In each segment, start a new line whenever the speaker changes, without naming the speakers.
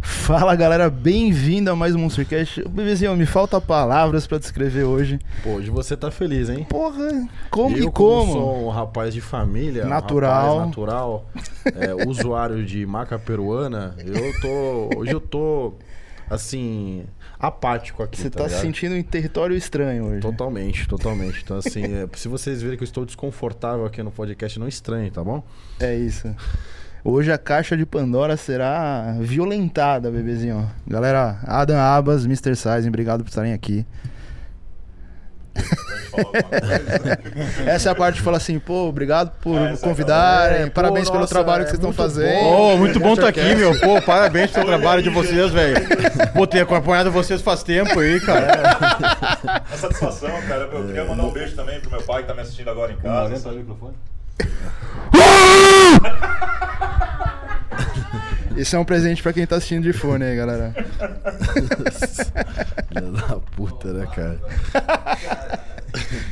Fala galera, bem-vindo a mais um MonsterCast. Bebezinho, me falta palavras pra descrever hoje.
Pô, hoje você tá feliz, hein?
Porra, como
eu,
e como?
sou um rapaz de família, um
Natural.
rapaz natural, é, usuário de maca peruana, eu tô. Hoje eu tô, assim, apático aqui.
Você tá, se
ligado?
sentindo né? em território estranho hoje.
Totalmente, totalmente. Então, assim, é, se vocês verem que eu estou desconfortável aqui no podcast, não estranhe, tá bom?
É isso. Hoje a caixa de Pandora será violentada, bebezinho. Galera, Adam Abas, Mr. Sizen, obrigado por estarem aqui. Essa é a parte que fala assim, pô, obrigado por me convidarem,
É, pô,
parabéns pelo
nossa,
trabalho que
é
vocês estão
muito
fazendo.
Ô, muito bom estar aqui, meu. Pô, parabéns pelo trabalho de vocês, velho. Pô, ter acompanhado vocês faz tempo aí, cara.
Uma É satisfação, cara. Eu queria mandar um beijo também pro meu pai que tá me assistindo agora em casa. sabe?
Isso é um presente pra quem tá assistindo de fone aí, galera.
Filha da puta, né, cara?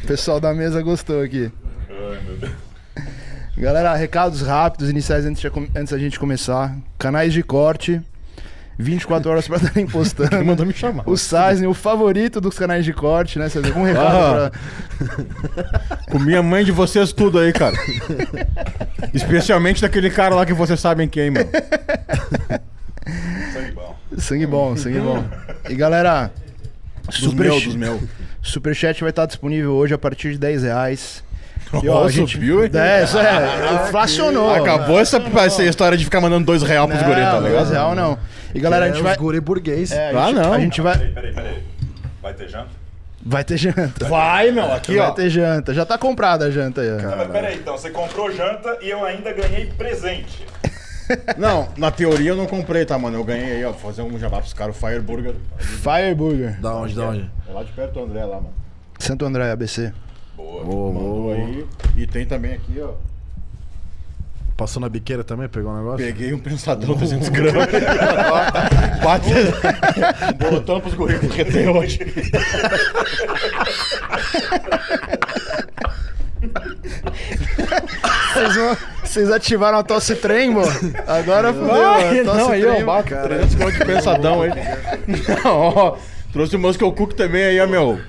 O pessoal da mesa gostou aqui.
Ai, meu Deus.
Galera, recados rápidos, iniciais antes, de- antes da gente começar. Canais de corte, 24 horas pra estarem postando.
Ele mandou me chamar.
O Sizen, o favorito dos canais de corte, né? César? Algum recado
Ah.
pra...
Comi a mãe de vocês tudo aí, cara. Especialmente daquele cara lá que vocês sabem quem, mano.
Sangue bom.
Sangue bom, sangue bom. E galera, super
meus, dos meus.
Superchat vai estar disponível hoje a partir de 10 reais.
Ó, subiu, hein?
É, isso é, inflacionou. É,
Acabou essa, essa história de ficar mandando dois real pros
Não,
guris, tá
dois
ligado?
real não. E galera, a gente
é
vai...
os guri burguês.
é, a
Ah,
gente-
não.
A gente vai...
Peraí, peraí, peraí. Vai ter janta?
Vai ter janta.
Vai, meu, aqui,
Vai
ó.
ter janta. Já tá comprada a janta aí. ó.
Não, mas peraí, então. Você comprou janta e eu ainda ganhei presente.
Não, na teoria eu não comprei, tá, mano? Eu ganhei aí, ó. Fazer um jabá pros caras, o Fire Burger.
Fire Burger.
Da onde, da onde?
É lá de perto do André, lá, mano.
Santo André, ABC.
Boa.
Ô, ô,
Mandou aí. E tem também aqui, ó.
Passou na biqueira também, pegou um negócio?
Peguei um pensador 200 gramas. Bate. Um bolotão pros currículos que tem hoje.
Vocês, vão- vocês ativaram a tosse trem, mano? Agora
Ai,
então
fodeu. a
não,
Tosse
aí,
trem.
ó, bato 300 gramas de pensadão aí. Não, ó. Trouxe o Muscle Cook também aí, ó, meu.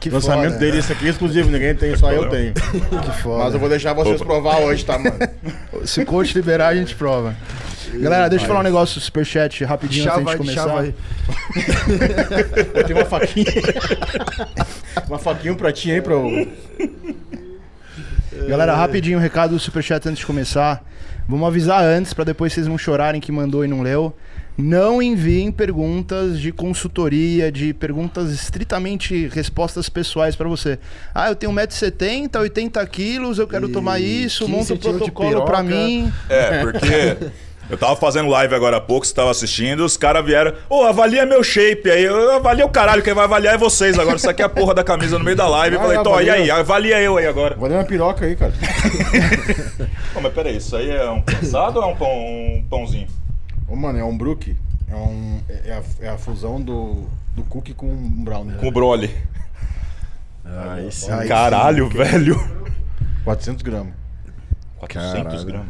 que
Lançamento
foda,
dele, isso aqui é exclusivo, ninguém tem, só eu tenho.
Que foda.
Mas eu vou deixar vocês provar hoje, tá, mano?
Se o coach liberar, a gente prova. Galera, deixa eu falar um negócio do superchat rapidinho
Chá
antes
vai,
de
chá
começar.
vai.
Eu tenho uma faquinha. Uma faquinha, um pratinho aí pra eu.
Galera, rapidinho, um recado do superchat antes de começar. Vamos avisar antes, pra depois vocês não chorarem que mandou e não leu. Não enviem perguntas de consultoria, de perguntas estritamente respostas pessoais pra você. Ah, eu tenho 1,70m, 80kg, eu quero
E
tomar isso,
15
monta um
centímetros de
protocolo pra
piroca.
mim.
É, porque eu tava fazendo live agora há pouco, você tava assistindo, os caras vieram, ô, avalia meu shape aí, eu avalia o caralho, quem vai avaliar é vocês agora. Isso aqui é a porra da camisa no meio da live. Eu
Ah,
falei, então, e
avalia.
aí, avalia eu aí agora.
Vou dar uma piroca aí, cara.
Pô, mas peraí, isso aí é um pensado ou é um, pão, um pãozinho?
Ô, mano, é um Brook. É, um, é, é a, é a fusão do, do cookie com um brownie.
Com brole.
Aí sim.
Aí,
Caralho, velho.
400 gramas.
400 gramas.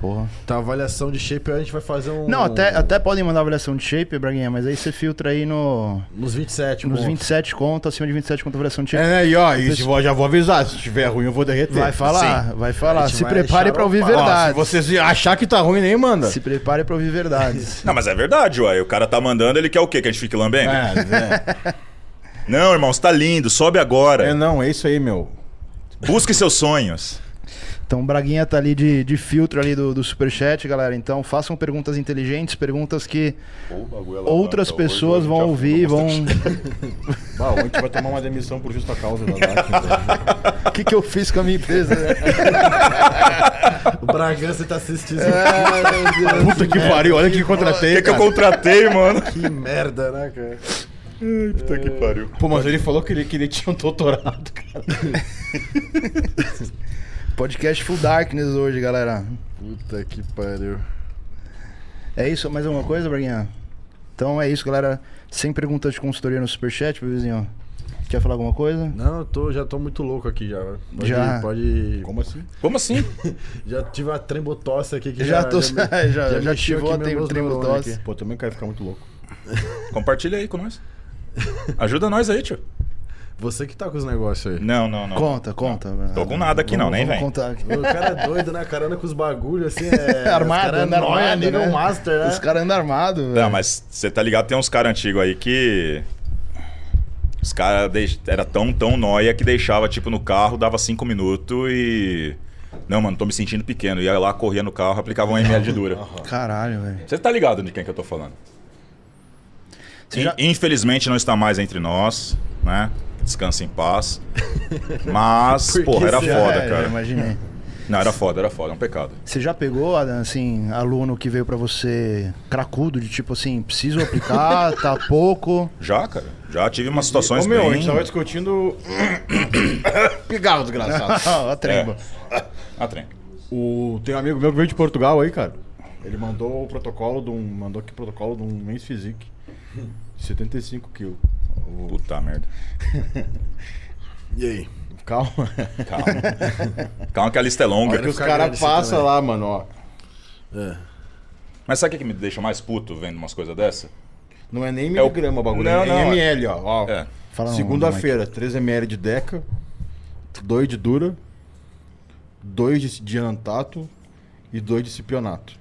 Porra.
Tá, avaliação de shape, aí a gente vai fazer um...
Não, até, até podem mandar avaliação de shape, Braguinha, mas aí você filtra aí no,
Nos 27,
nos
pontos.
27 conto, acima de 27 conto avaliação de shape.
É, né? E ó, e se vou- já vou avisar, se estiver ruim eu vou derreter.
Vai falar, vai falar.
A gente
Se
vai
prepare pra ouvir
xaropar.
Ó,
verdades.
se vocês achar que tá ruim, nem manda.
Se prepare pra ouvir verdades.
Não, mas é verdade, uai. O cara tá mandando, ele quer o quê? Que a gente fique lambendo?
É,
Não, irmão, você tá lindo, sobe
é. é,
agora.
não, é isso aí, meu.
Busque seus sonhos.
Então o Braguinha tá ali de, de filtro ali do, do superchat, galera. Então façam perguntas inteligentes, perguntas que outras pessoas vão ouvir, vão.
Bah, ontem vai tomar uma demissão por justa causa da então. Dark.
O que, que eu fiz com a minha empresa?
O Bragança tá assistindo.
É.
Puta que pariu, olha que contratei.
O que, que eu
cara.
contratei, mano?
Que merda, né, cara?
Puta
É.
que pariu.
Pô, mas ele falou que ele, que ele tinha um doutorado, cara.
Podcast Full Darkness hoje, galera.
Puta que pariu.
É isso? Mais alguma coisa, Braguinha? Então é isso, galera. Sem perguntas de consultoria no superchat, bebezinho. Quer falar alguma coisa?
Não, eu tô, já tô muito louco aqui já. Pode,
Já.
Pode.
Como assim?
Como assim?
Já tive a trembotosse aqui que
Já
já.
tô- já- já
mexeu
ativou
aqui
a
meus
tem- trembotosse.
neurônios aqui.
Pô, também quero ficar muito louco.
Compartilha aí com nós. Ajuda nós aí, tio.
Você que tá com os negócios aí.
Não, não, não.
Conta, conta.
Tô com nada aqui não, nem vem.
Contar aqui.
O cara é doido, né? Cara anda com os bagulhos assim. É...
armado, anda armado.
É nível
né?
master, né?
Os caras andam armados,
Não, mas você tá ligado, tem uns caras antigos aí que. Os caras deix... era tão, tão nóia que deixava, tipo, no carro, dava cinco minutos e. Não, mano, tô me sentindo pequeno. Ia lá, corria no carro, aplicava um ml de dura.
Caralho, velho.
Você tá ligado de quem que eu tô falando?
Você
In-
já-
Infelizmente não está mais entre nós, né? Descansa em paz. Mas,
Por que
porra, era
será,
foda,
É,
cara.
Imaginei.
Não, era foda, era foda, é um pecado.
Você já pegou, Adam, assim, aluno que veio pra você cracudo, de tipo assim, preciso aplicar, tá pouco.
Já, cara. Já tive umas situações
Ô, meu, a
bem...
gente tava discutindo. Pigarro, desgraçado.
Ah, a tremba.
Ah, É. trem.
O, tem um amigo meu que veio de Portugal aí, cara. Ele mandou o protocolo de um. Mandou aqui o protocolo de um Men's Physique. 75 quilos. O-
Puta merda.
E aí?
Calma.
Calma. Calma que a lista é longa.
Olha que os
cara
caras
desse
passam
também.
lá, mano, ó.
É.
Mas sabe o que que me deixa mais puto vendo umas coisas dessa?
Não é nem
É o-
miligrama o bagulho,
Não,
é
não,
em ml, ó. ó.
É.
Fala não,
Segunda-feira, 3 ml de Deca, 2 de Dura, 2 de Diantato e 2 de Cipionato.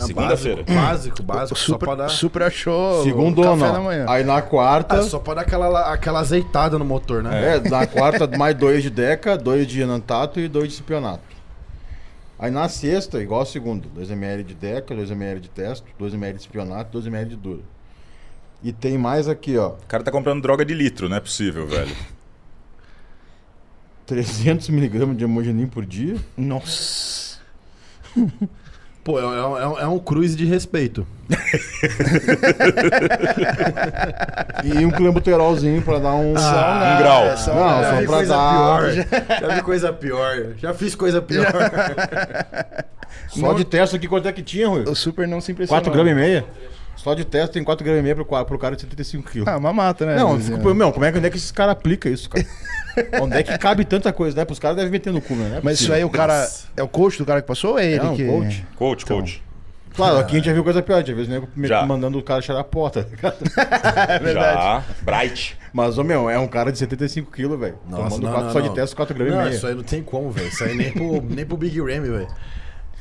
Ah,
Segunda-feira.
Básico, básico, básico só pra
Super,
dar.
super achou. o
Segundo
café
ou
da manhã.
não? Aí na quarta,
Ah, só pra dar aquela, aquela azeitada no motor, né?
é, na quarta mais 2 de Deca, 2 de Diantato e 2 de Cipionato. Aí na sexta, igual a segunda, 2 ml de Deca, 2 ml de Testo, 2 ml de Cipionato, 2 ml de Dura. E tem mais aqui, ó,
O cara tá comprando droga de litro, não é possível, velho.
300 mg de hemogenin por dia.
Nossa.
Pô, é, é- é um- é um cruise de respeito.
E um clambuterolzinho pra dar
Ah,
um.
um grau.
só
Não,
um
só
grau.
pra dar-
pior. Já vi coisa pior. Já fiz coisa pior.
Só de testa aqui, quanto é que tinha, Rui?
O super não se impressionou.
4 gramas e meia? Só de testa tem 4 gramas e meia pro, qua- pro cara de 75 quilos.
Ah, uma mata, né?
não, eu
Luizinho?
fico, meu, como é que, onde é que esses caras aplicam isso, cara? onde é que cabe tanta coisa, né? Pros caras devem meter no cu, né? Não é
Mas isso
possível.
aí o cara. É o coach do cara que passou ou é ele
É um
que. é.
coach.
Coach, coach.
Claro, aqui a gente já viu coisa pior, a gente já viu nego me-
Já.
mandando o cara cheirar a porta. tá ligado?
É verdade.
Já. Bright.
Mas, ô meu, é um cara de 75 quilos, velho. Tomando 4 um só de testa, 4 gramas e
Não,
meia.
isso aí não tem como, velho. Isso aí nem pro, nem pro Big Ramy, velho.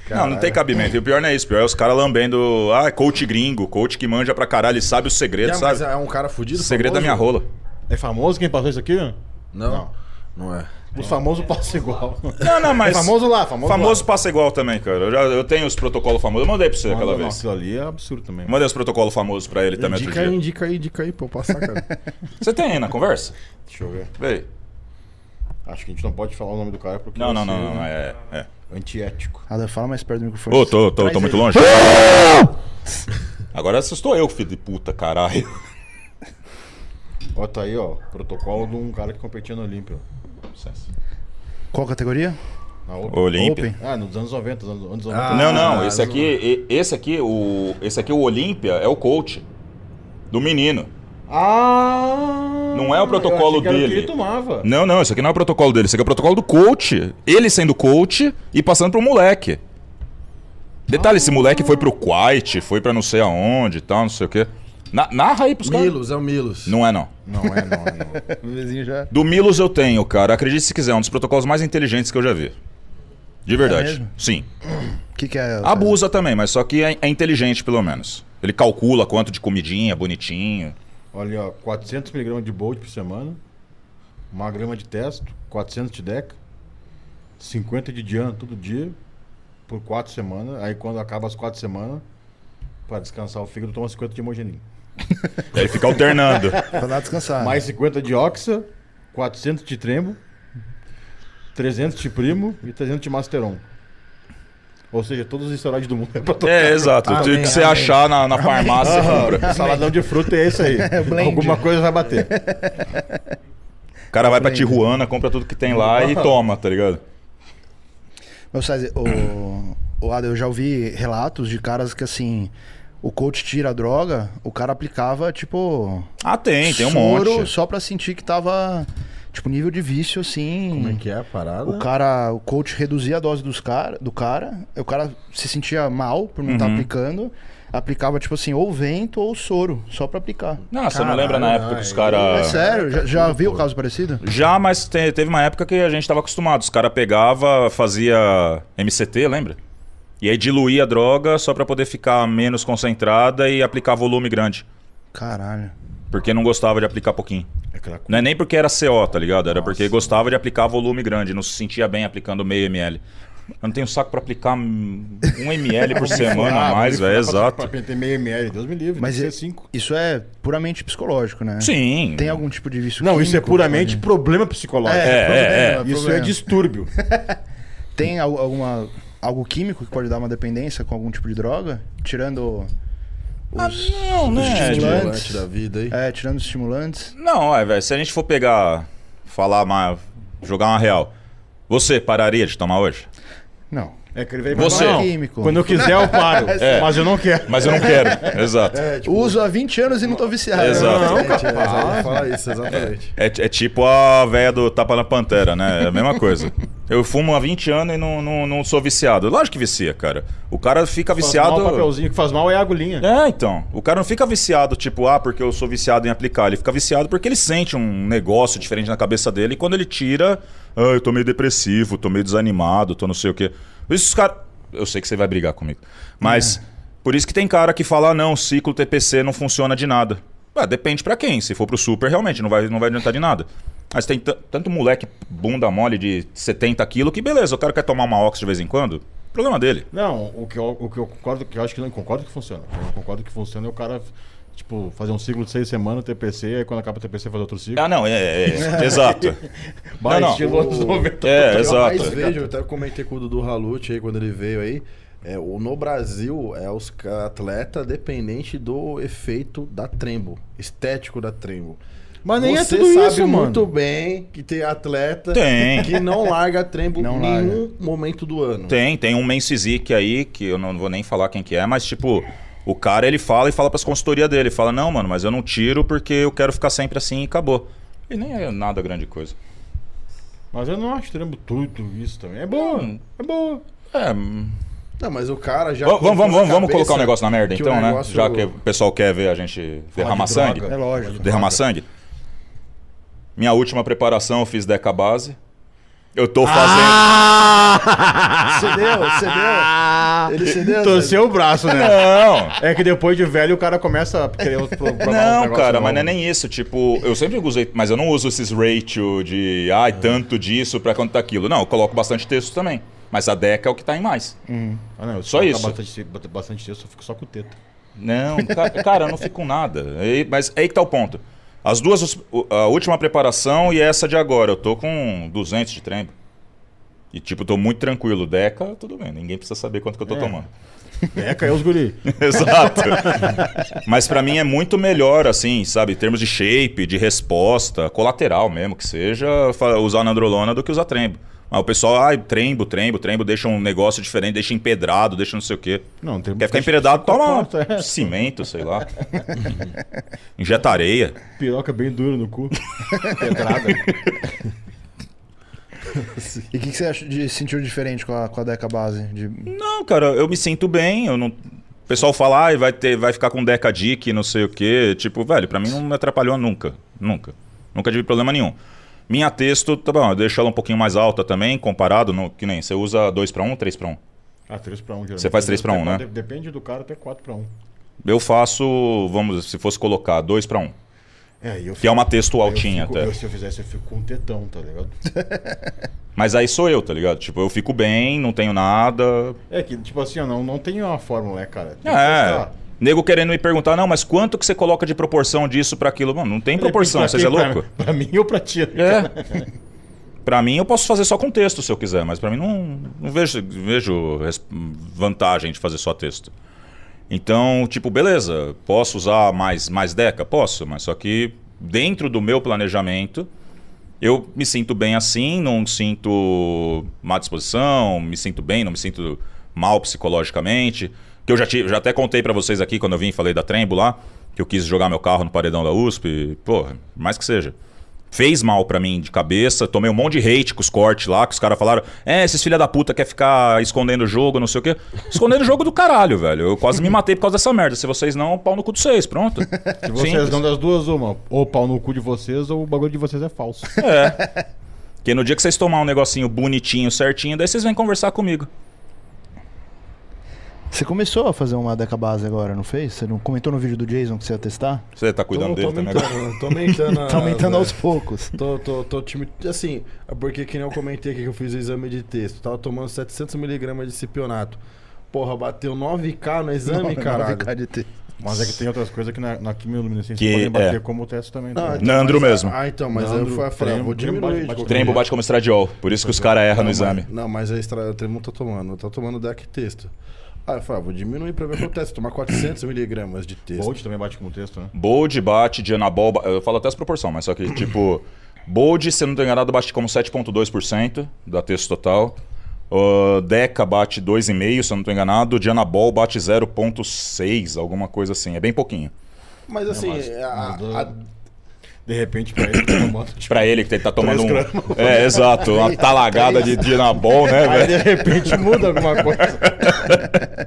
Não, não tem cabimento. E o pior não é isso. O pior é os caras lambendo. Ah, é coach gringo, coach que manja pra caralho, sabe o segredo,
É, mas
sabe?
é um cara fudido.
O segredo da
famoso?
minha rola.
É famoso quem passou isso aqui?
Não, não, é.
Os famosos passam igual.
Não, não, mas.
É famoso lá, famoso,
Famoso passa igual também, cara. Eu, já, eu tenho os protocolos famosos. Eu mandei pra você
lá.
aquela
Não,
vez.
Aquilo ali é absurdo também.
Eu mandei os protocolos famosos pra ele também outro
Indica aí,
É, dia.
indica aí, indica aí pra eu passar, cara.
Você tem aí na conversa?
Deixa eu ver.
Vê. aí.
Acho que a gente não pode falar o nome do cara porque
Não, não,
vai
não,
ser
não, não. É. é.
Antiético.
Adam, fala mais perto do microfone.
Ô, tô, tô,
Traz
tô muito
ele.
longe. Agora assustou eu, filho de puta, caralho.
Ó, tá aí, ó. Protocolo de um cara que competia no Olímpio.
Qual categoria?
Na Open.
Olímpia.
Open.
Ah, nos anos 90, anos, anos 90.
Ah.
Não, não, esse
não.
aqui, e- esse aqui, o, esse aqui, o Olímpia, é o coach do menino.
Ah!
Não é o
eu
protocolo
achei que era o
dele.
que ele tomava.
Não, não, isso aqui não é o protocolo dele, isso aqui é o protocolo do coach. Ele sendo coach e passando pro moleque. Detalhe, esse moleque foi pro Kuwait, foi pra não sei aonde e tal, não sei o quê. Na, narra aí pros caras.
Milos, é o Milos.
Não é, não.
Não é, não é, não.
O vizinho já.
Do Milos eu tenho, cara. Acredite se quiser, é um dos protocolos mais inteligentes que eu já vi. De
É
verdade.
mesmo?
Sim.
O que, que
Tá
é?
Abusa também, mas só que é, é inteligente, pelo menos. Ele calcula quanto de comidinha, bonitinho.
Olha, ó. 400mg de Bolt por semana. 1 grama de testo. 400 de Deca. 50 de Diana todo dia. Por 4 semanas. Aí quando acaba as 4 semanas, pra descansar o fígado, toma 50 de hemogenin.
Aí ele fica alternando.
Pra dar descansar.
Ah, Mais 50 de Oxa, 400 de Trembo, 300 de Primo e 300 de Masteron. Ou seja, todos os esteroides do mundo é pra tocar.
É, exato.
Amém,
Tudo que você
amém.
achar na, na farmácia, você compra.
Saladão de fruta é esse aí.
Blend.
Alguma coisa vai bater.
O cara vai pra Tijuana, compra tudo que tem lá e toma, tá ligado?
Meu César, o, o Adam, eu já ouvi relatos de caras que assim. o coach tira a droga, o cara aplicava, tipo,
Ah, tem, tem um
soro
monte.
só pra sentir que tava, tipo, nível de vício, assim.
Como é que é a parada?
O cara, o coach reduzia a dose dos cara, do cara, o cara se sentia mal por não estar
Uhum.
aplicando, aplicava, tipo assim, ou vento ou soro, só pra aplicar.
Não, você não
Caralho,
lembra na época que os
é
É
caras.
sério, já, já viu caso parecido?
Já, mas te- teve uma época que a gente tava acostumado. Os caras pegava, fazia MCT, lembra? E aí diluía a droga só pra poder ficar menos concentrada e aplicar volume grande.
Caralho.
Porque não gostava de aplicar pouquinho.
É aquela
Não é nem porque era CO, tá ligado? Era porque gostava de aplicar volume grande, não se sentia bem aplicando meio ml. Eu não tenho saco pra aplicar hum, um ml por semana a mais, Ah, velho.
Pra
Exato.
pentear meio ml, Deus me livre.
Mas
Mas é
e-
5.
Isso é puramente psicológico, né?
Sim.
Tem algum tipo de vício
Não, isso é
químico,
puramente
pode-
problema psicológico.
É, é,
é.
Isso é
Problema.
distúrbio.
Tem al- alguma algo químico que pode dar uma dependência com algum tipo de droga? Tirando os
Ah, Não, né?
estimulante.
Tipo,
Estimulante É da vida aí.
é, tirando os estimulantes?
Não, é, velho. Se a gente for pegar, falar mais, jogar uma real, você pararia de tomar hoje?
Não.
É que ele vem
Você.
falar, não,
Químico.
Quando eu quiser, eu paro.
É.
Mas eu não quero.
Mas eu não quero. Exato. É,
Tipo,
tipo,
Uso há 20 anos e não tô viciado.
Exato.
Não, cara. Fala isso, exatamente.
é tipo a véia do tapa na pantera, né? É a mesma coisa. Eu fumo há 20 anos e não, não, não sou viciado. Lógico que vicia, cara. O cara fica
Faz mal, o
viciado.
papelzinho que faz mal é a agulhinha.
É, então. O cara não fica viciado, tipo, ah, porque eu sou viciado em aplicar. Ele fica viciado porque ele sente um negócio diferente na cabeça dele e quando ele tira, ah, eu tô meio depressivo, tô meio desanimado, tô não sei o quê. Por isso os caras. Eu sei que você vai brigar comigo. Mas por isso que tem cara que fala, "Ah, não, o ciclo TPC não funciona de nada. Ah, depende pra quem. Se for pro super, realmente, não vai, não vai adiantar de nada. Mas tem tan- tanto moleque bunda mole de 70 quilos que beleza, o cara quer tomar uma ox de vez em quando. Problema dele.
Não, o que, eu, o que eu concordo, que eu acho que não concordo que funciona. Eu não concordo que funciona é o cara, tipo, fazer um ciclo de seis semanas, TPC, aí quando acaba o TPC, fazer outro ciclo.
Ah, não, é, é, é exato.
Vai,
não, não.
estilo anos 90.
É,
Eu mais
exato.
vejo, eu até comentei com o Dudu Halute aí quando ele veio aí. é, o, no Brasil, é os ca- atleta dependente do efeito da trembo, estético da trembo.
Mas nem é
Você
tudo
sabe
isso,
muito
mano.
bem que tem atleta
Tem.
que não larga a trembo em
Não
nenhum momento do ano.
Tem, tem um Mensizic aí, que eu não vou nem falar quem que é, mas tipo, o cara ele fala e fala pras consultorias dele, fala, não, mano, mas eu não tiro porque eu quero ficar sempre assim e acabou. E nem é nada grande coisa.
Mas eu não acho trembo tudo isso também. É bom,
Hum.
é boa.
É. hum.
Não, mas o cara já.
Vamos, vamos, vamos, vamos
colocou
colocar um
na cabeça
negócio na merda
que o
então,
negócio-
né? Já que o pessoal quer ver a gente derramar
de
sangue.
droga.
É lógico.
Derramar sangue? Minha última preparação eu fiz Deca Base. Eu tô fazendo.
Ah!
Cedeu, cedeu. Ele cedeu.
Torceu o braço, né?
Não!
É que depois de velho o cara começa a querer os pro, provar um
Não,
negócio
cara,
novo.
mas não é nem isso. Tipo, eu sempre usei, mas eu não uso esses ratio de ai, tanto disso pra quanto daquilo. Não, eu coloco bastante texto também. Mas a DECA é o que tá em mais.
Ah, não, eu
Só
toco
isso.
Bastante, bastante texto, eu fico só com teta.
Não, ca- cara, eu não fico com nada. Aí- mas aí que tá o ponto. As duas, os- o- a última preparação e essa de agora. Eu tô com 200 de trembo. E, tipo, tô muito tranquilo. DECA, tudo bem. Ninguém precisa saber quanto que eu tô
É.
tomando.
É, caiu os guri.
Exato. Mas pra mim é muito melhor, assim, sabe? Em termos de shape, de resposta, colateral mesmo, que seja, fa- usar nandrolona do que usar trembo. Mas o pessoal, ai, trembo, trembo, trembo, deixa um negócio diferente, deixa empedrado, deixa não sei o quê.
Não, tem
Quer ficar empedrado? Toma
Corta, é.
cimento, sei lá. Injeta areia.
piroca bem dura no cu. Pedrada.
E o que, que você acha de, sentiu diferente com a, com a Deca Base? De-
Não, cara, eu me sinto bem, eu não. O pessoal fala, ai, vai, ter, vai ficar com Deca Dick, não sei o quê. Tipo, velho, pra mim não me atrapalhou nunca. Nunca. Nunca tive problema nenhum. Minha texto, tá bom, eu deixo ela um pouquinho mais alta também, comparado, no, que nem você usa 2 pra 1 3 pra 1
Ah, 3 pra 1, geralmente.
Você faz três pra um,
Até-
né?
Depende do cara, até 4 pra 1.
Eu faço, vamos, se fosse colocar 2 pra 1
É, e eu
que é uma texto
eu
altinha
fico-
até.
eu- se eu fizesse, eu fico com um tetão, tá ligado?
Mas aí sou eu, tá ligado? Tipo, eu fico bem, não tenho nada.
É que, tipo assim, ó, não, não tem uma fórmula, né, cara? Tem que
É.
testar.
Nego querendo me perguntar, não, mas quanto que você coloca de proporção disso pra aquilo? Mano, não tem proporção,
Pra
vocês é
quem?
louco?
Pra, pra mim ou pra ti? né?
É. Pra mim, eu posso fazer só com texto se eu quiser, mas pra mim não, não vejo, vejo res- vantagem de fazer só texto. Então, tipo, beleza, posso usar mais, mais Deca? Posso, mas só que dentro do meu planejamento, eu me sinto bem assim, não sinto má disposição, me sinto bem, não me sinto mal psicologicamente. Que eu já tive, já até contei pra vocês aqui quando eu vim e falei da Trembo lá, que eu quis jogar meu carro no paredão da USP, e, porra, mais que seja. Fez mal pra mim de cabeça, tomei um monte de hate com os cortes lá, que os caras falaram: "É, esses filha da puta quer ficar escondendo o jogo, não sei o quê". Escondendo o jogo do caralho, velho. Eu quase me matei por causa dessa merda. Se vocês não, pau no cu de vocês, pronto.
Se vocês não das duas, uma. Ou pau no cu de vocês, ou o bagulho de vocês é falso.
É. Porque no dia que vocês tomar um negocinho bonitinho, certinho, daí vocês vêm conversar comigo.
Você começou a fazer uma Deca Base agora, não fez? Você não comentou no vídeo do Jason que você ia testar?
Você tá cuidando
Então, tô,
dele também agora?
aumentando, tô aumentando.
tá aumentando
as-
aos poucos.
Tô, tô, tô time. Assim, é porque que nem eu comentei aqui que eu fiz o exame de texto. Tava tomando 700mg de cipionato. Porra, bateu 9K no exame, caralho.
Ficar de ter.
Mas é que tem outras coisas que na, na quimioluminescência
Que
podem bater
é.
como o teste também.
Não,
tá?
então,
Nandro
mas-
mesmo.
Ah, então, mas
Nandro,
eu fa- falei, ah, vou
trembo,
diminuir.
bate-
de
bate-
qualquer
Trembo bate como estradiol, por isso que os caras erram no
Não, mas-
exame.
Não, mas a estrada tremor tá tomando. Eu tô tomando DEC texto. Aí eu falei, ah, vou diminuir pra ver o que acontece. Tomar 400mg de texto.
Bolt também bate como texto, né?
Bold bate, Dianabol, ba- eu falo até as proporções, mas só que tipo, Bold, se eu não tô enganado, bate como 7.2% da texto total. Ah, Deca bate 2,5%, se eu não tô enganado. Dianabol bate 0,6%, alguma coisa assim. É bem pouquinho.
Mas assim,
mas-
a-
mas do-
a-
De repente, pra ele, tá tomando, tipo,
Pra ele que ele tá tomando um.
Três gramas.
É, exato, uma talagada de Dianabol, né,
aí de
velho?
repente muda alguma coisa.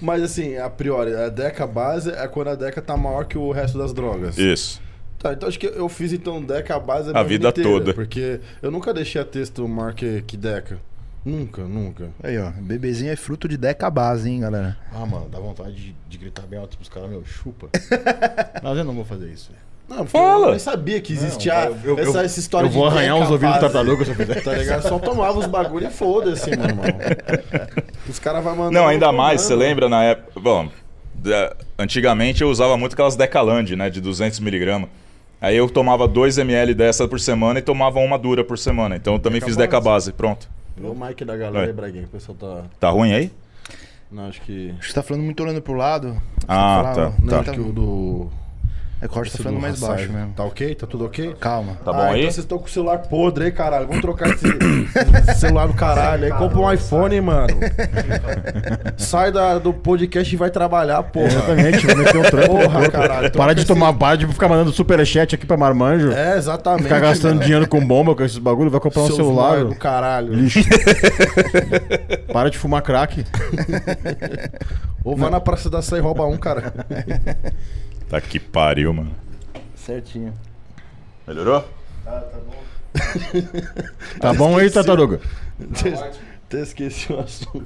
mas assim, a priori, a DECA base é quando a DECA tá maior que o resto das drogas.
Isso.
Tá, então acho que eu fiz então Deca a base
A vida toda.
Porque eu nunca deixei a texto maior que, que Deca. Nunca, nunca.
Aí, ó. Bebezinho é fruto de Deca Base, hein, galera?
Ah, mano, dá vontade de, de gritar bem alto pros caras, meu, chupa. Mas eu não vou fazer isso. velho.
Não, porque
Fala!
Eu nem sabia que existia
Não, eu- eu-
essa,
eu-
essa história
eu vou arranhar
Deca
os ouvidos do
base,
tartaruga se eu fizer.
Tá ligado? Só tomava os bagulho e foda-se, meu irmão. Os caras vão mandar.
Não, ainda mais, você lembra na época. Bom, da- antigamente eu usava muito aquelas Decaland, né? De 200mg. Aí eu tomava 2ml dessa por semana e tomava uma dura por semana. Então eu também fiz
Deca
Decabase. Pronto.
O Mike da galera,
É.
é. Braguinha, que o pessoal tá.
Tá ruim aí?
Não, acho que.
Acho que você tá falando muito olhando pro lado.
Ah, tá.
Não,
Não,
tá-
acho que o do.
É que o Rocha tá
esse
falando
do
mais
Hassad.
baixo mesmo.
Tá ok? Tá tudo ok?
Calma.
Tá bom
ah,
aí?
Então vocês estão com o celular podre aí, caralho. Vamos trocar esse, esse celular do caralho aí. Compra um iPhone, mano. Sai da- do podcast e vai trabalhar, porra.
Exatamente, vou meter um trampo.
Porra, caralho.
Para Então, de
troca
tomar bar, de ficar mandando superchat aqui pra marmanjo.
esse- É, exatamente.
Ficar gastando
mano.
dinheiro com bomba, com esses bagulho, vai comprar um
Seus
celular.
nóia do caralho.
Lixo. Para de fumar crack.
Ou vai na Praça da Sé e rouba um, cara.
Tá que pariu, mano.
Certinho.
Melhorou?
Tá bom aí, tartaruga?
Até esqueci o assunto.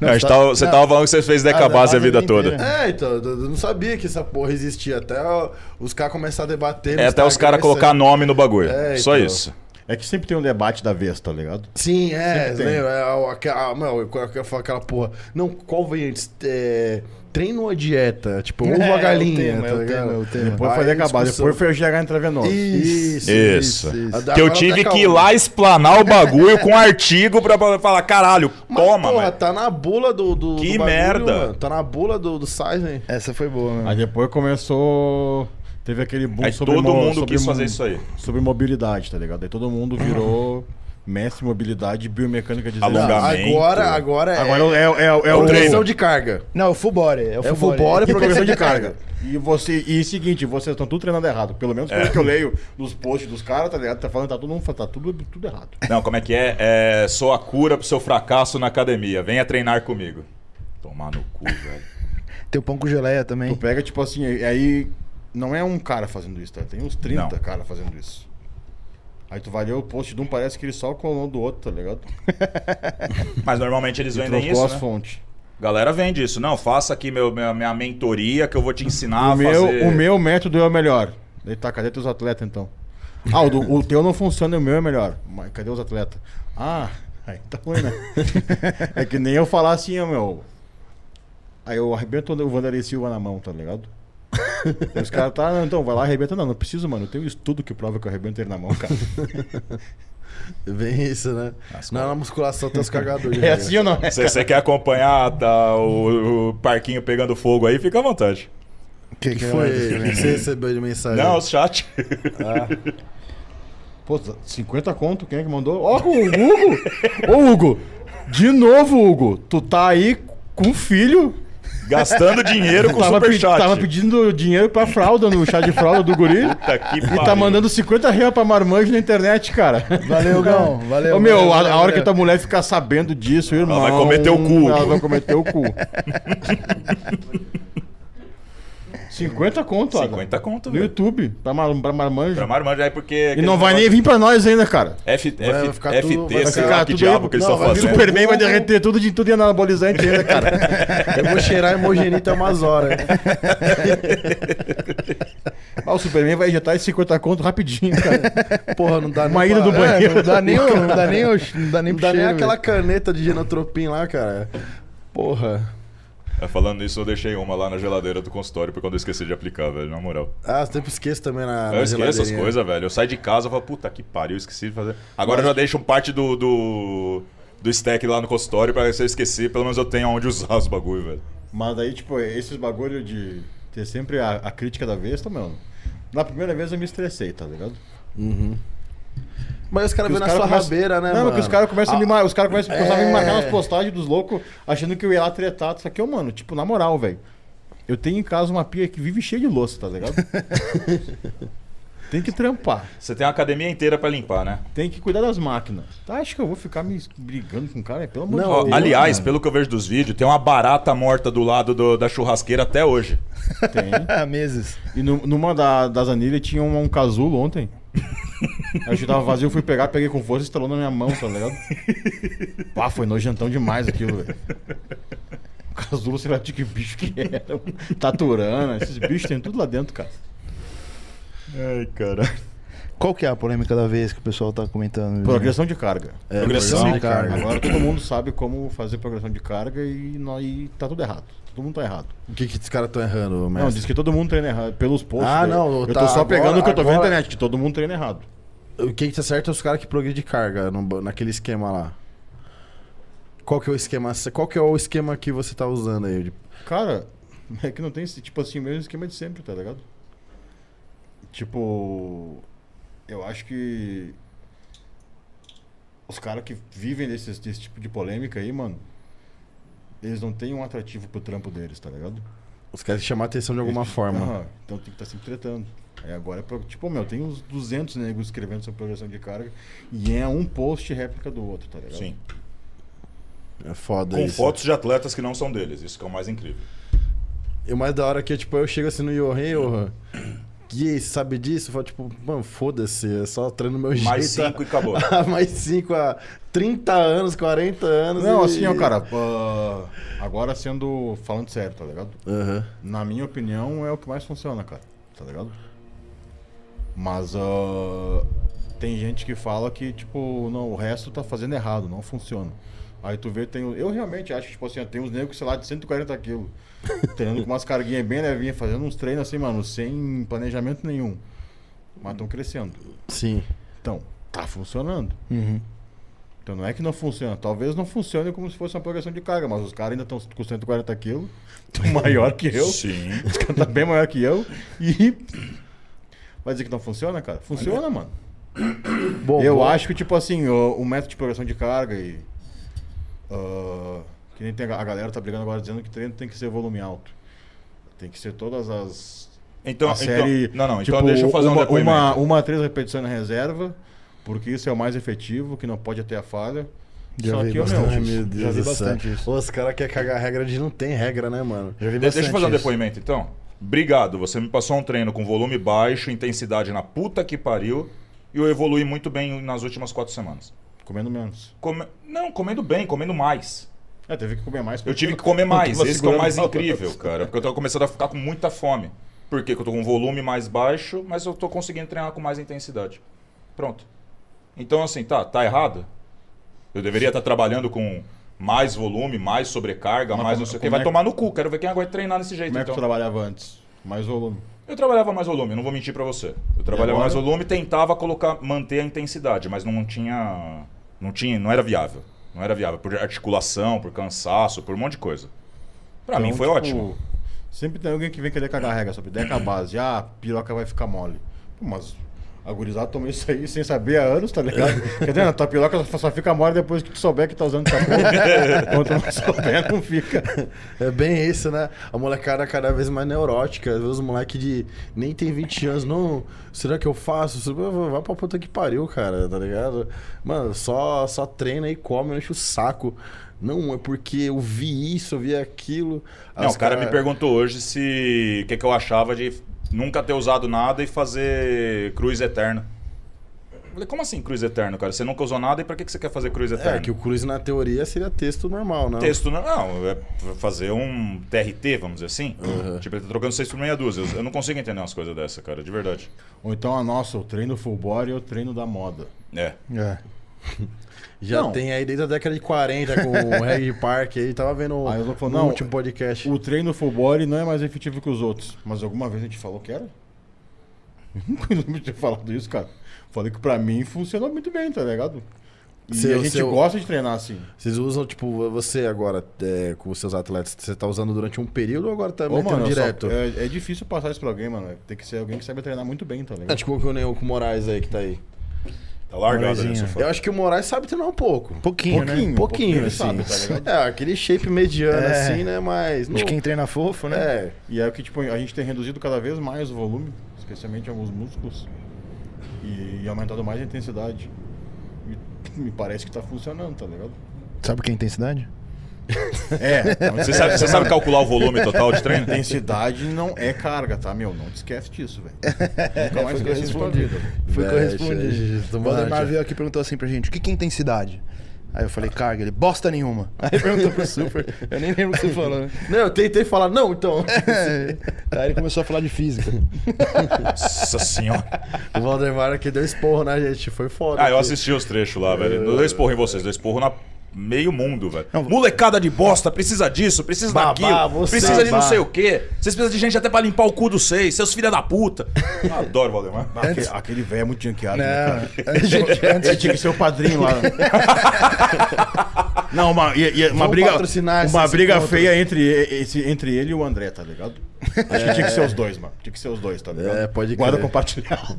Não, a gente
tá-
tava- você tava falando que você fez Decabase a vida toda.
É, então, eu eu não sabia que essa porra existia. Até ó, os caras começaram a debater. no
É até os
Instagram,
caras colocar
isso
nome no bagulho.
Tá É,
Só
então.
isso.
É que sempre tem um debate da vez, tá ligado?
aí. Sim, é,
Sempre tem.
lembra? É, ó, aque- ah, meu, eu quero falar aquela porra. Não, qual vem antes? É, treino ou dieta? Tipo, ovo
É,
ou
é
a
o
galinha,
tema, é
tá
o
ligado?
tema, é o tema.
Depois foi
Aí,
acabar,
discussão.
depois foi o GH intravenoso.
Isso,
Isso.
isso.
Que eu
Agora
tive
tá
que ir
calmo.
lá explanar o bagulho com um artigo pra falar, caralho,
Mas,
toma,
porra,
mano.
tá na bula do. do
Que
do
merda.
Tá na bula do, do Sizen.
Essa foi boa,
Aí
mano.
depois começou. Teve aquele boom
Aí
sobre
todo
mo-
mundo
sobre
quis
mo-
fazer isso aí.
Sobre mobilidade, tá ligado? Aí todo mundo virou mestre em mobilidade e biomecânica de
Alongamento.
exercício.
Tá, Agora, agora é.
Agora é, é, é, é
é
o
progressão
treino.
de carga.
Não, o full body. É o
É
full,
o full body e progressão de carga.
E você e seguinte, vocês estão tudo treinando errado. Pelo menos
É.
pelo que eu leio nos posts dos caras, tá ligado? Tá falando, tá todo mundo tá tudo, tudo errado.
Não, como é que é? É, Sou a cura pro seu fracasso na academia. Venha treinar comigo. Tomar no cu, velho.
Tem o pão com geleia
Tu
também.
pega, tipo assim, aí- aí não é um cara fazendo isso, tá? Tem uns 30
Não.
caras fazendo isso. Aí tu vai ler o post de um, parece que ele só clonou do outro, tá ligado?
Mas normalmente eles
E
vendem
trocou
isso,
as
né?
fontes.
Galera vende isso. Não, faça aqui meu, minha, minha mentoria que eu vou te ensinar
o,
a
meu,
fazer...
o meu método é o melhor. Daí tá, cadê teus atletas então? Ah, o, do- o teu não funciona e o meu é melhor. Mas cadê os atletas? Ah, aí tá ruim, né? é que nem eu falar assim, ó, meu. Aí eu arrebento o Vanderlei Silva na mão, tá ligado? Aí Os caras tá, não, então, vai lá, arrebenta. Não, não preciso, mano. Eu tenho um estudo que prova que eu arrebento ele na mão, cara.
Vem isso, né? Não, na musculação tem os cagadores. né?
É assim ou não? é?
Se você quer acompanhar tá, o, o parquinho pegando fogo aí, fica à vontade.
O que,
que
que
foi
ela-
que você recebeu de
É.
mensagem?
Não, os chat.
Pô, 50 conto, quem é que mandou? Ó, o Hugo! Ô, Hugo! De novo, Hugo! Tu tá aí Com filho.
Gastando dinheiro com
Tava, pe-
superchat.
tava pedindo dinheiro pra fralda no chá de fralda do guri.
Puta que
E tá
pariu.
mandando 50 reais pra marmanjo na internet, cara.
Valeu, Gão. Valeu.
Ô, meu,
valeu,
a, a
valeu,
hora que
valeu.
tua mulher ficar sabendo disso, irmão.
vai comer teu cu.
Ela vai comer teu cu. 50 conto, Adam.
50 conto,
No
velho.
YouTube, pra, mar, pra marmanjo.
Pra marmanjo, aí porque...
E não vai nem vir pra nós ainda, cara.
F,
Vai
F,
ficar
FT,
tudo- vai
sei
ficar
lá que
tudo
diabo
aí-
que eles
não,
estão
vai vir
fazendo.
Superman vai derreter tudo de tudo e anabolizante ainda, cara.
Eu vou cheirar hemogenita umas horas.
Ah, o Superman vai injetar esses 50 conto rapidinho, cara.
Porra, não dá
Uma ida do banheiro.
É, não dá nem, o- não dá nem, o, não dá nem,
Não dá nem
cheiro,
aquela
velho.
caneta de genotropin lá, cara. Porra.
É, Falando isso, eu deixei uma lá na geladeira do consultório porque quando eu esqueci de aplicar, velho, na moral.
Ah, eu sempre esqueço também Ah, na.
eu
na
esqueço as
geladeirinha.
coisas, velho. Eu saio de casa e falo, puta que pariu, eu esqueci de fazer. Agora eu já deixo um parte do, do, do stack lá no consultório pra se eu esquecer, pelo menos eu tenho onde usar os bagulho, velho.
Mas daí, tipo, esses bagulho de ter sempre a, a crítica da vez, tá, meu? Na primeira vez eu me estressei, tá ligado?
Mas os caras vêm
Que os
na
cara
sua
começa-
rabeira, né,
Não,
mano?
mas que os caras começam a me marcar. Os caras começam começavam a me marcar
É.
nas postagens dos loucos, achando que eu ia lá tretar. Só que eu, mano, tipo, na moral, velho. Eu tenho em casa uma pia que vive cheia de louça, tá ligado? tem que trampar.
Você tem uma academia inteira pra limpar, né?
Tem que cuidar das máquinas. Tá, acho que eu vou ficar me brigando com o cara, pelo amor
Não,
de
Ó,
Deus.
aliás,
mano.
pelo que eu vejo dos vídeos, tem uma barata morta do lado do- da churrasqueira até hoje.
Tem.
Ah, meses.
E no- numa da- das anilhas tinha um, um casulo ontem. Aí eu tava vazio, fui pegar, peguei com força e estralou na minha mão, tá ligado? Pá, foi nojentão demais aquilo, velho. O Casulo, sei lá de que bicho que era. Taturana, esses bichos tem tudo lá dentro, cara.
Ai, caralho.
Qual que é a polêmica da vez que o pessoal tá comentando?
Progressão de carga.
É,
Progressão de
carga.
Agora todo mundo sabe como fazer progressão de carga e, nó- e tá tudo errado. Todo mundo tá errado.
O que, que os caras estão errando,
Não,
mestre?
diz que todo mundo treina errado. Pelos posts.
Ah,
né?
não,
Eu
tá,
tô só pegando o que eu tô vendo na
agora-
internet, que todo mundo treina errado.
O que que acerta é os caras que progride carga no- naquele esquema lá. Qual que é o esquema? Qual que é o esquema que você tá usando aí? de-
Cara, é que não tem esse, tipo assim, o mesmo esquema de sempre, tá ligado? Tipo, eu acho que os caras que vivem desse, desse tipo de polêmica aí, mano, eles não têm um atrativo pro trampo deles, tá ligado?
Os caras chamar a atenção de alguma
Eles-
forma.
Aham, então tem que estar sempre tretando. Aí agora, é pro- tipo, meu, tem uns 200 negros escrevendo sobre progressão de carga e é um post réplica do outro, tá ligado?
Sim.
É foda
Com
isso.
fotos de atletas que não são deles, isso que é o mais incrível.
E o mais da hora é que, tipo, eu chego assim no Yohan, Yohan. E aí, você sabe disso? Eu falo, tipo, mano, foda-se, é só treino meu jeito.
Mais cinco e acabou.
há mais cinco há 30 anos, 40 anos.
Não,
e-
assim, ó, cara, ah, agora sendo, falando sério, tá ligado?
Aham.
Na minha opinião, é o que mais funciona, cara. Tá ligado? Mas ah, tem gente que fala que, tipo, não, o resto tá fazendo errado, não funciona. Aí tu vê, tem. o- Eu realmente acho que, tipo assim, tem uns negros, sei lá, de 140 quilos. treinando com umas carguinhas bem levinhas, fazendo uns treinos assim, mano, sem planejamento nenhum. Mas estão crescendo.
Sim.
Então, tá funcionando.
Uhum.
Então não é que não funciona. Talvez não funcione como se fosse uma progressão de carga, mas os caras ainda estão com 140 quilos. Estão maior que eu.
Sim.
Esse cara tá bem maior que eu. E. Vai dizer que não funciona, cara? Funciona, mano.
Bom,
eu
bom.
acho que, tipo assim, o, o método de progressão de carga e. ah, que nem tem a, a galera tá brigando agora dizendo que treino tem que ser volume alto. Tem que ser todas as.
Então,
a série,
então, não, não, então
tipo,
deixa eu fazer um
uma,
depoimento.
uma, uma a três repetições na reserva, porque isso é o mais efetivo, que não pode ter a falha.
Já
Só
vi
que, ô, meu,
bastante.
Ai, meu Deus
Já vi
do céu.
bastante isso.
Pô, Os caras querem cagar a regra de não tem regra, né, mano?
Já vi
De- Deixa eu
bastante
fazer um
isso.
depoimento, então. Obrigado, você me passou um treino com volume baixo, intensidade na puta que pariu, e eu evolui muito bem nas últimas quatro semanas.
comendo menos.
Come- Não, comendo bem, comendo mais.
É, teve que comer mais.
Eu
porque
tive que comer
eu tava
mais, esse que é o
segurando
mais
a-
incrível, cara, porque eu tava começando a ficar com muita fome. Por quê? Porque eu tô com um volume mais baixo, mas eu tô conseguindo treinar com mais intensidade. Pronto. Então, assim, tá, tá errado? Eu deveria estar trabalhando com mais volume, mais sobrecarga,
Mas
mais
como-
não sei o que.
como
Vai
é que-
tomar no cu, quero ver quem aguenta treinar desse jeito,
Como é que
então.
tu trabalhava antes? Mais volume.
Eu trabalhava mais volume, não vou mentir pra você. Eu trabalhava mais
agora?
volume e tentava colocar, manter a intensidade, mas não tinha, não tinha, não era viável. Não era viável por articulação, por cansaço, por um monte de coisa. Pra mim
Então,
foi
tipo,
ótimo.
Sempre tem alguém que vem querer cagar a regra sobre deca a base. Ah, a piroca vai ficar mole. Pô, mas A gurizada toma isso aí sem saber há anos, tá ligado? Quer dizer, na tua piroca só fica mole depois que tu souber que tá usando essa porra. Enquanto não souber, não fica.
É bem isso, né? A molecada cada vez mais neurótica. Às vezes o moleque de nem tem 20 anos, não. Será que eu faço? Será- Vai pra puta que pariu, cara, tá ligado? Mano, só, só treina e come, enche o saco. Não, é porque eu vi isso, eu vi aquilo. Aí
Não,
os
o cara
cara-
me perguntou hoje se o que, que eu achava de nunca ter usado nada e fazer cruz eterna. Eu Falei, como assim cruz eterna, cara? Você nunca usou nada e pra que, que você quer fazer cruz eterna?
É, que o Cruz na teoria seria texto normal, né?
Texto não, não, é fazer um TRT, vamos dizer assim. Tipo, ele tá trocando seis por meia dúzia. Eu, eu não consigo entender umas coisas dessa, cara, de verdade.
Ou então, a nossa, eu treino full body, eu treino da moda.
É.
É.
Já
Não.
tem aí desde a década de 40 com o Reggie Park aí, tava vendo
Aí eu tô falando,
no
não,
último podcast.
O treino full body não é mais efetivo que os outros. Mas alguma vez a gente falou que era? Eu Nunca lembro de ter falado isso, cara. Falei que pra mim funcionou muito bem, tá ligado? E
Seu-
a gente
seu-
gosta de treinar assim.
Vocês usam, tipo, você agora, é, com os seus atletas, você tá usando durante um período ou agora tá
Ô,
metendo
mano, eu só-
direto? É...
é, é difícil passar isso pra alguém, mano. É, Tem que ser alguém que sabe treinar muito bem, tá ligado?
tipo o Neo com o Moraes aí que tá aí.
Tá largado ali no
Molezinha.
sofá.
Eu acho que o Moraes sabe treinar um pouco.
Pouquinho, né?
Pouquinho,
Um pouquinho,
ele
assim.
sabe, tá ligado?
é, aquele shape mediano,
É.
assim, né? Mas.
De
não-
quem treina fofo, né?
É.
E é o que tipo, a gente tem reduzido cada vez mais o volume, especialmente alguns músculos, e, e aumentado mais a intensidade. E me parece que tá funcionando, tá ligado?
Sabe o que é intensidade?
É,
Você sabe, você sabe calcular o volume total de treino?
intensidade não é carga, tá, meu? Não te esquece disso, velho. Nunca mais esquece isso tua vida.
Foi
É,
correspondido.
gente,
O
tomara.
Valdemar veio aqui e perguntou assim pra gente: o que, que é intensidade? Aí eu falei, carga, ele bosta nenhuma. Aí perguntou pro Super. Eu nem lembro o que você falou, né?
Não, eu tentei falar, não, então.
Aí ele começou a falar de física.
Nossa senhora.
o Valdemar aqui deu esporro na gente, foi foda.
Ah, eu
aqui.
assisti os trechos lá, velho. Não deu esporro em vocês, deu esporro na meio mundo, velho.
Não,
Molecada de bosta, precisa disso, precisa
Babá,
daquilo,
você,
precisa de não
babá.
sei o quê. Vocês precisam de gente até pra limpar o cu dos seis, seus filha da puta. Eu adoro, Valdemar.
Aquele, aquele velho é muito janqueado, né, cara?
Gente,
Ele tinha que ser o padrinho lá. Não, uma, e- e uma
Vamos
briga,
patrocinar esse-
uma
esse
briga
encontro.
feia entre, e- esse- entre ele e o André, tá ligado? Acho que tinha que ser os dois, mano. Tinha que ser os dois, tá ligado?
É, pode
Guarda
crer.
compartilhada.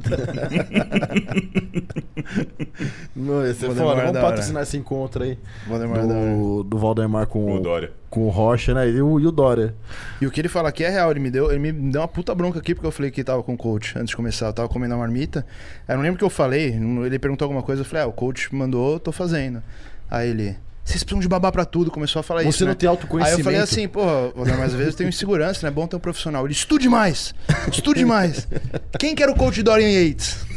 Não, ia
Valdemar é
ser foda. Vamos
da hora.
patrocinar esse encontro aí.
Valdemar é da
Do, do Valdemar com
O Dória.
Com o Rocha, né? E o, e o Dória.
E o que ele fala aqui é real, ele me deu, ele me deu uma puta bronca aqui, porque eu falei que tava com o coach antes de começar, eu tava comendo a marmita. Eu não lembro o que eu falei, não- ele perguntou alguma coisa, eu falei, ah, o coach mandou, eu tô fazendo. Aí ele, vocês precisam de babar pra tudo, começou a falar isso.
Você não
né?
tem autoconhecimento.
Aí eu falei assim, porra, Valdemar, mas às vezes eu tenho insegurança, né? É bom ter um profissional. Ele, estude mais, estude mais. Quem que era o coach Dorian Yates?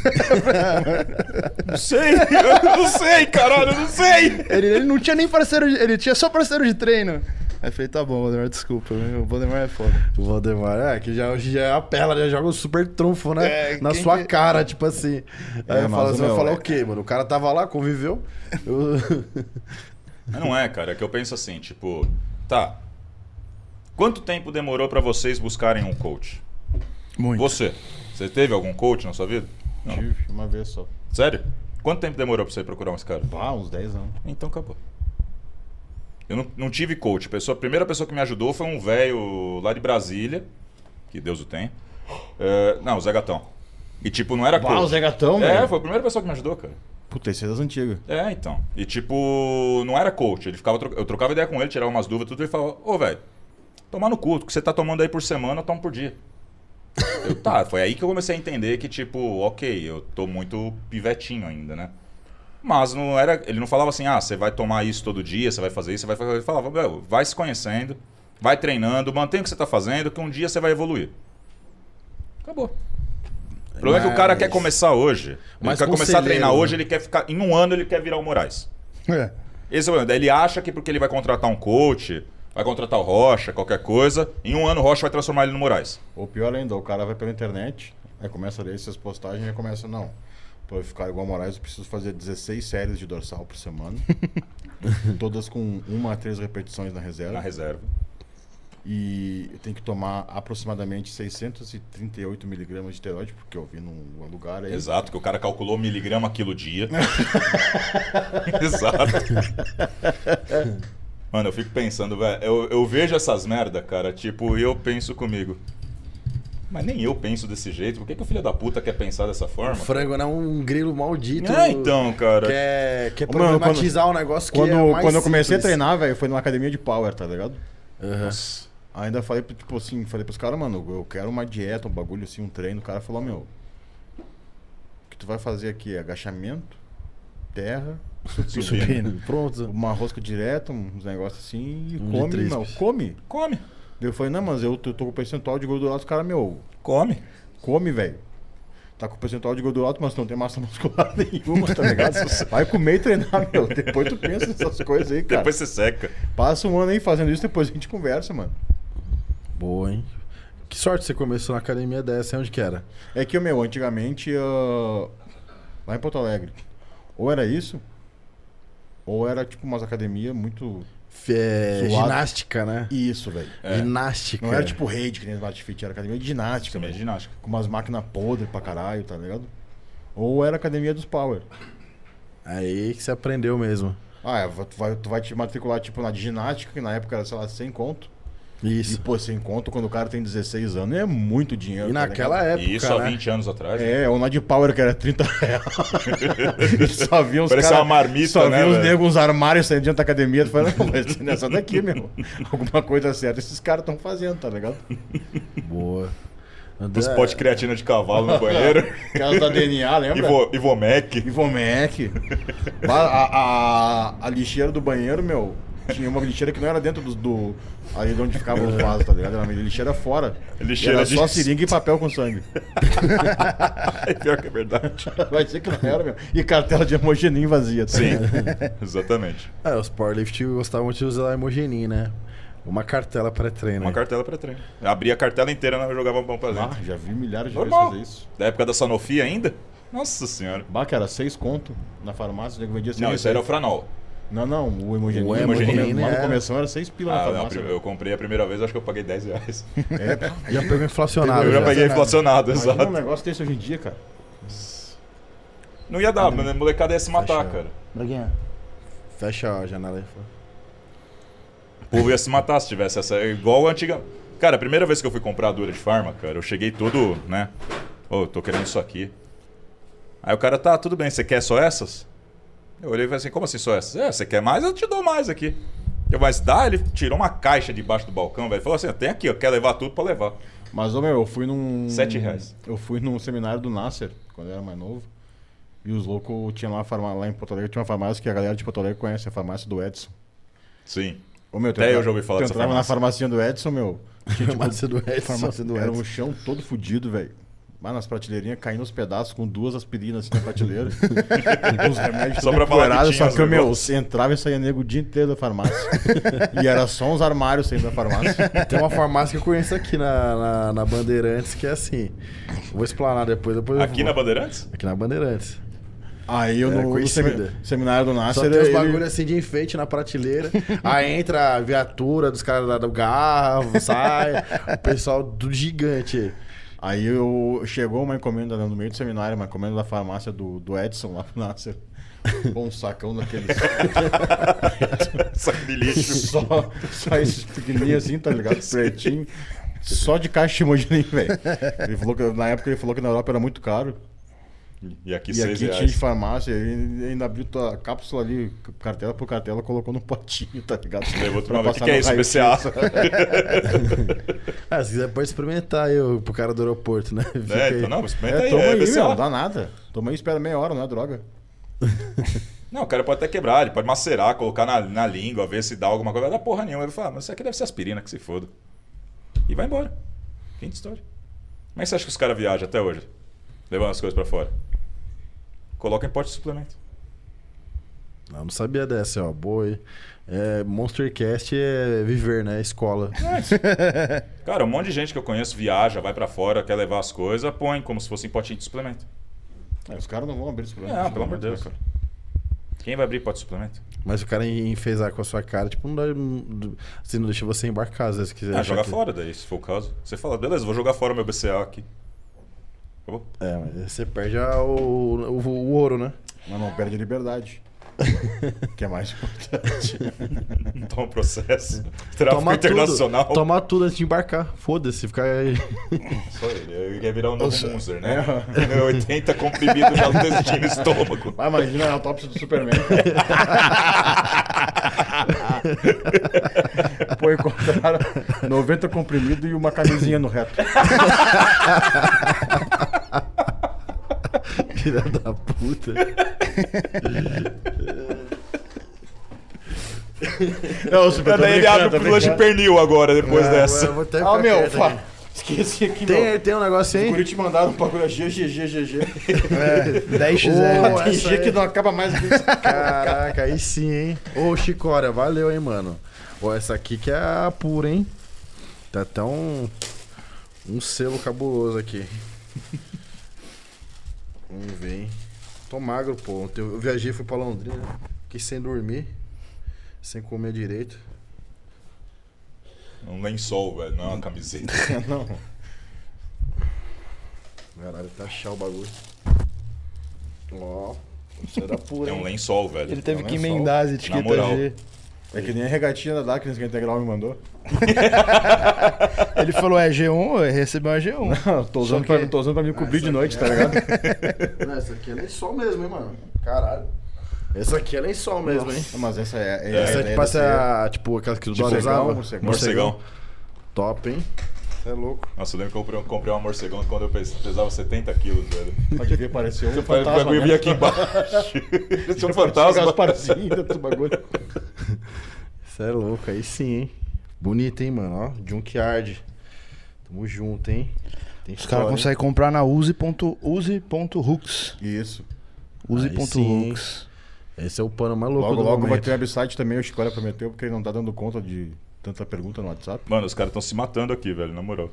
Não sei, eu não sei, caralho, eu não sei.
Ele, ele não tinha nem parceiro, de, ele tinha só parceiro de treino. Aí eu falei, tá bom, Valdemar, desculpa, o Valdemar é foda.
O Valdemar, é, que já, hoje já é a perla, já joga o super trunfo, né?
É,
Na
quem
sua
que-
cara, tipo assim. Aí
É,
eu
mas
falo,
o
você vai
meu-
falar o quê, mano? O cara tava lá, conviveu. Eu-
Mas não é, cara, é que eu penso assim, tipo, tá. Quanto tempo demorou pra vocês buscarem um coach?
Muito.
Você, você teve algum coach na sua vida? Não.
Tive uma vez só.
Sério? Quanto tempo demorou pra você procurar um esse cara?
Vá, uns 10 anos.
Então acabou. Eu não, não tive coach. Pessoa- a primeira pessoa que me ajudou foi um velho lá de Brasília, que Deus o tenha. É, não, o Zé Gatão. E tipo, não era
Vá, o
coach.
Zé Gatão,
É,
velho.
foi a primeira pessoa que me ajudou, cara.
Puta, esse é das antigas.
É, então. E tipo, não era coach. Ele ficava, tro- eu trocava ideia com ele, tirava umas dúvidas, tudo, ele falava, ô, velho, tomar no cu, o que você tá tomando aí por semana, eu tomo por dia. Eu, tá, foi aí que eu comecei a entender que, tipo, ok, eu tô muito pivetinho ainda, né? Mas não era. Ele não falava assim, ah, você vai tomar isso todo dia, você vai fazer isso, você vai fazer. Ele falava, meu, vai se conhecendo, vai treinando, mantém o que você tá fazendo, que um dia você vai evoluir. Acabou. O problema é que o cara
Mas-
quer começar hoje. Ele
Mas
quer começar a
conselheiro,
treinar
né?
hoje, ele quer ficar. Em um ano ele quer virar o Moraes.
É.
Esse é o problema. Daí Ele acha que porque ele vai contratar um coach, vai contratar o Rocha, qualquer coisa, em um ano o Rocha vai transformar ele no Moraes.
Ou pior ainda, o cara vai pela internet, aí começa a ler essas postagens e começa, não. Pra eu ficar igual a Moraes, eu preciso fazer 16 séries de dorsal por semana. todas com uma a três repetições na
É?
reserva.
Na reserva.
E eu tenho que tomar aproximadamente 638 miligramas de esteroide, porque eu vi num
É
lugar aí.
Exato, que o cara calculou miligrama quilo dia. Exato. Mano, eu fico pensando, velho. Eu, eu vejo essas merda, cara, tipo, e eu penso comigo. Mas nem eu penso desse jeito. Por que, que o filho da puta quer pensar dessa forforma?
Frango não é um grilo maldito.
Ah, então, cara.
Quer, quer
Ô, mano,
problematizar um negócio que
Quando,
é mais
quando eu comecei a
simples.
treinar, velho, foi numa academia de power, tá ligado?
Aham.
Ainda falei, pro- tipo assim, falei pros caras, mano, eu quero uma dieta, um bagulho assim, um treino. O cara falou, meu, o que tu vai fazer aqui é agachamento, terra,
né?
Supino.
supino. Pronto. Uma rosca direta, uns negócios assim, e
Um de
come,
tríceps.
meu, come.
Come,
Daí Eu falei, não, mas eu tô tô com percentual de gordura alto, os caras, meu,
come.
come, velho. Tá com percentual de gordura alto, mas tu não tem massa muscular nenhuma, tá ligado? Vai comer e treinar, meu. Depois tu pensa nessas coisas aí, cara.
Depois você seca.
Passa um ano aí fazendo isso, depois a gente conversa, mano.
Boa, hein? Que sorte você começou na academia dessa, hein? onde que era?
É que, meu, antigamente, ah, lá em Porto Alegre, ou era isso, ou era, tipo, umas academias muito...
F- é,
Suado.
ginástica, né?
Isso, velho.
Ginástica.
É. Não era, tipo, rede, que nem Smart Fit, era academia de ginástica,
Também é
velho.
ginástica.
Com umas máquinas podres pra caralho, tá ligado? Ou era academia dos power.
Aí que você aprendeu mesmo.
Ah, é, tu vai, tu vai te matricular, tipo, na de ginástica, que na época era, sei lá, 100 conto. E,
Isso.
pô, 100 conto, quando o cara tem 16 anos, é muito dinheiro.
E
tá
naquela
ligado?
época,
E isso há
né?
20 anos atrás. né?
É, ou na de Power, que era 30 reais. só vinha uns
Parecia
cara-
uma marmita,
Só
né,
vinha uns
velho?
negros, uns armários saindo diante da academia. Tu fala, não, vai ser nessa daqui, meu. Alguma coisa certa esses caras estão fazendo, tá ligado?
Boa.
Os
é.
potes de creatina de cavalo no banheiro.
Caso da DNA, lembra?
Ivo, Ivomec.
Ivomec. A, a, a, a lixeira do banheiro, meu, tinha uma lixeira que não era dentro do. do ali de onde ficavam os vasos, tá ligado? Era uma lixeira fora.
Lixeira
era só
de-
seringa e papel com sangue.
É pior que é verdade.
Vai ser que não era, meu. E cartela de hemogenin vazia, tá
Sim,
ligado?
exatamente.
É, os powerlift gostavam de usar hemogenin, né? Uma cartela pré-treino.
Uma cartela pra treino. Abria a cartela inteira e jogava um pão pra
É. Ah,
dentro.
já vi milhares de
Normal.
vezes fazer isso.
Da época da Sanofi ainda? Nossa senhora.
Bah, que era seis conto na farmácia, nego vendia seis
Não, isso era o Franol.
Não, não, o Hemogenin.
O
O
Hemogenin,
Hemogenin, lá
é.
no começo era seis pila
Ah,
na
não,
farmácia.
eu comprei a primeira vez, acho que eu paguei 10 reais.
É,
Já pegou inflacionado.
eu já
já.
peguei inflacionado,
imagina um
exato.
negócio desse hoje em dia, cara.
Não ia
Ah,
dar,
né?
mano, a molecada ia se matar,
Fechou.
cara.
Braguinha.
Fecha a janela aí. fala.
O povo ia se matar se tivesse essa. é Igual a antiga. Cara, a primeira vez que eu fui comprar a dura de farma, cara, eu cheguei todo, né? Ô, eu tô querendo isso aqui. Aí o cara, tá, tudo bem, você quer só essas? Eu olhei e falei assim, como assim só essas? É, você quer mais? Eu te dou mais aqui. Eu, mas dá, ele tirou uma caixa debaixo do balcão, velho. Falou assim, tem aqui, ó, quer levar tudo pra levar.
Mas, ô meu, eu fui num.
Sete reais.
Eu fui num seminário do Nasser, quando eu era mais novo. E os loucos tinham lá, a farmácia, lá em Porto Alegre, tinha uma farmácia que a galera de Porto Alegre conhece, a farmácia do Edson.
Sim.
Ô, meu, tu
Até
entra-
eu já ouvi falar
tu
dessa
entrava
farmácia.
na farmacinha do Edson, meu. Tinha, tipo,
Farmácia do Edson.
farmácia do
Era
Era
um
um chão todo fudido, velho. Mas nas prateleirinhas caindo os pedaços com duas aspirinas assim na prateleira. com os remédios
Só
tudo
pra falar que
empoeirado,
tinha
Só
os
que, eu, meu,
negócios.
você entrava e saía nego o dia inteiro da farmácia. e era só uns armários saindo da farmácia.
Tem uma farmácia que eu conheço aqui na, na, na Bandeirantes que é assim. Eu vou explanar depois, depois eu
Aqui
vou.
na Bandeirantes?
Aqui na Bandeirantes.
Aí eu
Era
no, no
conhecida.
semi- seminário do
é Só
Nasser.
tem uns
ele-
bagulho assim de enfeite na prateleira. aí entra a viatura dos caras da- do garro, sai. o pessoal do gigante.
Aí eu chegou uma encomenda né, no meio do seminário, uma encomenda da farmácia do, do Edson lá pro Nasser. Bom sacão daquele.
Saco de lixo.
só, só esses pequenininhos assim, tá ligado? Pretinho. Só de caixa hemogenin, velho. Ele falou que na época ele falou que na Europa era muito caro.
E aqui
E,
seis
aqui tinha de
reais.
farmácia, ele ainda abriu tua cápsula ali, cartela por cartela, colocou num potinho, tá ligado?
Levou outro
Pra
nome. O que,
passar
que é
no
isso,
raio-x.
PCA?
Ah, se quiser pode experimentar aí o- pro cara do aeroporto, né? Fica
é,
aí.
então não,
É,
experimenta aí,
toma
é
aí, meu,
PCA.
não dá nada. Toma aí, espera meia hora, não é droga.
Não, o cara pode até quebrar, ele pode macerar, colocar na, na língua, ver se dá alguma coisa. Vai dar porra nenhuma. Ele fala, "Ah, mas isso aqui deve ser aspirina, que se foda. E vai embora. Fim de história. Como é que você acha que os caras viajam até hoje? Levando as coisas pra fora. Coloca em pote de suplemento.
Não, não sabia dessa, ó. Boa, hein? É, Monstercast é viver, né? É escola.
Cara, um monte de gente que eu conheço viaja, vai pra fora, quer levar as coisas, põe como se fosse em potinho de suplemento.
É, os caras não vão abrir esse problema.
Não, pelo amor de Deus, cara. Quem vai abrir pote de suplemento?
Mas o cara enfezar com a sua cara, tipo, não dá. não- Assim, não deixa você embarcar, às vezes se quiser.
Ah,
deixar
joga
que-
fora daí, se for o caso. Você fala, beleza, vou jogar fora meu BCA aqui. Acabou?
É, mas você perde a- o, o, o ouro, né?
Mas não perde a liberdade. que é mais importante.
Então, o processo. Tráfico internacional.
Tudo, tomar tudo antes de embarcar. Foda-se, ficar aí.
Só ele. Eu ia virar um novo Munzer, né? 80 comprimido já desistindo no estômago.
Mas imagina a autópsia do Superman. Pô, encontraram 90 comprimidos e uma camisinha no reto.
Filha da puta.
Não, o
Daí ele abre o pulso de pernil agora, depois dessa.
É, Eu vou até
Ah,
ficar
meu,
quieto aqui.
fa... esqueci aqui, meu.
Tem, tem um negócio
Os
aí?
guris te mandaram um bagulho GGGGG.
É, 10 XL.
Ô,
Tem
essa
G
aí.
que não acaba mais. que isso.
Caraca, aí sim, hein? Ô, Chicória, valeu, hein, mano. Ô, essa aqui que é a pura, hein? Tá até um. Um selo cabuloso aqui. Vamos ver, hein? Tô magro, pô. Ontem Eu viajei, fui pra Londrina. Fiquei sem dormir. Sem comer direito.
Um lençol, velho, não é uma camiseta.
né? Não.
Caralho, tá chá o bagulho. Ó, isso era pura,
É um
hein?
lençol, velho.
Ele teve
Não,
que
é só-
emendar as etiquetas
moral.
de.
É que nem a regatinha da Darkness que a Integral me mandou.
Ele falou, é G1, recebeu uma G1.
Não, tô usando,
Só
pra,
que-
tô usando pra me cobrir de noite, tá ligado?
Não, essa aqui é lençol mesmo, hein, mano? Caralho. Essa aqui é lençol mesmo, hein?
Não, Mas essa é. é
Essa
é,
aqui
é
parece
dessa-
a, tipo, aquela que o Dória
Morcegão,
usava.
morcegão.
Morcegão.
Top, hein? Cê é louco.
Nossa, eu lembro que eu comprei- comprei uma morcegão quando eu pes- pesava 70 quilos, velho.
Pode ver, pareceu um
O
fantasma.
bagulho
mesmo.
vinha aqui embaixo. Esse é um fantasma.
Gasparzinho dentro do bagulho.
Cê é louco, aí sim, hein? Bonito, hein, mano? Ó, Junkyard. Tamo junto, hein? Tem
Os caras conseguem comprar na use.hooks. Use.hooks.
Isso.
Aí sim, hein? Esse é o pano mais louco
Logo,
do
logo vai
momento.
ter website também, o Escolha Prometeu, porque ele não tá dando conta de tanta pergunta no WhatsApp.
Mano, os caras estão se matando aqui, velho, na moral.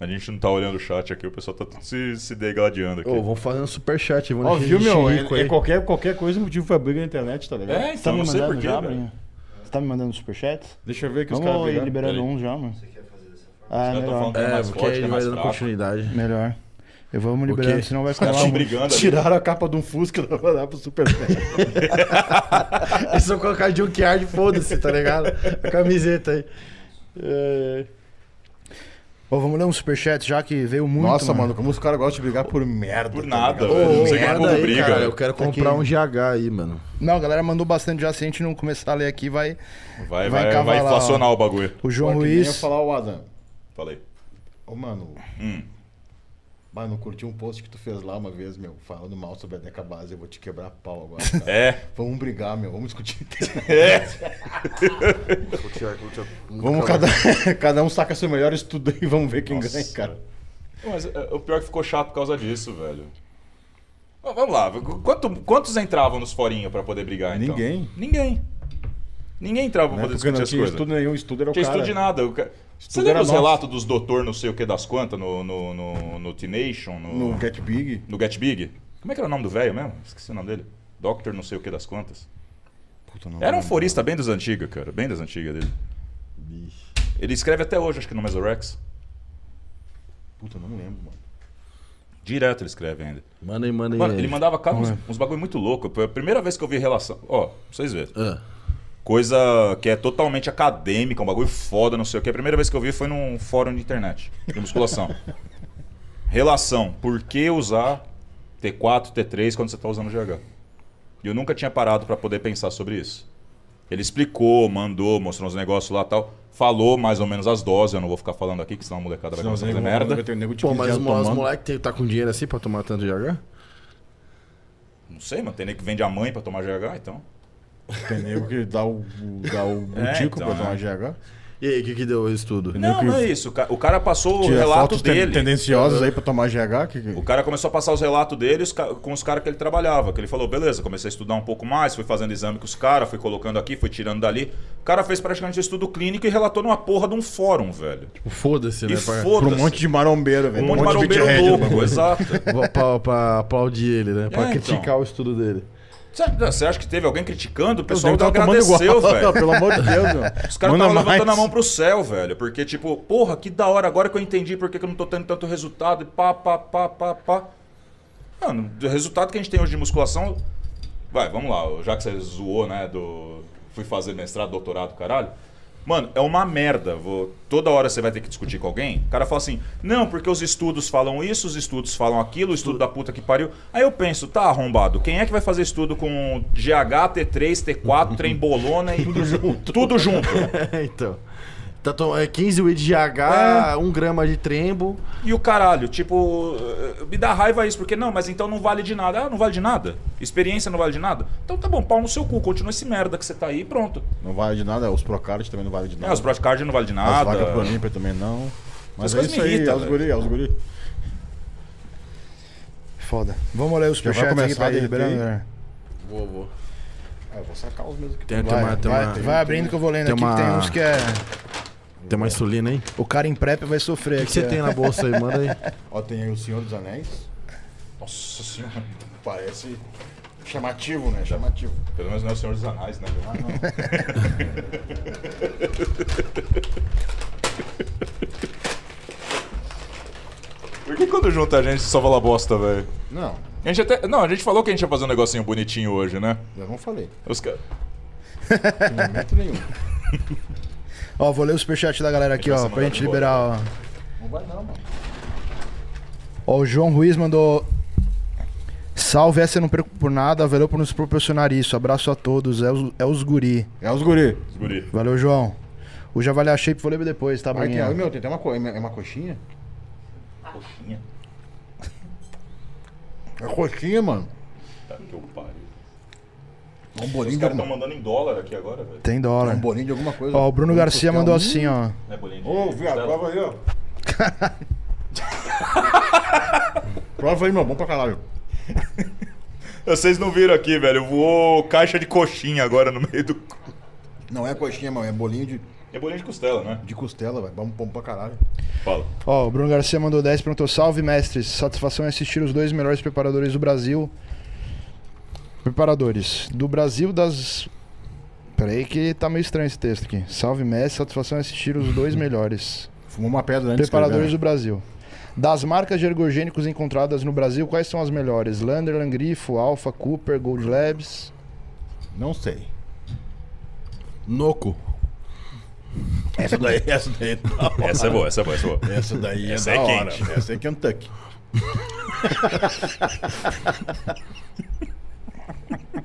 A gente não tá olhando o chat aqui, o pessoal tá tudo se, se degladiando aqui.
Ô, vamos fazer um superchat. Vamos
Ó,
deixar
viu,
gente
meu?
rico
É, é
aí.
qualquer, qualquer coisa motivo pra briga na internet, tá ligado?
É, então não sei porquê, velho.
Bruninho? Você tá me mandando superchats?
Deixa eu ver que os caras
Vamos ir
brigaram.
liberando
Peraí.
um já, mano. Você quer fazer dessa forma? Ah,
Já tá
melhor.
falando que é
É,
mais
porque
forte,
aí
que é
vai
mais
dando
fraco.
continuidade.
Melhor. Eu vou me
quê?
liberando, senão vai
Os
ficar
caras
lá
estão
um.
brigando ali.
Tiraram a capa de um Fusca pra mandar pro Superman.
É só colocar Junkyard, foda-se, tá ligado? A camiseta aí. É...
Ô, vamos ler um superchat já que veio muito.
Nossa, mano, como os caras gostam de brigar por merda.
Por
tá
nada,
ligado?
velho. Não sei como o
merda
povo
aí,
briga. né?
cara.
velho.
Eu quero
Tá
comprar
aqui.
um GH aí, mano.
Não, a galera mandou bastante já. Se a gente não começar a ler aqui, vai. Vai
Vai, vai, vai,
cavalar,
inflacionar o bagulho.
O
Pô,
João
que nem Eu
Luiz.
falar o Adam.
Falei.
Ô, mano.
Hum.
Mano, eu curti um post que tu fez lá uma vez, meu, falando mal sobre a Deca Base. Eu vou te quebrar a pau agora. cara.
É,
Vamos brigar, meu. Vamos discutir.
é.
Vamos, cada, cada um saca seu melhor estudo e vamos ver quem
Nossa.
ganha, cara.
Mas é, o pior é que ficou chato por causa disso, velho. Mas Vamos lá, quanto- quantos entravam nos forinhos pra poder brigar, então?
Ninguém.
Ninguém. Ninguém entrava pra
Né?
poder
Porque
discutir
não
as
tinha
coisas.
estudo nenhum, estudo era o
Não tinha
cara.
estudo de nada. O ca- Você
Estudo
lembra
era
os
nosso.
relatos dos doutor não sei o que das quantas no, no, no, no T-Nation, no,
No Get Big.
no Get Big? Como é que era o nome do velho mesmo? Esqueci o nome dele. Doctor não sei o que das quantas.
Puta, não
Era um
lembro.
forista bem das antigas, cara. Bem das antigas dele. Ele escreve até hoje, acho que no Mesorex.
Puta, não lembro, mano.
Direto ele escreve ainda.
Manda aí, manda aí.
Mano, ele mandava cada uns, uns bagulho muito louco. Foi a primeira vez que eu vi relação. Ó, pra vocês verem.
Ah,
Coisa que é totalmente acadêmica, um bagulho foda, não sei o que. A primeira vez que eu vi foi num fórum de internet, de musculação. Relação. Por que usar T4, T3 quando você tá usando GH? E eu nunca tinha parado pra poder pensar sobre isso. Ele explicou, mandou, mostrou uns negócios lá e tal. Falou mais ou menos as doses, eu não vou ficar falando aqui, que senão a molecada vai começar a fazer merda.
Pô, mas os moleques tá com dinheiro assim pra tomar tanto de H?
Não sei, mano, tem nem que vende a mãe pra tomar GH, então.
Tem nego que dá o, o- dá o
É,
butico
então,
pra tomar
é.
GH.
E aí, o que que deu o estudo?
Não, não é isso. O ca- O cara passou o
Tira
relato
fotos ten-
dele.
tendenciosas aí pra tomar GH. Que,
O cara começou a passar os relatos dele os ca- com os caras que ele trabalhava. Que ele falou, beleza, comecei a estudar um pouco mais, fui fazendo exame com os caras, fui colocando aqui, fui tirando dali. O cara fez praticamente estudo clínico e relatou numa porra de um fórum, velho.
Tipo, foda-se,
E
né? Pra,
Pra
foda-se.
um monte de marombeiro, velho.
Um monte de
beat
marombeiro
head no
louco,
bagulho.
exato.
pra- pra- pra aplaudir ele, né? Pra
É, então.
criticar o estudo dele.
Cê- Você acha que teve alguém criticando? O pessoal
nego tava tomando
agradeceu,
igual,
velho.
Pelo amor de Deus, meu.
Os caras
Manda
estavam levantando a
mais.
mão pro céu, velho. Porque, tipo, porra, que da hora, agora que eu entendi por que que eu não tô tendo tanto resultado. E pá, pá, pá, pá, pá. Mano, o resultado que a gente tem hoje de musculação Vai, vamos lá. Já que você zoou, né, do... Fui fazer mestrado, doutorado, caralho. Mano, é uma merda. Vou... Toda hora você vai ter que discutir com alguém. O cara fala assim, não, porque os estudos falam isso, os estudos falam aquilo, o estudo da puta que pariu. Aí eu penso, tá arrombado, quem é que vai fazer estudo com GH, T3, T4, trembolona e... tudo junto. Tudo junto.
então. Tá to... é 15 UI de H, 1 grama de trembo.
E o caralho, tipo, eh, me dá raiva isso, porque não, mas então não vale de nada. Ah, não vale de nada? Experiência não vale de nada? Então tá bom, pau no seu cu, continua esse merda que você tá aí e pronto.
Não vale de nada, os Procards também não vale de
É,
nada.
os broadcard não vale de
As
nada.
vacas pro Olímpia também não.
Essas
Mas é
coisas
isso
me
aí,
irritam,
é os
velho.
guri, é os guri.
Foda. Vamos ler os
Já vai
superchats aqui
começar
pra
a
ir
derreter
liberando, né?
aí?
galera.
Vou, vou.
Ah, eu vou sacar os meus aqui.
Tem, tem
Vai,
uma, tem,
vai,
uma,
vai abrindo que eu vou lendo
tem
aqui,
uma-
que tem uns que é...
tem uma insulina aí.
O cara em prep vai
O
sofrer
que,
aqui.
você
ó.
tem na bolsa aí? Manda aí.
Ó, tem aí o Senhor dos Anéis.
Nossa senhora.
Parece chamativo, né? Chamativo.
Pelo menos não é o Senhor dos Anais, né?
Ah, não.
Por que quando junta a gente só fala bosta, velho?
Não,
A gente até. Não, a gente falou que a gente ia fazer um negocinho bonitinho hoje, né?
eu não falei.
Os ca-
Em momento nenhum.
Ó, vou ler o superchat da galera aqui,
A gente vai
ó,
ser
pra gente
mandado embora.
liberar, ó.
Não vai não, mano.
Ó, o João Ruiz mandou. Salve, essa eu não perco por nada. Valeu por nos proporcionar isso. Abraço a todos. É os, é os guri.
É os guri.
os guri.
Valeu, João. O Javali achei vou ler depois, tá,
Vai, tem,
Bruninha?
meu, tem até uma, co... é uma coxinha? Ah,
Coxinha.
É coxinha, mano.
Tá que eu pariu.
É um
Os
bolinho de
caras
alguma
estão mandando em dólar aqui agora, velho.
Tem
É
dólar.
um bolinho de alguma coisa.
Ó, o Bruno
Um
Garcia
costel,
mandou
um-
assim, ó.
Não é bolinho de
Ô,
costela?
viado, prova aí, ó. prova aí, meu, bom pra caralho.
Vocês não viram aqui, velho. Voou caixa de coxinha agora no meio do.
Não é coxinha, mano, é bolinho de,
É bolinho de costela, né?
de costela, velho. Bom, bom pra caralho.
Fala.
Ó, o Bruno Garcia mandou 10, perguntou: Salve, mestres. Satisfação em assistir os dois melhores preparadores do Brasil. Preparadores. Do Brasil das. Peraí, que tá meio estranho esse texto aqui. Salve, mestres. Satisfação em assistir os dois melhores.
Fumou uma pedra antes de
Preparadores
escrever,
do Brasil. Das marcas de ergogênicos encontradas no Brasil, quais são as melhores? Landerland, Grifo, Alpha, Cooper, Gold Labs.
né? Não sei.
Noco.
Essa daí, essa daí. não.
Essa é boa, essa é boa, essa é boa.
Essa daí
Essa
é,
é
da hora.
quente.
Essa é Kentucky.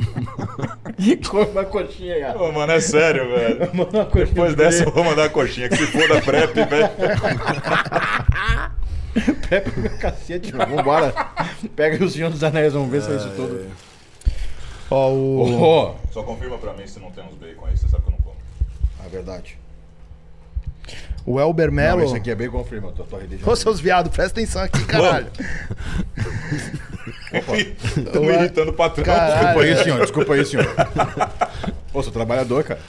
E come uma coxinha, cara.
Ô, mano, é sério, velho.
Manda uma coxinha.
Depois
pra
dessa eu
ele.
vou mandar a coxinha, que se for da prep, velho.
Pega meu cacete, meu. Vambora. Pega o Senhor dos Anéis, vamos ver se é isso tudo.
Ó, o...
Oh.
Só confirma pra mim se não tem uns bacon aí, você sabe que eu não como.
É verdade.
o Elber
Não,
Mello.
esse aqui é bem confirma, tua, tua religião.
Ô, seus viados, presta atenção aqui, caralho.
Estamos
Ué.
irritando o patrão.
Caralho.
Desculpa aí, senhor. Desculpa aí, senhor. Ô, sou trabalhador, cara.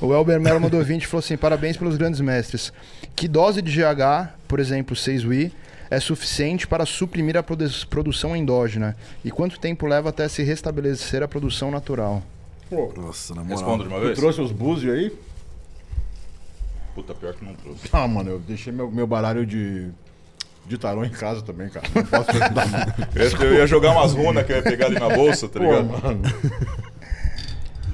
O Elber Mello mandou 20 e falou assim: parabéns pelos grandes mestres. Que dose de GH, por exemplo, 6UI, é suficiente para suprimir a produ- produção endógena? E quanto tempo leva até se restabelecer a produção natural?
Pô,
Nossa, na moral.
Respondo de uma
tu
vez?
trouxe os búzios aí?
Puta, pior que não trouxe.
Ah, mano, eu deixei meu, meu baralho de, de tarô em casa também, cara. Não posso te ajudar, mano.
Eu, eu ia jogar umas runas que eu ia pegar ali na bolsa, tá
Pô,
ligado?
mano.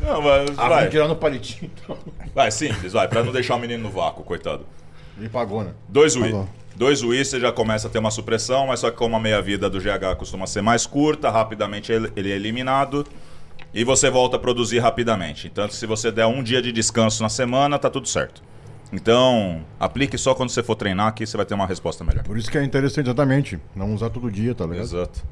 não, mas
Ah, vai.
vai.
tirar no palitinho, então.
Vai, simples, vai. Pra não deixar o menino no vácuo, coitado.
Me pagou, né?
Dois Wii.
bom.
Dois Wii você já começa a ter uma supressão, mas só que como a meia-vida do GH costuma ser mais curta, rapidamente ele ele é eliminado. E você volta a produzir rapidamente. Então, se você der um dia de descanso na semana, tá tudo certo. Então, aplique só quando você for treinar, que você vai ter uma resposta melhor.
Por isso que é interessante, exatamente. Não usar todo dia, tá ligado?
Exato.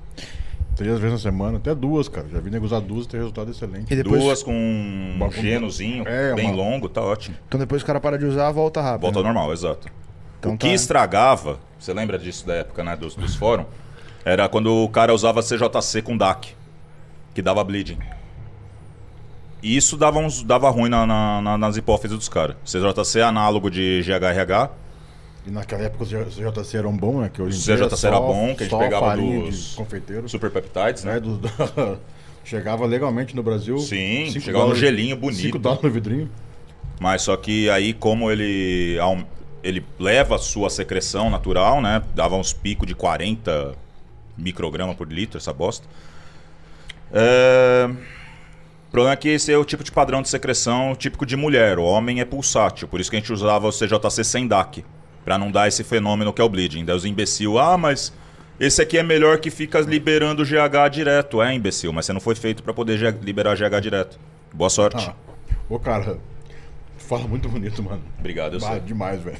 Três vezes na semana, até duas, cara. Já vi nego usar duas e ter resultado excelente.
E depois,
Duas com um genozinho
É,
bem
uma-
longo, tá ótimo.
Então depois que o cara para de usar, volta rápido.
Volta ao normal, exato.
Então
o
tá.
que estragava, você lembra disso da época, né, dos, dos fóruns? Era quando o cara usava CJC com DAC, que dava bleeding. E isso dava, uns, dava ruim na- na- na- nas hipófises dos caras. CJC é análogo de GHRH,
E naquela época os CJC eram bons, né? Que hoje em
Os
dia é
CJC era
só-
bom, que a gente
só
pegava
farinha
dos-
de confeiteiro.
superpeptides,
né,
né?
do- chegava legalmente no Brasil.
Sim,
cinco
chegava no gelinho bonito.
Cinco dólares no vidrinho.
Mas só que aí, como ele, aum- ele leva a sua secreção natural, né? Dava uns picos de 40 micrograma por litro, essa bosta. É... O problema é que esse é o tipo de padrão de secreção típico de mulher. O homem é pulsátil, por isso que a gente usava o CJC sem DAC, pra não dar esse fenômeno que é o bleeding. Daí os imbecil, ah, mas esse aqui é melhor que fica liberando GH direto. É, imbecil, mas você não foi feito pra poder ge- liberar GH direto. Boa sorte.
Ah, ô cara, tu fala muito bonito, mano.
Obrigado, eu
Bah,
sei.
demais, velho.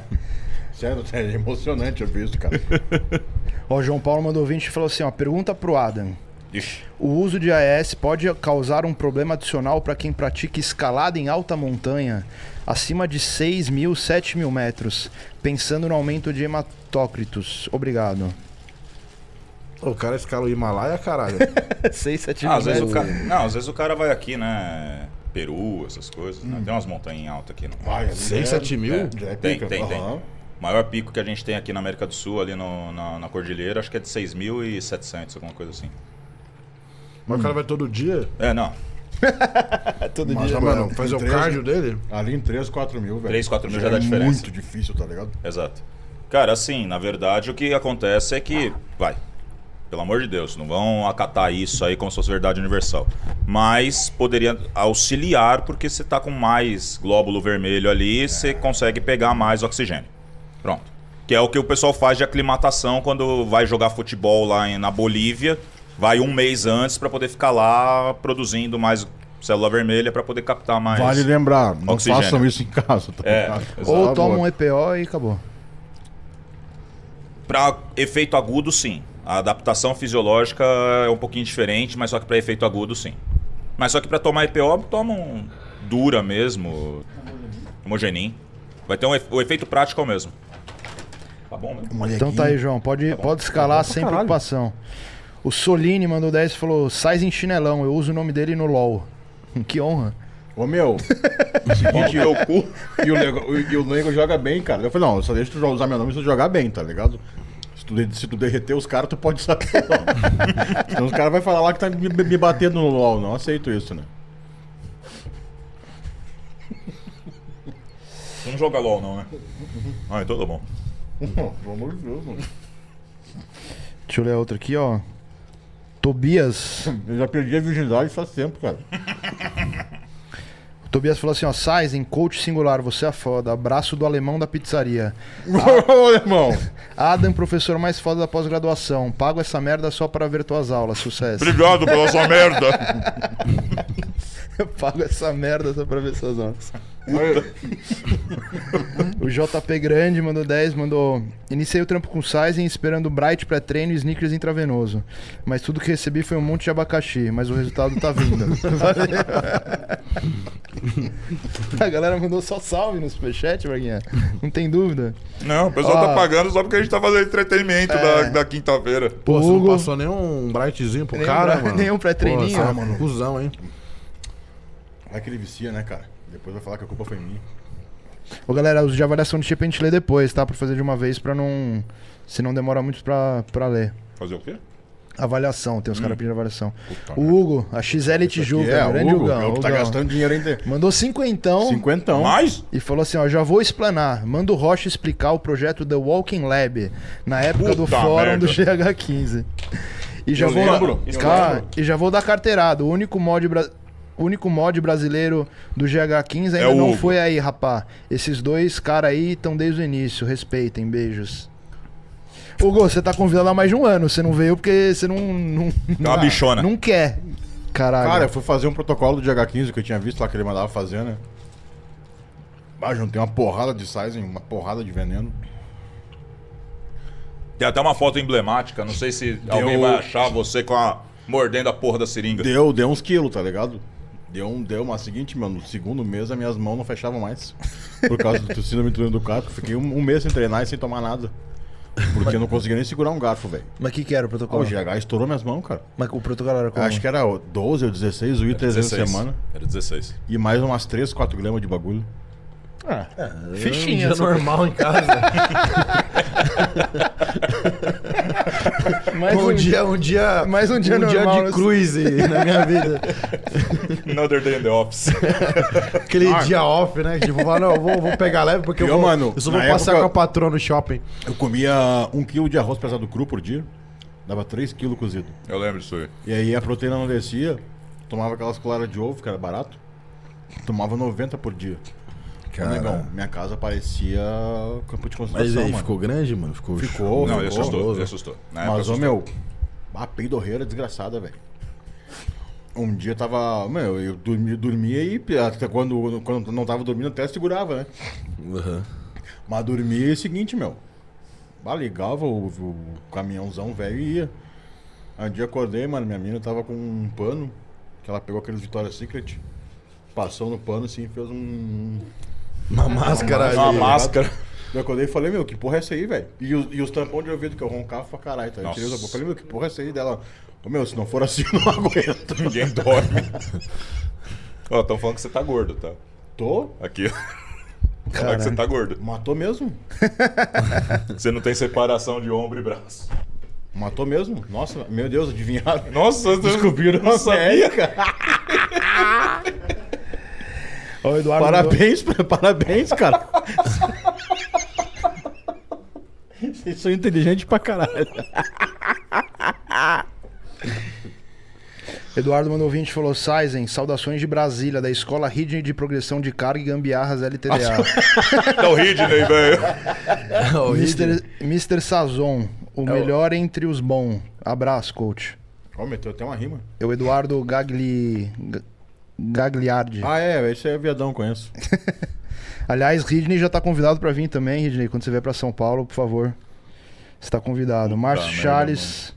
sério, sério, é emocionante eu ver isso, cara.
né? Ó, o João Paulo mandou 20 e falou assim, ó, pergunta pro Adam.
Ixi.
O uso de AES pode causar um problema adicional para quem pratica escalada em alta montanha, acima de 6 mil, 7 mil metros, pensando no aumento de hematócritos. Obrigado.
O cara escala o Himalaia, caralho.
6, 7
Ah, às vezes o cara... Não, às vezes o cara vai aqui, né? Peru, essas coisas. né? Tem umas montanhas em alta aqui. Não.
Vai, ali
Seis,
é-
sete mil?
É, já é
Tem,
pica.
tem, tem.
Aham.
O maior pico que a gente tem aqui na América do Sul, ali no- na, na Cordilheira, acho que é de 6.700, alguma coisa assim.
Mas o cara vai todo dia?
É, não.
Todo
Mas,
dia.
ah, mano, fazer o
Treze.
cardio dele?
Ali em 3, 4 mil, velho.
3, 4 mil já dá
é
diferença.
muito difícil, tá ligado?
Exato. Cara, assim, na verdade o que acontece é que. Vai. Pelo amor de Deus, não vão acatar isso aí como se fosse verdade universal. Mas poderia auxiliar, porque você tá com mais glóbulo vermelho ali, você consegue pegar mais oxigênio. Pronto. Que é o que o pessoal faz de aclimatação quando vai jogar futebol lá em- na Bolívia. Vai um mês antes para poder ficar lá produzindo mais célula vermelha para poder captar mais.
Vale lembrar, não
Oxigênio.
façam isso em casa, tá
É,
ligado?
exato.
Ou
Tá
toma
bom.
um EPO e acabou.
Para efeito agudo, sim. A adaptação fisiológica é um pouquinho diferente, mas só que para efeito agudo, sim. Mas só que para tomar EPO, toma um dura mesmo, homogenin. Vai ter um efe- o efeito prático é o mesmo. Tá bom, né?
Molequinho.
Então tá aí, João. Pode, pode escalar sem
caralho.
preocupação. O Solini mandou 10 e falou: Sais em chinelão, eu uso o nome dele no LOL. que honra.
um- Ô meu,
Seguinte, eu cu.
e o, nego, e o nego joga bem, cara. Eu falei, não, só deixa tu usar meu nome se tu jogar bem, tá ligado? Se tu, de- se tu derreter os caras, tu pode saber. Senão os caras vão falar lá que tá me, me batendo no LOL. Não aceito isso, né?
Não joga LOL, não, né? Ah, então tá bom.
Pelo amor de Deus, mano.
Deixa eu ler outra aqui, ó. Tobias.
Eu já perdi a virgindade faz tempo, cara.
O Tobias falou assim: ó, sais em coach singular, você é foda. Abraço do alemão da pizzaria.
Ô, irmão.
Adam, professor mais foda da pós-graduação. Pago essa merda só para ver tuas aulas. Sucesso.
Obrigado pela sua merda.
Eu pago essa merda só pra ver suas notas. o JP Grande mandou 10, mandou. Iniciei o trampo com Sizen esperando Bright pré-treino e sneakers intravenoso. Mas tudo que recebi foi um monte de abacaxi, mas o resultado tá vindo. A galera mandou só salve no superchat, Braguinha. Não tem dúvida.
Não, o pessoal
Ó.
tá pagando só porque a gente tá fazendo entretenimento da, da quinta-feira.
Pô, você não
Hugo.
passou nem um brightzinho pro
Nem um
cara,
bra-
mano?
nem um pré-treininho.
Pô, você é
Ah,
um cuzão, hein?
É que ele vicia, né, cara? Depois vai falar que a culpa foi minha.
Ô galera, os de avaliação de chip a gente lê depois, tá? Pra fazer de uma vez pra não. Se não demora muito pra, pra ler.
Fazer o quê?
Avaliação, tem uns
Hum.
caras pedindo avaliação.
Puta
O Hugo, a XL Tijuca, né?
é,
grande
Hugo,
Hugão,
é o que tá
Hugão.
gastando dinheiro ainda.
Mandou cinquentão
Cinquentão.
Mais?
e falou assim, ó, já vou explanar. Manda o Rocha explicar o projeto The Walking Lab, na época do
Puta
fórum do
merda.
GH15. E já,
Eu
vou
lembro,
dar,
eu
Cara,
lembro.
e já vou dar carteirada. O único mod, bra- o único mod brasileiro do GH15 ainda
É o
não
Hugo.
foi aí, rapá. Esses dois caras aí estão desde o início. Respeitem, beijos. Hugo, você tá convidado há mais de um ano. Você não veio porque você não. Não,
Tá uma bichona.
não quer. Caralho.
Cara, eu fui fazer um protocolo de H15 que eu tinha visto lá que ele mandava fazer, né? Ah, juntei uma porrada de sizing, uma porrada de veneno.
Tem até uma foto emblemática, não sei se alguém vai achar você com a. mordendo a porra da seringa.
Deu, deu uns quilos, tá ligado? Deu, um, deu uma seguinte, mano, no segundo mês as minhas mãos não fechavam mais. Por causa do síndrome do túnel do gato. Fiquei um, um mês sem treinar e sem tomar nada. Porque eu não conseguia nem segurar um garfo, velho.
Mas o que, que era o
Ah, o
protocolo?
GH estourou minhas mãos, cara.
Mas o protocolo era como?
Acho que era o 12 ou 16, o I 300 na semana.
Era 16.
E mais umas 3, 4 gramas de bagulho.
Fichinha,
Um dia
só-
né?
normal em casa.
mais
um dia, um dia...
mais um dia normal,
dia
né?
de cruise na minha vida.
Another day in the office.
Aquele dia off, né? Tipo, falar, não, eu vou, vou pegar leve porque eu,
E,
vou,
mano,
eu só
na
vou passar
época-
com a patroa no shopping.
Eu comia um quilo de arroz pesado cru por dia. Dava 3 quilos cozido.
Eu lembro disso aí.
E aí a proteína não descia, tomava aquelas claras de ovo, que era barato. Tomava 90 por dia.
Cara.
Negão, minha casa parecia campo de concentração,
Mas aí
mano.
ficou grande, mano? é Ficou.
Ficou,
não,
ficou.
ele assustou, ele assustou. Na época
Mas, ô
assustou.
meu, a peidorreira desgraçada, velho. Um dia tava. Meu, eu dormia, dormia e até quando, quando não tava dormindo até segurava, né?
Aham.
Mas dormia e é o seguinte, meu. Bah, ligava o, o caminhãozão velho e ia. Aí um dia acordei, mano, minha mina tava com um pano, que ela pegou aqueles Victoria's Secret, passou no pano assim e fez um.
Uma máscara
Uma
é
ali.
máscara.
Eu acordei e falei, meu, que porra é essa aí, velho? E, os- e os tampões de ouvido que eu roncava pra caralho, tá? Eu tirei os
Nossa.
tampões. falei, meu, que porra é essa aí dela? Ô, meu, se não for assim, eu não aguento.
Ninguém dorme. Ó, estão falando que você tá gordo, tá?
Tô,
Aqui. Falaram que você tá gordo.
matou mesmo.
Você não tem separação de ombro e braço.
Matou mesmo. Nossa, meu Deus, adivinharam.
Nossa, descobriram
Não sabia,
Ó, o Eduardo
Parabéns, pra- parabéns, cara. Vocês são inteligentes pra caralho.
Eduardo mandou 20 e falou: Saizen, saudações de Brasília, da escola Ridge de Progressão de Carga e Gambiarras LTDA.
Tá o Ridney, velho.
Ó, o
Mr. Mr. Sazon, o
É o-
melhor entre os bons. Abraço, coach.
Ó, meteu até uma rima.
É o Eduardo Gagli. Ga- Gagliardi.
Ah, é, esse é viadão, conheço.
Aliás, Ridney já tá convidado pra vir também, Ridney. Quando você vier pra São Paulo, por favor. Você tá convidado. Márcio
merda,
Charles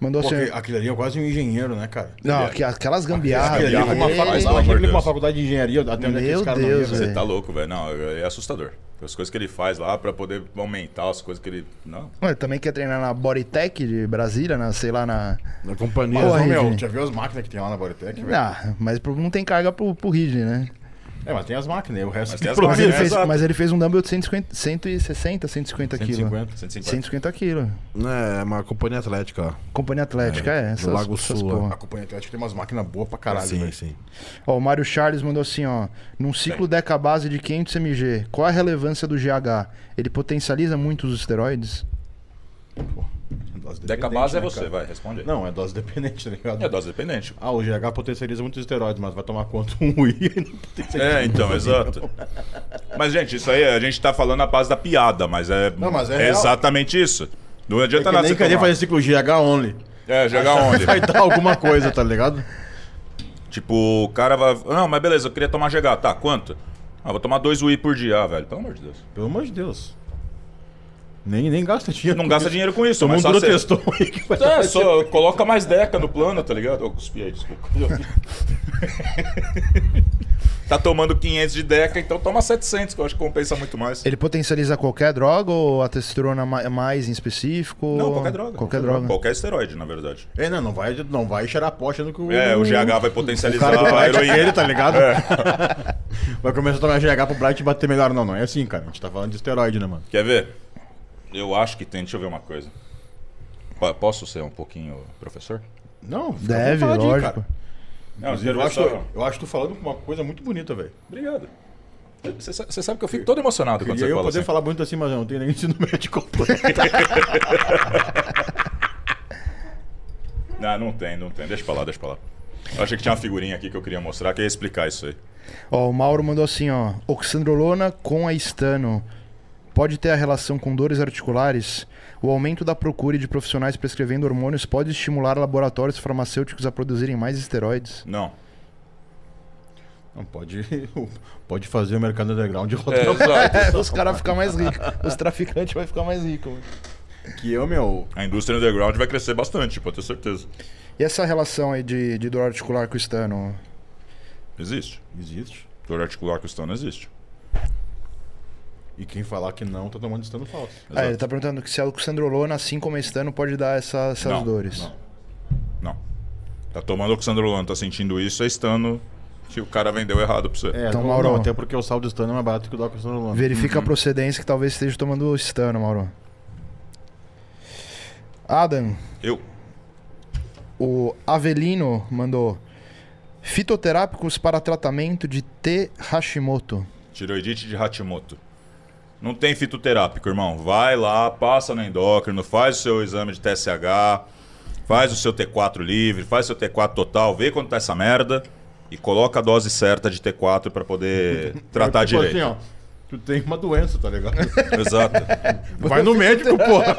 mandou
Pô,
assim.
aquele, aquele ali é quase um engenheiro, né, cara?
Não, aqu- aquelas gambiarras.
Aquele ali com uma,
Ele-
facu...
Pelo amor de
aquele com uma
Deus.
faculdade de engenharia, até onde é que
Meu
esse cara não
Deus,
ia, velho.
velho.
Você tá louco, velho. Não, é assustador. As coisas que ele faz lá pra poder aumentar as coisas que ele. Não.
Ué, também quer treinar na Bodytech de Brasília, na, sei lá, na.
Na companhia.
Ó,
Mas, ô, meu,
Ridney.
já viu as máquinas que tem lá na Bodytech, velho?
Ah, mas pro- não tem carga pro, pro Ridney, né?
É, mas tem as máquinas, o resto
Mas tem as
Mas
Mas
ele,
é,
fez,
exato.
mas ele fez um dumbbell de 150, 160, 150 quilos.
150.
150.
150 quilos.
É, uma companhia atlética, ó.
Companhia Atlética, é. Essas,
Lago
essas
Sul,
porra.
A companhia atlética tem umas máquinas boas pra caralho,
sim,
velho.
sim.
Ó, o Mário Charles mandou assim, ó. Num ciclo deca base de 500 mg, qual é a relevância do GH? Ele potencializa muito os esteroides?
É dose dependente,
Decabase é
né,
você,
cara?
vai, responde aí.
Não, é dose dependente, tá ligado?
É dose dependente.
Ah, o GH potencializa muitos esteroides, mas vai tomar conta um UI e não potencializa.
É, então, exato. Mas, gente, isso aí a gente tá falando na base da piada, mas é,
Não, mas é real. É
exatamente isso. Não adianta nada
nem
você
queria
tomar.
fazer ciclo GH only.
É, jogar onde?
Vai dar alguma coisa, tá ligado?
tipo, o cara vai... Não, mas beleza, eu queria tomar GH. Tá, quanto? Ah, vou tomar dois UI por dia, ah, velho. Pelo amor de Deus.
Pelo amor de Deus. Nem, nem gasta dinheiro.
Não
com
gasta
isso.
dinheiro com isso.
Todo
mas
mundo
só você-
testou aí que vai
É, só coloca mais Deca no plano, tá ligado? Eu cuspi aí, desculpa. tá tomando 500 de Deca, então toma 700, que eu acho que compensa muito mais.
Ele potencializa qualquer droga ou a testosterona ma- mais em específico?
Não, qualquer droga.
Qualquer droga.
Qualquer esteroide, na verdade.
É, não, não vai, não vai cheirar poxa no que o.
É, o GH vai
O
potencializar
cara do
a
Bright
heroína. É.
aquele, tá ligado? Vai começar a tomar GH pro Bright bater melhor. Não, não é assim, cara. A gente tá falando de esteroide, né, mano?
Quer ver? Eu acho que tem. Deixa eu ver uma coisa. Po- Posso ser um pouquinho professor?
Não, fica à
Deve,
vontade, cara.
lógico.
Não,
Eu acho, eu acho que tu falando com uma coisa muito bonita, velho.
Obrigado. Você sa- você sabe que eu fico todo emocionado quando você
Queria eu
fala
poder
assim.
falar muito assim, mas eu não tenho nem ensino médio completo.
Não, não tem, não tem. Deixa pra lá, deixa pra lá. Eu achei que tinha uma figurinha aqui que eu queria mostrar, que ia explicar isso aí.
Ó, o Mauro mandou assim, ó. Oxandrolona com a estano. Pode ter a relação com dores articulares? O aumento da procura de profissionais prescrevendo hormônios pode estimular laboratórios farmacêuticos a produzirem mais esteroides?
Não.
Não, pode, pode fazer o mercado underground rodar.
É, exato.
É, Os caras ficam mais ricos. Os traficantes vão ficar mais ricos.
Que eu, meu.
A indústria underground vai crescer bastante, pode ter certeza.
E essa relação aí de, de dor articular com o estano?
Existe.
Existe.
Dor articular cristã não existe.
E quem falar que não, tá tomando estando falso.
Ah,
É,
ele tá perguntando que se a oxandrolona, assim como a estano, pode dar essa- essas
Não,
dores.
Não. Tá tomando oxandrolona, tá sentindo isso, é estando que o cara vendeu errado pra você.
Então,
É, então,
Mauro-
até porque o saldo estando é mais barato que o da Costanolan.
Uhum.
Verifica a procedência que talvez esteja tomando o estano, Mauro. Adam,
Eu.
o Avelino mandou fitoterápicos para tratamento de T. Hashimoto.
Tiroidite de Hashimoto. Não tem fitoterápico, irmão. Vai lá, passa no endócrino, faz o seu exame de TSH, Faz o seu T4 livre, faz o seu T4 total, vê quanto tá essa merda e coloca a dose certa de T4 pra poder tratar
tipo
Ah, tá, direito.
assim, ó. Tu tem uma doença, tá ligado?
Exato.
Vai no médico, porra.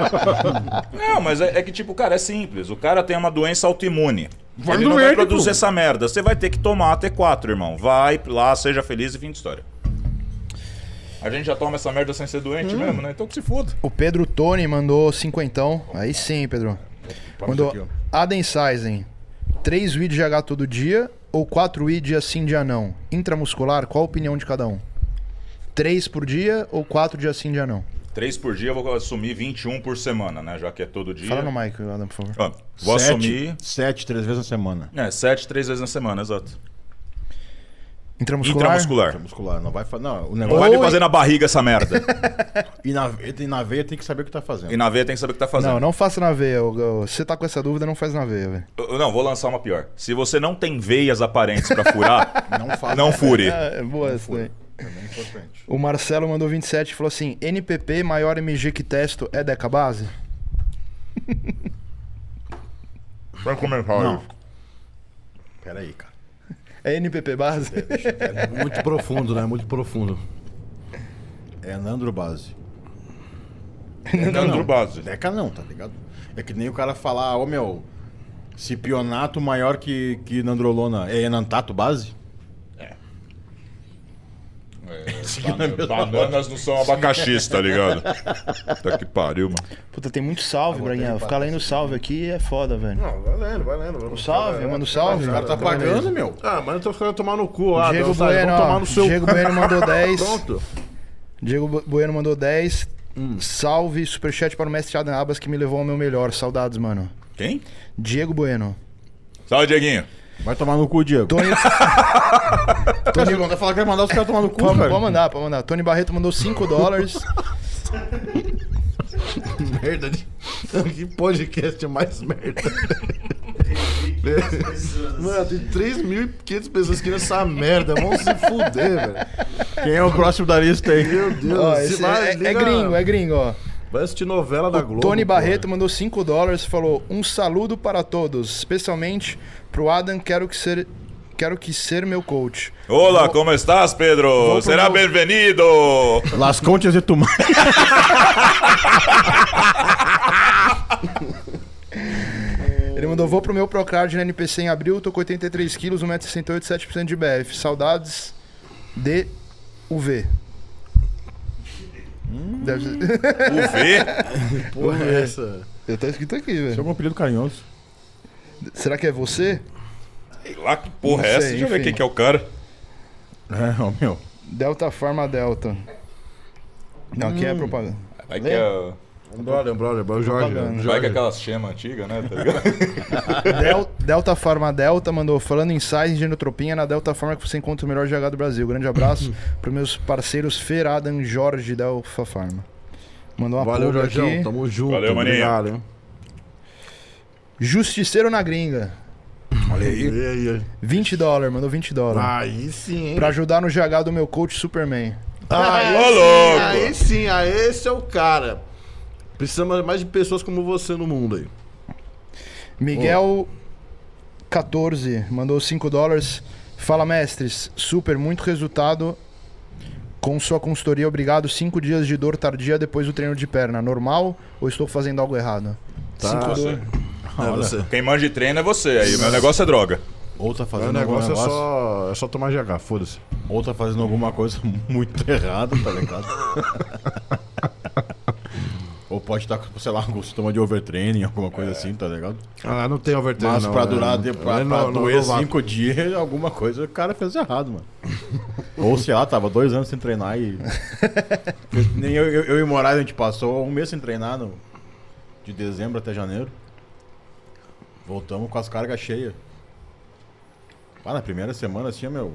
Não, mas é, é que tipo, cara, é simples. O cara tem uma doença autoimune.
Vai
Ele
no
não vai
médico.
produzir essa merda. Você vai ter que tomar a T4, irmão. Vai lá, seja feliz e fim de história. A gente já toma essa merda sem ser doente
Hum.
mesmo, né? Então que se foda.
O Pedro Tony mandou cinquentão. Aí sim, Pedro.
Passa
Mandou
aqui, ó.
Aden Sizen. 3 WI de GH todo dia ou 4 WI dia sim, dia não? Intramuscular, qual a opinião de cada um? 3 por dia ou 4 dia sim, dia não?
Três por dia, eu vou assumir 21 por semana, né? Já que é todo dia.
Fala no mic, Adam, por favor.
Ó, vou
Sete-
assumir.
Sete, três vezes na semana.
É, sete, três vezes na semana, exato.
Intramuscular?
Intramuscular.
É muscular, não vai fazer. Não, o negócio.
Não vai me
Ou-
fazer na barriga essa merda.
E, na, e na veia tem que saber o que tá fazendo.
e na veia tem que saber o que tá fazendo.
Não, não faça na veia. ô, ô. Você tá com essa dúvida, não faz na veia, velho.
Eu- Não, vou lançar uma pior. Se você não tem veias aparentes pra furar,
Não faz.
não fure.
É, é boa essa daí.
Também é importante.
O Marcelo mandou 27 e falou assim: NPP maior MG que testo é decabase?
Vai começar.
Não. Peraí, cara.
É NPP base?
Muito profundo, né? Muito profundo.
É Nandro Base.
Não, não. base.
Deca não, tá ligado? É que nem o cara falar, ô meu, cipionato maior que, que Nandrolona é Enantato Base?
Banana- É, Bananas não são abacaxis, tá ligado? Tá que pariu, mano.
Puta, tem muito salve, Braguinha.
ele
Ficar lendo salve aqui é foda, velho.
Não, vai lendo, vai lendo. vai lendo.
Salve, manda um salve.
O cara
Então
tá pagando, meu.
Ah, mas eu tô ficando tomar no cu. Ah,
Diego
Deus, sabe,
Bueno,
vão tomar
ó,
no seu
Diego Bueno mandou 10.
Pronto. Hum.
Diego Bu- Bueno mandou 10. Salve, superchat para o mestre Adam Abas que me levou ao meu melhor. Saudades, mano.
Quem?
Diego Bueno.
Salve, Dieguinho.
Vai tomar no cu, Diego.
Tony...
Cara, você não vai falar que vai mandar os caras tomar no cu,
pode,
velho.
pode mandar, pode mandar. Tony Barreto mandou 5 dólares.
Merda. de- que podcast mais merda. Mano, tem 3.500 pessoas que nessa merda. Vão se fuder, velho.
Quem é o próximo da lista aí?
Meu Deus.
Ó,
se
esse
lá,
é, é
liga-
gringo, é gringo, ó.
Vai assistir novela da Globo.
Tony
porra.
Barreto mandou 5 dólares e falou: Um saludo para todos, especialmente pro Adam, quero que ser, quero que ser meu coach.
Olá, como estás, Pedro?
pro
Será
meu-
bem-vindo.
Las Conchas e Tumar.
Ele mandou: Vou pro meu Procard na NPC em abril, tô com 83 quilos, 1,68m, 7% de BF. Saudades de UV. Deve ser...
O V?
Porra, é essa.
Eu tá escrito aqui,
Esse é
velho.
algum apelido carinhoso.
Será que é você?
Sei lá que porra
Não
é essa.
sei,
Deixa eu ver
enfim.
quem que é o cara.
É, ô meu.
Delta Pharma Delta. Não, aqui é propaganda.
Vai que, é,
Um brother, um brother, um brother, Jorge.
Propaganda.
né?
vai
Jorge.
que é aquela chama antiga, né? Tá ligado?
Del- Delta Pharma Delta mandou falando em size de genotropinha na Delta Pharma que você encontra o melhor GH do Brasil. Grande abraço para meus parceiros Fer, Adam, Jorge Delta Pharma. Mandou uma
Valeu,
plug
Jorgão.
aqui.
Tamo junto.
Valeu, maninho.
Obrigado, hein?
Justiceiro na gringa.
Olha aí. aí, aí.
20 dólares, mandou 20 dólares.
Aí sim, hein?
Pra ajudar no GH do meu coach Superman.
Aí,
Ô,
sim,
louco.
aí sim, aí esse é o cara. Precisamos mais de pessoas como você no mundo aí.
Miguel 14 mandou 5 dólares. Fala, mestres. Super, muito resultado com sua consultoria. Obrigado. 5 dias de dor tardia depois do treino de perna. Normal ou estou fazendo algo errado?
Tá.
Cinco
Você.
dor-
É, você.
Quem manja de treino é você. Aí meu negócio é droga.
Ou tá
O
fazendo
negócio,
algum
é,
negócio,
só, é só tomar GH, foda-se.
ou tá fazendo alguma coisa muito errada, tá ligado? ou pode estar, com, sei lá, com sintoma de overtraining, alguma
É.
coisa assim, tá ligado?
Ah, não tem overtime.
Mas
não,
pra
né?
durar, de-
Ele
pra,
não-
pra
não-
doer
não vai.
cinco dias, alguma coisa o cara fez errado, mano. Ou sei lá, tava dois anos sem treinar e. Nem eu, eu, eu e o Moraes a gente passou um mês sem treinar, no... de dezembro até janeiro. Voltamos com as cargas cheias. Ah, na primeira semana, assim, meu.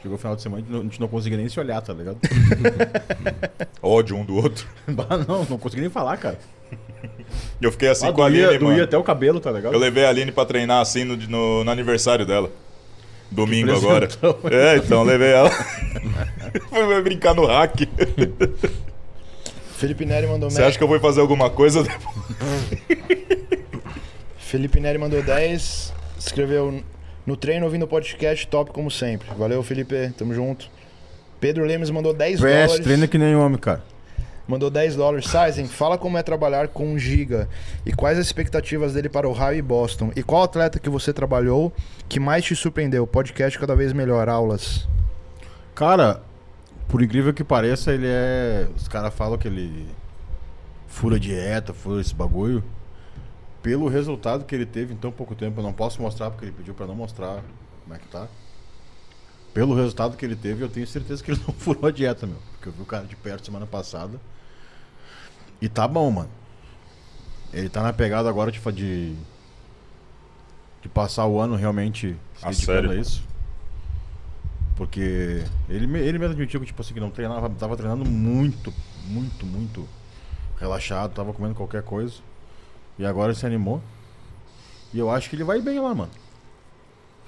Chegou o final de semana, a gente não- a gente não conseguia nem se olhar, tá ligado?
Ódio um do outro.
Bah, não, não consegui nem falar, cara.
E Eu fiquei assim
Ah,
com a
doía,
Aline,
doía
mano.
até o cabelo, tá ligado?
Eu levei a Aline pra treinar assim no, no- no aniversário dela. Domingo
Que
agora.
presentão.
É, então levei ela. Foi brincar no hack.
Felipe Neri mandou
Você acha que eu vou fazer alguma coisa depois?
Felipe Neri mandou 10. Escreveu no treino ouvindo o podcast, top como sempre. Valeu, Felipe. Tamo junto. Pedro Lemes mandou 10
PS,
dólares.
treina que nem homem, cara.
Mandou 10 dólares. Sizen, fala como é trabalhar com um Giga e quais as expectativas dele para o Ohio e Boston. E qual atleta que você trabalhou que mais te surpreendeu? Podcast cada vez melhor, aulas.
Cara, por incrível que pareça, ele é. Os caras falam que ele fura dieta, fura esse bagulho. Pelo resultado que ele teve em tão pouco tempo, eu não posso mostrar porque ele pediu pra não mostrar como é que tá. Pelo resultado que ele teve, eu tenho certeza que ele não furou a dieta, meu. Porque eu vi o cara de perto semana passada. E tá bom, mano. Ele tá na pegada agora de, fa- de, de passar o ano realmente se
A
dedicando
sério?
a isso. Porque ele, me- ele mesmo admitiu que, tipo assim, que não treinava, tava treinando muito, muito, muito relaxado, tava comendo qualquer coisa. E agora ele se animou. E eu acho que ele vai bem lá, mano.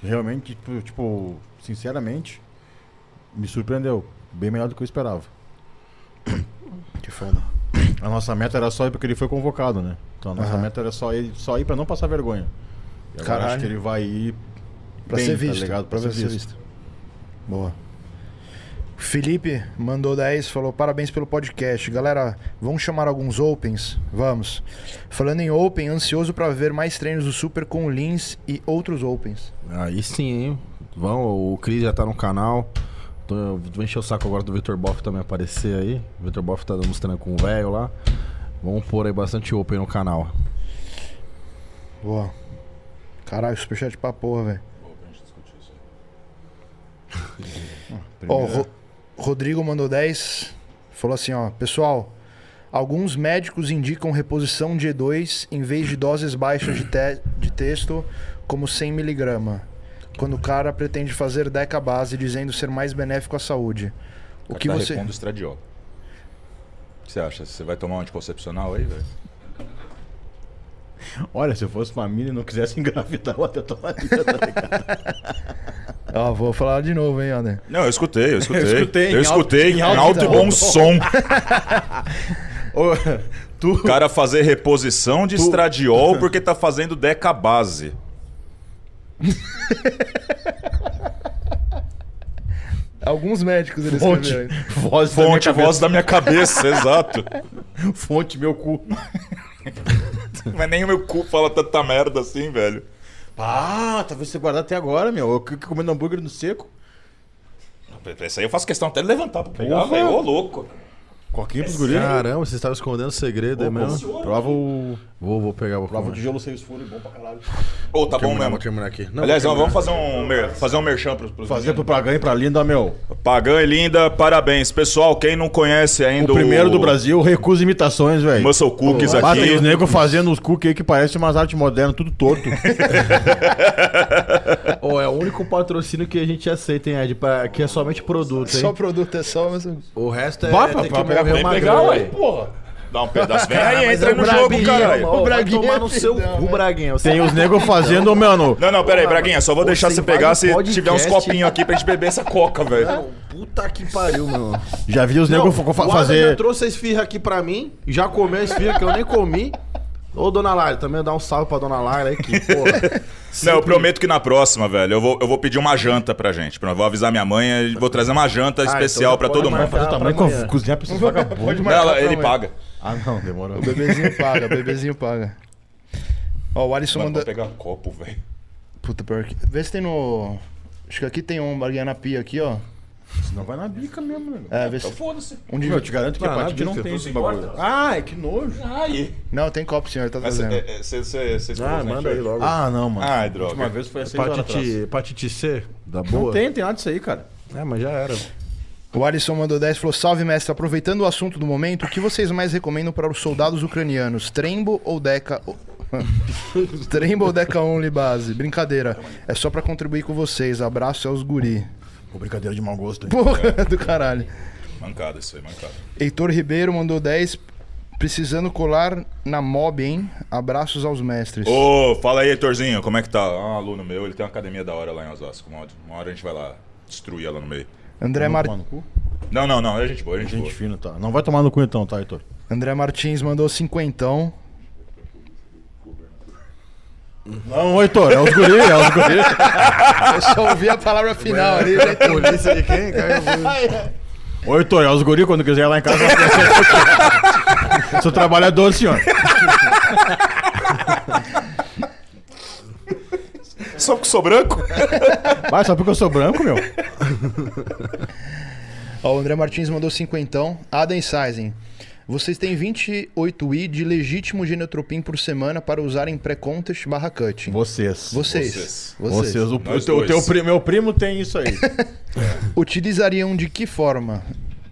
Realmente, tipo, tipo, sinceramente, me surpreendeu. Bem melhor do que eu esperava.
Que foda.
A nossa meta era só ir porque ele foi convocado, né? Então a nossa
Aham.
meta era só ir, só ir pra não passar vergonha. E agora
Caralho.
acho que ele vai ir
Pra
bem,
ser
tá
visto.
ligado?
pra ser visto. Boa. Felipe mandou 10, falou parabéns pelo podcast. Galera, vamos chamar alguns opens? Vamos. Falando em open, ansioso pra ver mais treinos do Super com o Lins e outros opens.
Aí sim, hein? Vão, o Cris já tá no canal. Tô, eu vou encher o saco agora do Vitor Boff também aparecer aí. O Vitor Boff tá dando uns treinos com o velho lá. Vamos pôr aí bastante open no canal.
Boa. Caralho, superchat pra porra, velho. Ó, o Ro- Rodrigo mandou 10. Falou assim, ó. Pessoal, alguns médicos indicam reposição de E2 em vez de doses baixas de, te- de texto, como 100mg. Quando o cara pretende fazer DECA base, dizendo ser mais benéfico à saúde. O que você...
Tá Repondo estradiol. O que você acha? Você vai tomar um anticoncepcional aí, velho?
Olha, se eu fosse família e não quisesse engravidar, eu até tomaria, tá ligado?
Ó, vou falar de novo, hein, André.
Não, eu escutei, eu escutei.
Eu escutei em
Eu escutei
alto- em
em
alto
alto e
tom.
bom som.
Ô, tu...
O cara fazer reposição de estradiol porque tá fazendo deca base.
Alguns médicos, eles
Fonte, voz da minha
Fonte,
cabeça.
voz da minha cabeça, exato.
Fonte, meu cu.
Mas nem o meu cu fala tanta merda assim, velho.
Ah, talvez você guardar até agora, meu. Eu que que comendo hambúrguer no seco.
Essa aí eu faço questão até de levantar pra pegar,
Porra.
velho. Ô, louco.
Coquinha
É
pros guris.
Caramba, vocês estavam escondendo segredo aí mesmo?
Prova o...
Vou, vou pegar, vou
Prova o
comer.
tijolo sem os furos, bom pra caralho.
Ô, tá bom
Terminar,
mesmo.
vou terminar aqui. Não,
Aliás, ó,
vou
vamos fazer um, mer- fazer um merchan pros, pros
Fazer pro Pragan e pra Linda, meu.
Pagã e Linda, parabéns. Pessoal, quem não conhece
O
ainda
primeiro do Brasil recusa imitações, velho.
Muscle Cookies
Bata aí, os
aqui.
negros fazendo os cookies aí que parece umas artes modernas, tudo torto.
terminar. Ô, é o único patrocínio que a gente aceita, hein, Ed? Pra, que é somente produto, hein?
Só produto, é só... mas-
O resto é.
Vai pra-
tem
pra
que
pegar-
morrer
tem
uma
que pegar,
grana.
ué.
Porra. Dá um pedaço. Vem aí,
Mas
entra
é
no jogo, caralho.
mano.
O
Vai
Braguinha
tomar no
é
seu
fidão,
cu,
né?
Braguinha. Você é
Tem os negros fazendo, mano.
Não, não, pera aí,
Porra,
Braguinha. Só vou
pô,
deixar
você
você pegar
vai
se
no podcast.
tiver uns copinhos aqui pra gente beber essa coca, velho.
um Puta que pariu, meu.
Já vi os
Não,
negros fa- fa-
o Adam já
fazer.
trouxe a esfirra aqui pra mim. Já comeu a esfirra que eu nem comi. Ô, dona Lara, também dá um salve pra dona Lara aí, que, porra.
Não, eu prometo que na próxima, velho, eu vou, eu vou pedir uma janta pra gente. Eu vou avisar minha mãe e vou trazer uma janta especial
então
pra
pode
todo mundo.
marcar.
Fazer
pra
tamanho
amanhã.
co- cozinhar pra esses vagabundos.
Não, ela- ele paga.
Ah, não, demorou.
Bebezinho paga, bebezinho paga. Ó, o Alisson
Mano,
manda.
vou pegar um copo, velho.
Puta, pior que. Vê se tem no. Acho que aqui tem um barguinha na pia aqui, ó.
Não vai na bica mesmo, nego.
É, vê se.
Então foda-se.
Um de-
Meu, eu te garanto que
Não,
a
na
parte não
bica.
tem
Tu
esse
se
bagulho.
importa?
Ah, que nojo.
Ai.
Não, tem copo, senhor, tá
Mas é- você
trazendo.
Ah, manda aí logo.
Ah, não, mano.
né? Ai,
A última
droga.
vez foi há
assim,
seis horas atrás.
Hepatite, hepatite C, da boa.
Não tem, tem nada disso aí, cara.
É, mas já era.
O Alisson mandou 10 falou: Salve, mestre. Aproveitando o assunto do momento, o que vocês mais recomendam para os soldados ucranianos? Trembo ou Deca. Trembo ou Deca Only base? Brincadeira. É só pra contribuir com vocês. Abraço aos guri.
Pô, brincadeira de mau gosto, hein?
Porra do caralho.
Mancada isso aí, mancada.
Heitor Ribeiro mandou 10. Precisando colar na mob, hein? Abraços aos mestres.
Ô, fala aí, Heitorzinho, como é que tá? Ah, um aluno meu, ele tem uma academia da hora lá em Osasco. Uma hora, uma hora a gente vai lá destruir ela no meio.
André, É Mar...
Tomar no cu?
Não, não, não, é gente boa, é gente,
Gente
boa.
fina, tá. Não vai tomar no cu então, tá, Heitor?
André Martins mandou cinquentão.
Não, Heitor, é os guri, é os guri.
Eu só ouvi a palavra final ali. né?
Polícia de quem? Cara, eu vou-
Ô, Heitor, é os guri, quando quiser ir lá em casa. eu- Sou trabalhador, senhor.
Só porque sou branco?
Vai, só porque eu sou branco, meu.
Ó, o André Martins mandou cinquentão. Adam Sizing. Vocês têm 28 i de legítimo genotropin por semana para usar em pré-contest barra cutting.
Vocês.
Vocês. Vocês.
Vocês. O,
Nós
o teu, o teu
dois.
pri- meu primo tem isso aí.
Utilizariam de que forma?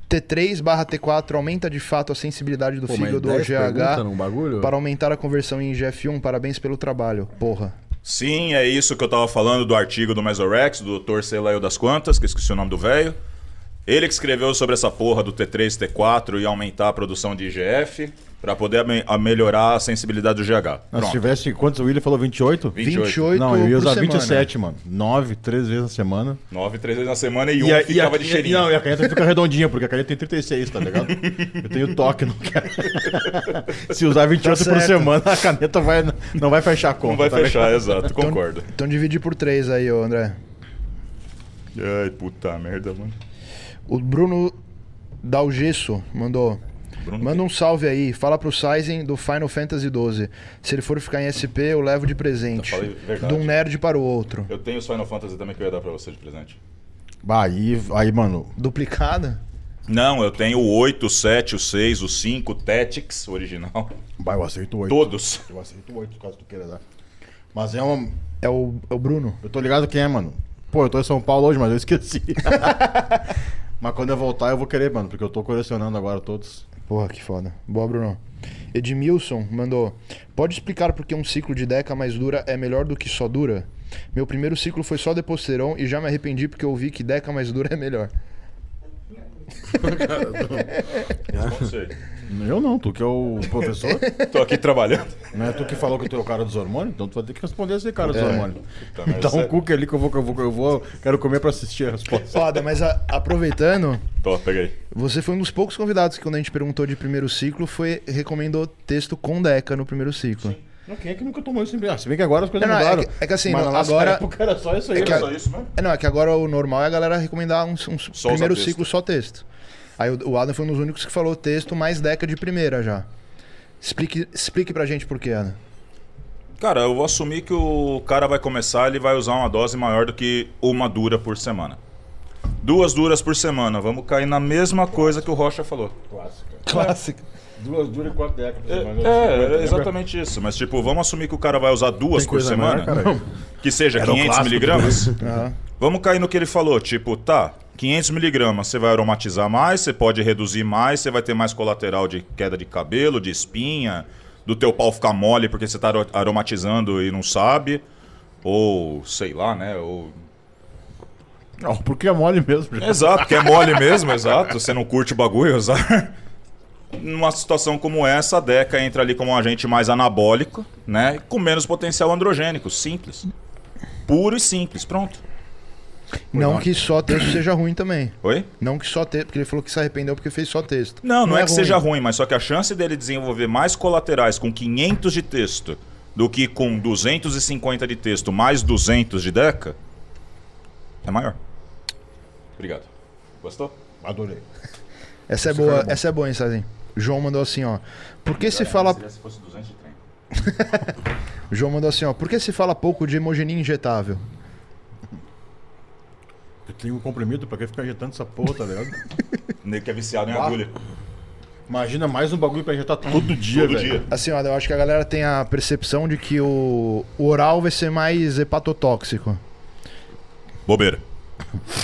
T3 barra T4 aumenta de fato a sensibilidade do
Pô, mas
fígado do
dez perguntas
OGH
num bagulho?
para aumentar a conversão em IGF-1. Parabéns pelo trabalho. Porra.
Sim, é isso que eu tava falando do artigo do Mesorex, do doutor sei lá eu das quantas, que eu esqueci o nome do velho. Ele que escreveu sobre essa porra do T3, T4 e aumentar a produção de IGF pra poder ame- a melhorar a sensibilidade do GH.
Se
Pronto.
tivesse. Quantos o William falou? 28?
28.
28
Não, eu ia
por
usar
semana.
27, mano. 9, 3 vezes na semana.
9, 3 vezes na semana e,
E,
um
a, e, a,
ficava de
e, a-
cheirinho.
não, e a caneta fica redondinha, porque a caneta tem 36, tá ligado? Eu tenho toque, não quero. Se usar 28 por
certo.
semana, a caneta vai, não vai fechar a conta.
Não Um vai
tá
fechar, é
ligado?
exato, concordo.
Então divide por 3 aí, ô André.
Ai, puta merda, mano.
O Bruno Dalgesso mandou.
Bruno
Manda um salve aí. Fala pro Sizing do Final Fantasy XII. Se ele for ficar em SP, eu levo de presente.
Então,
Eu falei verdade.
De um nerd para o outro.
Eu tenho os Final Fantasy também que eu ia dar pra você de presente.
Bah, aí, aí, mano,
Duplicada?
Não, eu tenho o 8, o 7, o 6, o 5, o Tactics original.
bah, eu aceito 8.
Todos.
Eu aceito 8, caso tu queira dar. né? Mas é uma.
É o, é o Bruno.
Eu tô ligado quem é, mano. Pô, eu tô em São Paulo hoje, mas eu esqueci. mas quando eu voltar, eu vou querer, mano, porque eu tô colecionando agora todos.
Porra, que foda. Boa, Bruno. Edmilson mandou. Pode explicar por que um ciclo de Deca mais dura é melhor do que só dura? Meu primeiro ciclo foi só Deposteron e já me arrependi porque eu vi que Deca mais dura é melhor.
Não sei.
Eu não, tu que é o professor.
Tô aqui trabalhando.
Não é tu que falou que tu é o cara dos hormônios? Então tu vai ter que responder esse cara dos
É.
hormônios.
Puta
Me
merda,
dá um
sério.
cookie ali que eu vou, que eu vou, que eu vou. Quero comer pra assistir a resposta.
Foda, mas a- aproveitando,
Tô, peguei.
você foi um dos poucos convidados que quando a gente perguntou de primeiro ciclo, foi recomendou texto com Deca no primeiro ciclo.
Não, quem é que nunca tomou isso? em- Ah, se bem que agora as coisas
Não, não, é
mudaram.
que- é que assim,
Mas
não,
na nossa
agora-
época era só isso aí.
É que
né?
a-
Só isso mesmo?
É, não, é que agora o normal é a galera recomendar uns, uns
Só usar
primeiro
texto.
ciclo só texto. Aí o, o Adam foi um dos únicos que falou texto mais Deca de primeira já. Explique, explique pra gente por que, Ana.
Cara, eu vou assumir que o cara vai começar, ele vai usar uma dose maior do que uma dura por semana. Duas duras por semana, vamos cair na mesma coisa que o Rocha falou.
Clássica.
Clássico.
Duas duras e quatro décadas. né?
É,
assim. mais ou menos, 50,
é,
lembra?
exatamente isso. Mas, tipo, vamos assumir que o cara vai usar duas
Tem
por
coisa
semana.
maior, caralho?
que seja
Era o
500
clássico
miligramas.
Aham.
Vamos cair no que ele falou, tipo, tá, 500 miligramas, você vai aromatizar mais, você pode reduzir mais, você vai ter mais colateral de queda de cabelo, de espinha, do teu pau ficar mole porque você tá aro- aromatizando e não sabe, ou sei lá, né, ou...
Não, porque é mole mesmo. gente.
Exato, que é mole mesmo, exato, você não curte o bagulho, usar. Numa situação como essa, a Deca entra ali como um agente mais anabólico, né, com menos potencial androgênico, simples. Puro e simples, pronto.
Não que só texto seja ruim também.
Oi?
Não que só texto, porque ele falou que se arrependeu porque fez só texto.
Não, não, é, que
ruim.
seja ruim, mas só que a chance dele desenvolver mais colaterais com 500 de texto do que com 250 de texto mais 200 de deca é maior. Obrigado. Gostou?
Adorei.
Essa é
Isso cara
boa,
é bom.
essa é boa, hein, Sazinho? João mandou assim, ó. Por que se fala.
Se fosse 200 de trem.
João mandou assim, ó. Por que se fala pouco de hemogenia injetável?
Eu tenho um comprimido pra quem fica injetando essa porra, tá ligado?
Nego que é viciado em
Ah,
agulha.
Imagina mais um bagulho pra injetar todo dia,
Todo
velho.
dia.
Assim, ó, eu acho que a galera tem a percepção de que o, o oral vai ser mais hepatotóxico.
Bobeira.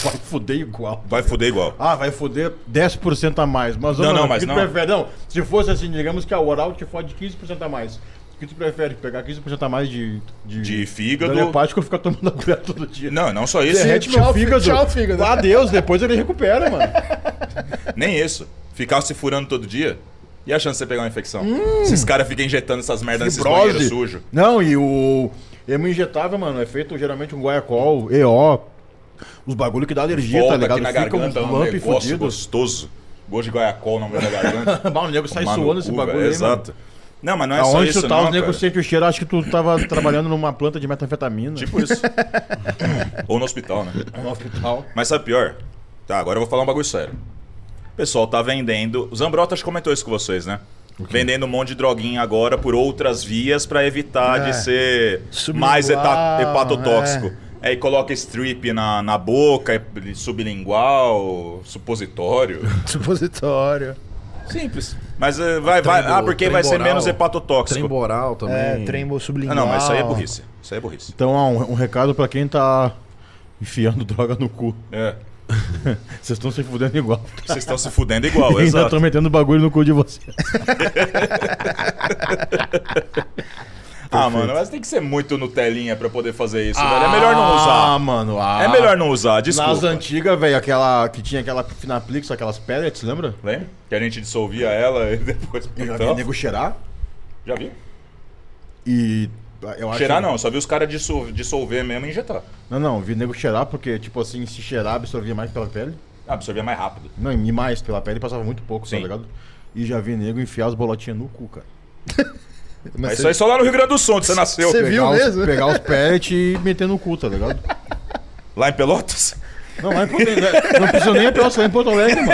Vai foder igual.
Vai foder igual.
Ah, vai foder 10% a mais. Mas, ô,
Não,
mano,
não,
o
mas
que tu
não.
Prefere, não. Se fosse assim, digamos que a oral te fode 15% a mais. O que tu prefere? Pegar 15% a mais de... De,
De fígado.
dano hepático ou ficar tomando agulha todo dia?
Não, não só isso.
Derrete
tchau,
meu fígado.
tchau, fígado.
Adeus, depois ele recupera, mano.
Nem isso. Ficar se furando todo dia. E a chance de você pegar uma infecção?
Hum.
Esses caras ficam injetando essas merdas nesses banheiros sujos.
Não, e o hemo injetável, mano, é feito geralmente um guaiacol, EO, os bagulho que dá alergia,
Volta
tá ligado?
aqui na
Fica
garganta,
um
um
lump
negócio
fudido.
gostoso. Gosto de guaiacol na minha garganta.
Bah, o nego sai
Tomar no
suando esse
cu,
bagulho
velho,
aí,
Exato.
mano.
Não, mas não é só
Aonde
isso,
chutar
não,
os negros
cara.
sentem o cheiro, acho que tu tava trabalhando numa planta de metanfetamina.
Tipo isso. Ou no hospital, né?
no hospital.
Mas sabe o pior? Tá, agora eu vou falar um bagulho sério. O pessoal tá vendendo. O Zambrota acho que comentou isso com vocês, né? Vendendo um monte de droguinha agora por outras vias pra evitar
É.
de ser
Sublingual,
mais heta- hepatotóxico. Aí coloca strip na, na boca, é sublingual, supositório.
Supositório.
Simples. Mas eh, vai, vai.
Trembo-
Ah, porque vai ser
tremboral.
menos hepatotóxico.
Tremboral também.
É, trembo sublingual.
Ah, não, mas isso aí é burrice. Isso aí é burrice.
Então, ah, um, um recado pra quem tá enfiando droga no cu.
É.
Vocês estão se fudendo igual.
Vocês estão se fudendo igual,
Ainda
exato.
estão metendo bagulho no cu de vocês.
Ah, mano, mas tem que ser muito Nutelinha pra poder fazer isso, velho. É melhor não usar.
Ah, mano. ah.
É melhor não usar, desculpa.
Nas antigas, velho, aquela que tinha aquela Finaplix, aquelas pellets, lembra?
Lembra? Que a gente dissolvia ela e depois.
Eu
Então,
vi nego cheirar
já vi?
e. Eu acho-
Cheirar não, só vi os caras dissol- dissolver mesmo e injetar.
Não, não, vi nego cheirar porque, tipo assim, se cheirar absorvia mais pela pele.
Ah, absorvia mais rápido.
Não, e mais pela pele passava muito pouco,
Sim.
tá ligado? E já vi nego enfiar as bolotinhas no cu, cara.
Mas isso aí só lá no Rio Grande do Sul, onde você nasceu.
Você viu
Pegar os-
mesmo?
Pegar os pellets e meter no cu, tá ligado?
Lá em Pelotas?
Não, lá em Porto Alegre. né? Não precisa nem apelar, só em Porto Alegre, mano.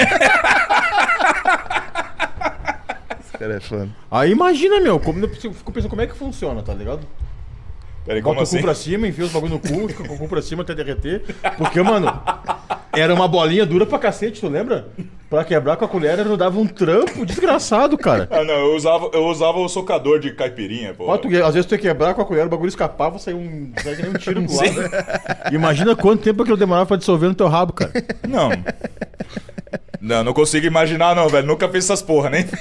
Esse cara é fã.
Aí imagina, meu, como, eu fico pensando como é que funciona, tá ligado?
Peraí, como
Bota o
assim?
cu pra cima, enfia os bagulho no cu, fica com o cu pra cima até derreter. Porque, mano, era uma bolinha dura pra cacete, tu lembra? Pra quebrar com a colher, não dava um trampo desgraçado, cara.
Ah, não, eu usava, eu usava o socador de caipirinha, pô.
Ó, tu- às vezes tu ia quebrar com a colher, o bagulho escapava, saiu um, saiu que nem um tiro do lado. né? Imagina quanto tempo aquilo demorava pra dissolver no teu rabo, cara.
Não. Não, não consigo imaginar, não, velho. Nunca fiz essas porra, nem.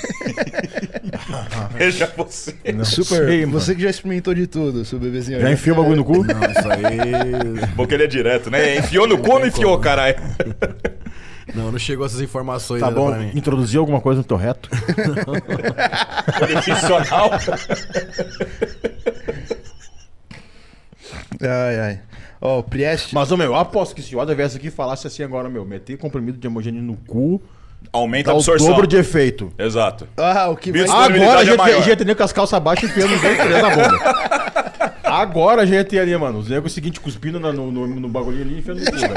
Veja você.
Super.
sei, mano.
você que já experimentou de tudo, seu bebezinho.
Já
né?
enfia o bagulho no cu?
Não, isso aí.
Vou querer direto, né? Enfiou no cu ou não enfiou, caralho?
Não, não chegou essas informações
Tá
ainda
bom,
pra mim.
introduzir alguma coisa no teu reto?
Profissional.
Ai, ai. Ó, o Prieste.
Mas, ô, meu, eu aposto que se o Yoda viesse aqui e falasse assim agora, meu, meter comprimido de hemogênio no cu,
Aumenta
dá
a
o
absorção.
dobro de efeito.
Exato.
Ah, o que vai...
Bispo-
Agora
disponibilidade
já,
é maior.
ia- já ia ter nego com as calças baixas e enfiando os dois três na bomba. Agora já ia ter ali, mano. Os negros seguinte cuspindo na- no, no, no bagulho ali e enfiando no cu, velho.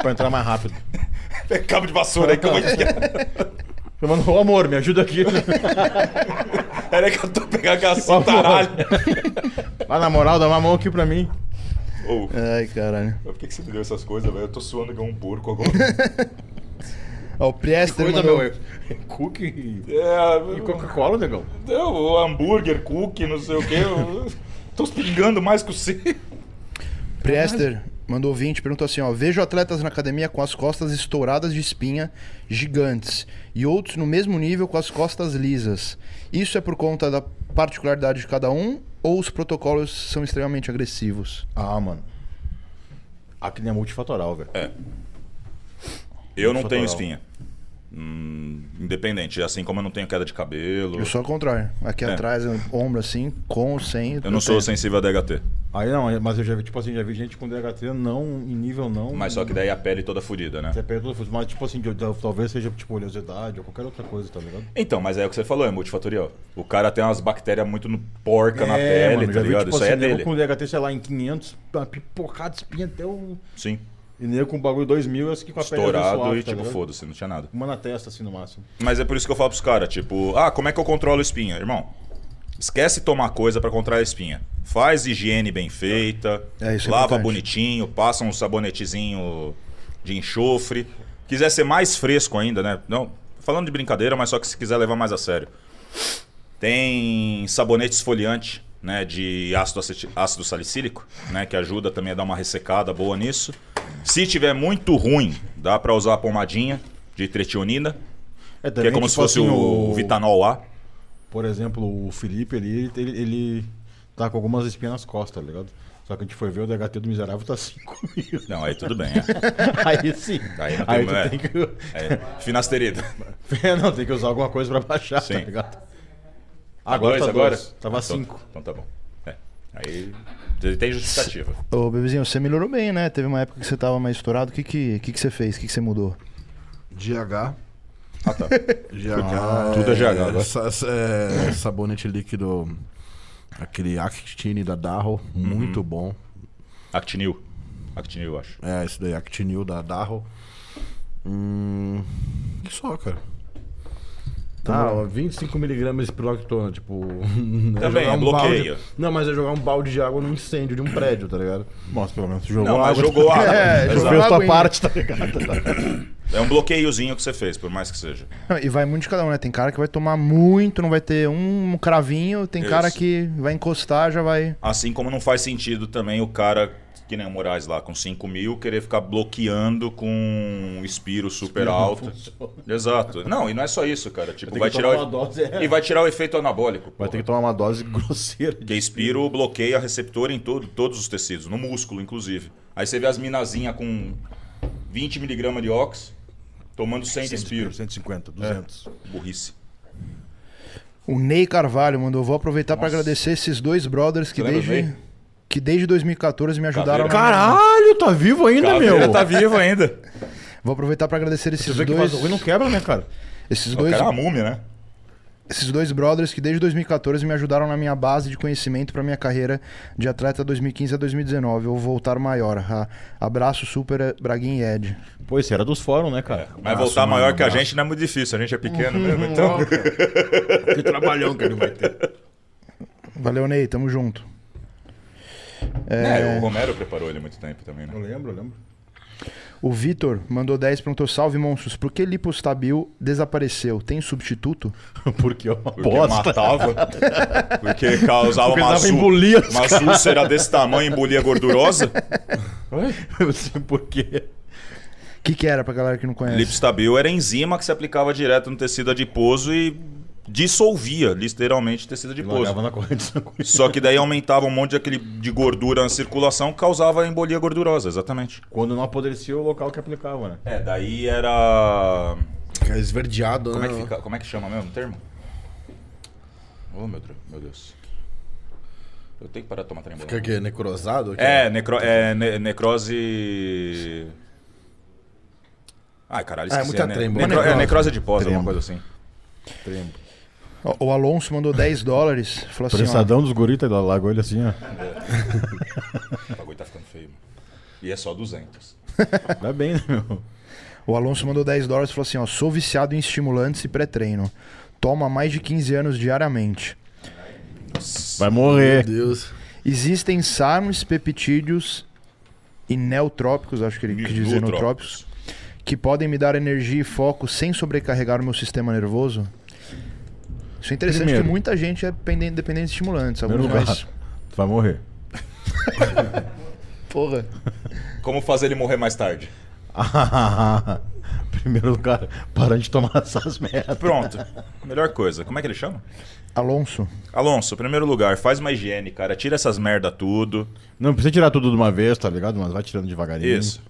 Pra entrar mais rápido.
É Cabo de vassoura aí que eu vou enfiar.
Falando, ô amor, me ajuda aqui.
Era que eu tô pegando aquela
Ó,
cintaralha.
Vai na moral, dá uma mão aqui pra mim.
Ô,
Ai, caralho.
por que, que você me deu essas coisas, velho? Eu tô suando igual um porco agora.
Ó, o Priester
Coisa,
mandou...
meu. é Cookie e é?
É,
Coca-Cola, negão.
deu o hambúrguer, cookie, não sei o quê. Eu tô pingando mais que o C.
Priester mandou 20, perguntou assim, ó, vejo atletas na academia com as costas estouradas de espinha, gigantes, e outros no mesmo nível com as costas lisas. Isso é por conta da particularidade de cada um ou os protocolos são extremamente agressivos?
Ah, mano. Acne é multifatoral, velho.
Eu não tenho
Fotoral.
espinha. Hum, independente, assim como eu não tenho queda de cabelo.
Eu sou ao contrário. Aqui
É.
atrás, ombro assim, com ou sem.
Eu não sou
tenho.
sensível a DHT.
Aí não, mas eu já vi, tipo assim, já vi gente com DHT não, em nível não.
Mas só que daí a pele toda fodida, né?
Você perdeu o futebol, mas tipo assim, de- de- talvez seja tipo oleosidade ou qualquer outra coisa, tá ligado?
Então, mas é o que você falou, é multifatorial. O cara tem umas bactérias muito no- porca na pele,
mano, já
tá
vi,
ligado?
tipo
Isso aí
assim,
é
nego
dele.
com DHT, sei lá, em 500, uma pipocada de espinha até o...
Sim.
E nego com bagulho 2000, eu acho que com a pele
Estourado
suave,
e
tá
tipo,
ligado?
foda-se, não tinha nada.
Uma na testa, assim, no máximo.
Mas é por isso que eu falo pros caras, tipo, ah, como é que eu controlo espinha? Irmão, esquece tomar coisa pra controlar a espinha. Faz higiene bem feita,
É, isso é
lava
importante.
bonitinho, passa um sabonetezinho de enxofre. Quiser ser mais fresco ainda, né? Não, falando de brincadeira, mas só que se quiser levar mais a sério. Tem sabonete esfoliante, né, de ácido, aceti- ácido salicílico, né, que ajuda também a dar uma ressecada boa nisso. Se tiver muito ruim, dá pra usar a pomadinha de tretionina,
É,
que é como se fosse o... Vitanol A.
Por exemplo, o Felipe ali, ele, ele, ele tá com algumas espinhas nas costas, tá ligado? Só que a gente foi ver o DHT do miserável tá 5 mil.
Não, aí tudo bem. É.
Aí sim.
Aí não tem-
aí tu
é.
tem que...
É. Finasterida.
É, não, tem que usar alguma coisa pra baixar, tá
Sim.
ligado? Agora
Dois
tá
agora?
dois. Tava
Então-
5.
Então, tá bom. É. Aí tem- tem justificativa.
Ô, bebezinho, você melhorou bem, né? Teve uma época que você tava mais estourado. O que que, que, que você fez? O que, que você mudou?
DH.
Ah, tá.
GH.
Tudo é GH agora.
sa- sa- é, sabonete líquido, aquele Actine da Darro, muito bom.
Actinil. Actinil, eu acho.
É, esse daí, Actinil da Darro. Hum, que só, cara. Tá, ó, 25mg de piroctona, tipo. é
Também,
jogar
é bloqueio.
balde- não, mas é jogar um balde de água num incêndio de um prédio, tá ligado?
Mas pelo menos jogou
Não, mas
água.
jogou água.
É,
Mas
jogou
fez tua
aguinha.
parte, tá ligado?
É um bloqueiozinho que você fez, por mais que seja.
Não, E vai muito de cada um, né? Tem cara que vai tomar muito, não vai ter um cravinho, tem cara
Isso.
que vai encostar, já vai.
Assim como não faz sentido também o cara, que nem o Moraes lá, com 5 mil, querer ficar bloqueando com um espiro super alto. Exato. Não, e não é só isso, cara. Tipo,
que
vai
tomar
tirar o...
uma dose, é.
E vai tirar o efeito anabólico.
Vai
porra.
ter que tomar uma dose grosseira.
Porque espiro bloqueia receptor em todo, todos os tecidos, no músculo, inclusive. Aí você vê as minazinhas com 20mg de óxido tomando 100 de espiro.
150, 200.
Burrice.
O Ney Carvalho mandou, vou aproveitar pra agradecer esses dois brothers que
Tá
Você lembra do
desde
Ney?
que desde 2014 me ajudaram.
Caveira.
Caralho, tá vivo ainda,
Caveira
meu?
tá vivo ainda.
né? Vou aproveitar pra agradecer esses
Você que
dois,
faz ruim não quebra, né, cara?
esses
O
dois,
cara é uma múmia, né?
esses dois brothers que desde 2014 me ajudaram na minha base de conhecimento pra minha carreira de atleta 2015 a 2019. Eu vou voltar maior. Ha. Abraço super eh, Braguinha e Ed.
Pô, isso era dos fóruns, né, cara?
É, Mas
Braço,
voltar
mano, Uhum.
maior que a
braço.
gente não é muito difícil, a gente é pequeno mesmo, então...
Que trabalhão que ele vai ter.
Valeu Ney, tamo junto.
É, o Romero preparou ele há muito tempo também,
Eu
né?
lembro, eu lembro.
O Vitor mandou 10 perguntou: Salve monstros, por que Lipostabil desapareceu? Tem substituto?
Porque eu
Porque
bosta.
matava, porque causava
Porque
uma,
dava
sú-
embolia os
uma
caras.
úlcera desse tamanho, embolia gordurosa.
Eu sei por quê.
O que, que era pra galera que não conhece?
É. Lipstabil era enzima que se aplicava direto no tecido adiposo e dissolvia, literalmente, tecido
Largava
adiposo.
na corrente sanguínea.
Só que daí aumentava um monte de, aquele, de gordura na circulação, causava embolia gordurosa, exatamente.
Quando não apodrecia o local que aplicava, né?
É, daí era...
É esverdeado,
Como
né?
é que, fica, como é que chama mesmo o termo? Oh, meu Deus, meu Deus. Eu tenho que parar de tomar trem.
Fica aqui, é necrosado?
É, necro, é ne- necrose. Ai, caralho,
Ah, é
esqueci.
muita trembo.
Necro,
Necrose.
é necrose adiposa,
Trembo.
alguma coisa assim.
Trembo.
O o Alonso mandou 10 dólares. Falou assim: ó,
Prensadão dos goritas da lagoa, ele assim, ó.
O bagulho tá ficando feio, mano. E é só 200.
Tá bem, né, meu?
O Alonso mandou 10 dólares e falou assim: ó, sou viciado em estimulantes e pré-treino. Toma mais de 15 anos diariamente.
Vai
é? Meu
morrer.
Deus.
Existem SARMs, peptídeos e neotrópicos, acho que ele quis dizer nootrópicos,
Nootrópicos.
que podem me dar energia e foco sem sobrecarregar o meu sistema nervoso. Isso é interessante
Primeiro.
que muita gente é penden- dependente de estimulantes. Alguns
Primeiro lugar,
mais.
tu vai morrer.
Porra.
Como fazer ele morrer mais tarde?
Primeiro lugar, para de tomar essas merdas.
Pronto. Melhor coisa. Como é que ele chama?
Alonso,
Alonso, primeiro lugar, faz uma higiene, cara. Tira essas merda tudo.
Não precisa tirar tudo de uma vez, tá ligado? Mas vai tirando devagarinho.
Isso.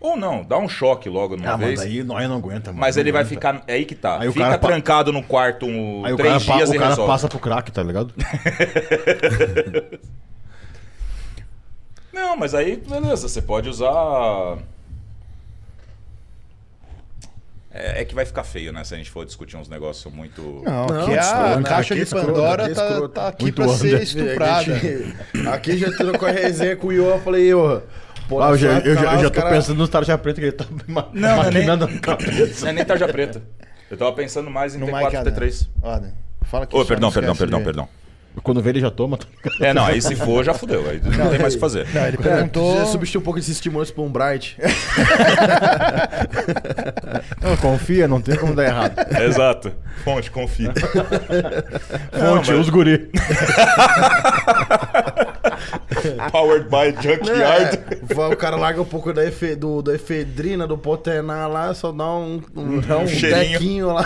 Ou não, dá um choque logo numa
Hum. Ah,
vez.
mas aí nós não aguenta, mano.
Mas
Não
ele vai
aguenta.
ficar. É aí que tá.
Aí o
Fica
cara pa-
trancado no quarto um,
Aí o cara,
três
pa-
dias
o
e
cara
resolve.
passa pro crack, tá ligado?
Não, mas aí, beleza, você pode usar. É, é que vai ficar feio, né? Se a gente for discutir uns negócios muito.
Não,
Não,
que é a
escroto, né?
caixa
que
de
escroto,
Pandora
que
tá,
escroto.
tá aqui
Muito
pra
under.
né?
ser
A
estuprada.
gente- Aqui já trocou a resenha com o Iô, eu falei, Iô. pô,
Ah, eu
nessa
já,
época
eu já-
lá,
eu já
os
tô
cara-
pensando nos tarja preta que ele tá ma
Não,
maquinando
não é
na cabeça.
Não é nem tarja preta. Eu tava pensando mais em
No
T4
Mike
e
Adam.
T3.
Adam, fala que
Ô,
só
perdão,
não
perdão,
esquece
perdão,
de-
perdão.
Quando vê, ele já toma. tá ligado?
É, não, aí se for, já fudeu. Aí não é tem mais o que fazer.
Não, ele
Cara,
perguntou.
precisa substituir um pouco esses estímulos pra um Bright.
Não, confia, não tem como dar errado.
Exato. Fonte, confia.
Fonte, os guri.
Powered by Junkyard.
É, vai- o cara larga um pouco da, efe, do, da efedrina, do potenar lá, só dá um, um, dá um
cheirinho.
tequinho lá.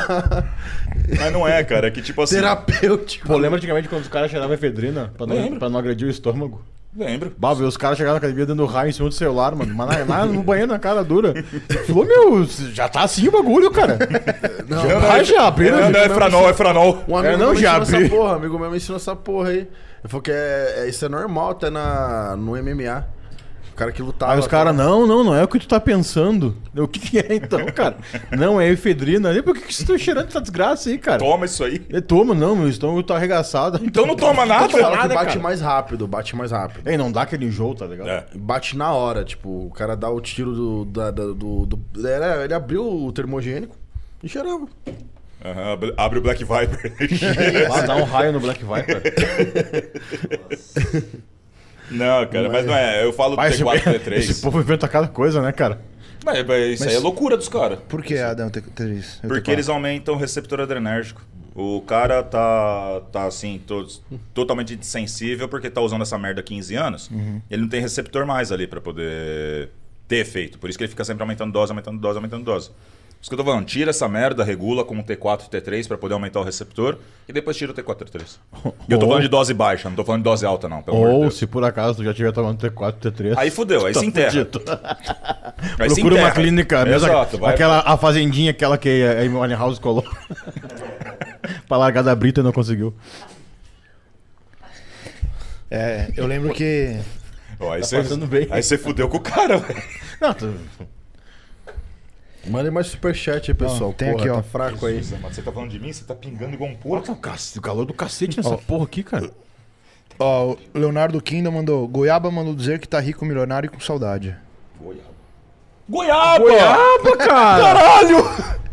Mas não é, cara. É que tipo assim.
Terapêutico.
Pô, lembra antigamente quando os caras cheiravam efedrina pra não,
Lembro.
pra não agredir o estômago?
Lembro.
Bah, velho, os caras chegaram na academia dando raio em cima do celular, mano. Mas na- lá no banheiro, na cara dura. Falou, meu, já tá assim o bagulho, cara.
Não,
Já vai, já abriram.
Não, não,
já-
é franol, é franol.
Um amigo
É, não,
meu me
já
ensinou essa
abri.
porra, um amigo meu me ensinou essa porra aí. Ele falou que é, é- isso é normal até na, no MMA. O cara que lutava.
Aí os caras, não, não, não é o que tu tá pensando. Eu, O que, que é então, cara? não, é efedrina. E por que, que vocês estão cheirando essa desgraça aí, cara?
Toma isso aí.
Eu tomo, não, meu estômago tá arregaçado.
Então não toma nada.
Fala que
nada,
bate
cara.
mais rápido, bate mais rápido.
Ei, não dá aquele enjoo, tá ligado?
É.
Bate na hora, tipo, o cara dá o tiro do. da- da- do, do- era- ele abriu o termogênico e cheirava.
Aham, abre- abre o Black Viper.
Ah, dá um raio no Black Viper.
não, cara, mas não é. Eu falo do
Mas esse,
T4 T3.
esse povo inventa cada coisa, né, cara?
Mas, mas isso aí é loucura dos caras.
Por que, Adão, tem que ter isso? Eu
Porque
tenho
eles aumentam o receptor adrenérgico. O cara tá, tá assim, to- totalmente insensível porque tá usando essa merda há 15 anos.
Uhum.
Ele não tem receptor mais ali pra poder ter efeito. Por isso que ele fica sempre aumentando dose, aumentando dose, aumentando dose. Isso que eu tô falando, tira essa merda, regula com o T4 e T3 pra poder aumentar o receptor e depois tira o T4 e T3. E eu tô
Ou-
falando de dose baixa, não tô falando de dose alta não, pelo amor de
Ou
Deus.
se por acaso tu já tiver tomando T4, T3.
Aí fudeu, aí
tá
se enterra.
fudido.
Aí se
Procura uma
enterra.
clínica, mesmo
Exato, vai-
aquela a fazendinha, aquela que a Emily House colou. pra largar da Brita e não conseguiu.
É, eu lembro que.
Ó, aí
tá
você-
passando bem.
Aí você fudeu com o cara, velho.
Não, tu-
Mandem mais superchat aí, pessoal.
tem
Porra,
aqui, ó.
tá fraco aí.
Mas você tá falando de mim? Você tá pingando igual um porco?
tá o, cacete, o calor do cacete nessa porra aqui, cara.
Ó, o Leonardo Kinda mandou. Goiaba mandou dizer que tá rico, milionário e com saudade.
Goiaba. Goiaba!
Goiaba, cara!
Caralho!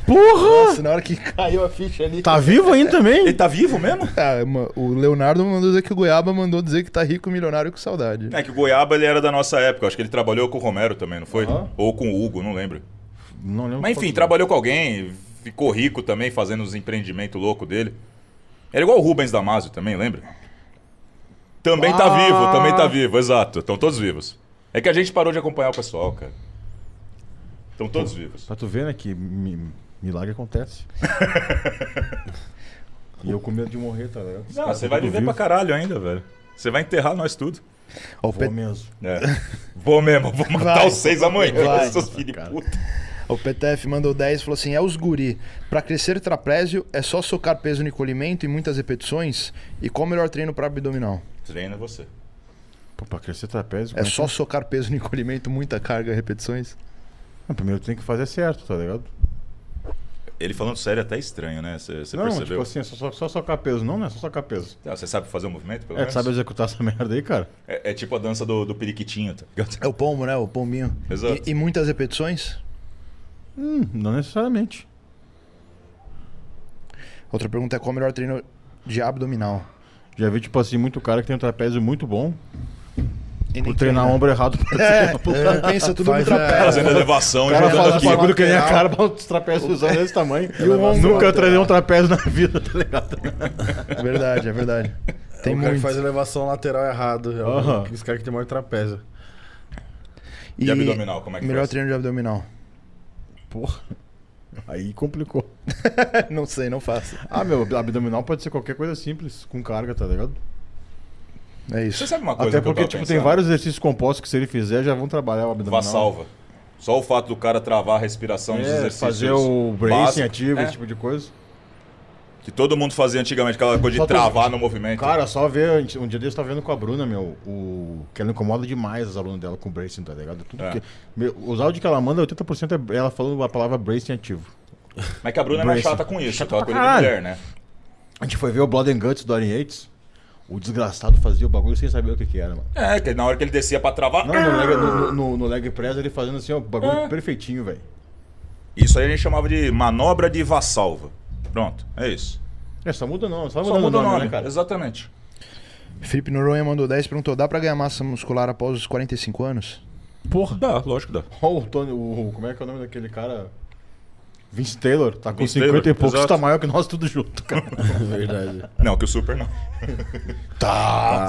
Porra!
Nossa, na hora que caiu a ficha ali.
Tá vivo ainda também?
Ele tá vivo mesmo?
Ah, ma- o Leonardo mandou dizer que o Goiaba mandou dizer que tá rico, milionário e com saudade.
É que o Goiaba ele era da nossa época. Acho que ele trabalhou com o Romero também, não foi? Ou com o Hugo, não lembro.
Não lembro.
Mas enfim, trabalhou com alguém, ficou rico também, fazendo os empreendimentos loucos dele. Era igual o Rubens Damasio também, lembra? Também tá
Ah.
vivo, também tá vivo, exato. Estão todos vivos. É que a gente parou de acompanhar o pessoal, cara. Estão todos vivos.
Pra tu ver, né, que mi- milagre acontece. e eu com medo de morrer, tá ligado? Os
Não,
caras
você
tão
vai
tudo
viver pra
vivo.
caralho ainda, velho. Você vai enterrar nós tudo.
Ó, o
Vou
Pe-
mesmo.
É. Vou mesmo, vou matar
Vai.
os seis amanhã,
Vai.
seus filhos de puta.
O PTF mandou 10 e falou assim: é os guri. Pra crescer trapézio é só socar peso no encolhimento e muitas repetições? E qual o melhor treino pra abdominal?
Treina você.
Pô, pra crescer trapézio,
É
como que
só socar peso no encolhimento, muita carga, repetições?
Não, primeiro tem que fazer certo, tá ligado?
Ele falando sério é até estranho, né? Você você
não, tipo
percebeu?
assim, é só, só, só socar peso. Não, não é só socar peso.
Ah, Você sabe fazer o movimento, pelo
É, tu
menos?
sabe executar essa merda aí, cara?
É, é tipo a dança do, do periquitinho, tá ligado?
É o pombo, né? O pombinho.
Exato.
E, e muitas repetições?
Hum, não necessariamente.
Outra pergunta é qual o melhor treino de abdominal?
Já vi, tipo assim, muito cara que tem um trapézio muito bom.
E
Por
nem
treinar
treina.
ombro errado.
É, é, pensa tudo no
Faz, é,
trapézio.
Fazendo elevação
O
e
cara
jogando
faz um
aqui.
bagulho que nem a
Lateral.
cara, pra os trapézios usando desse tamanho.
E o ombro
Nunca
lateral.
treinei um trapézio na vida, tá ligado?
É verdade, é verdade. Tem
o cara
muito.
que faz elevação lateral errado. É
Aham.
Os caras que tem maior trapézio.
E abdominal, como é que
Melhor
faz?
treino de abdominal.
Porra. Aí complicou.
não sei, não faço.
Ah, meu, abdominal pode ser qualquer coisa simples, com carga, tá ligado?
É
Você
isso.
sabe uma coisa
Até
que eu
porque,
tava
tipo, tem
pensando?
vários exercícios compostos que se ele fizer, já vão trabalhar o abdominal.
Vá salva. Só o fato do cara travar a respiração dos
É,
exercícios.
fazer o bracing
básicos,
ativo,
é,
esse tipo de coisa.
Que todo mundo fazia antigamente, aquela coisa de
Só tu-
travar no movimento.
Cara, só ver, a gente- um dia desse eu tava vendo com a Bruna, meu, o que ela incomoda demais os alunos dela com bracing, tá ligado? Tudo
É.
que, meu, os áudios que ela manda, 80% é ela falando a palavra bracing ativo.
Mas que a Bruna é mais
Bracing.
chata com isso,
Chata
aquela
pra
coisa de
caralho.
mulher, né?
A gente foi ver o Blood and Guts do Dorian Yates, o desgraçado fazia o bagulho sem saber o que que era, mano.
É, que na hora que ele descia pra travar.
Não, no leg, no, no- no leg press ele fazendo assim, ó, o bagulho
É.
perfeitinho, velho.
Isso aí a gente chamava de manobra de vassalva. Pronto, é isso.
É, só muda não, só,
Só
mudando
muda o nome,
né, cara?
exatamente.
Felipe Noronha mandou 10 e perguntou: dá pra ganhar massa muscular após os 45 anos?
Porra.
Dá, lógico que dá.
Ó, o Tony, o, como é que é o nome daquele cara? Vince Taylor, tá com
Vince
50 e
Taylor,
poucos,
exato.
tá maior que nós tudo junto, cara.
Verdade.
Não, que o Super não.
Tá.
Ah,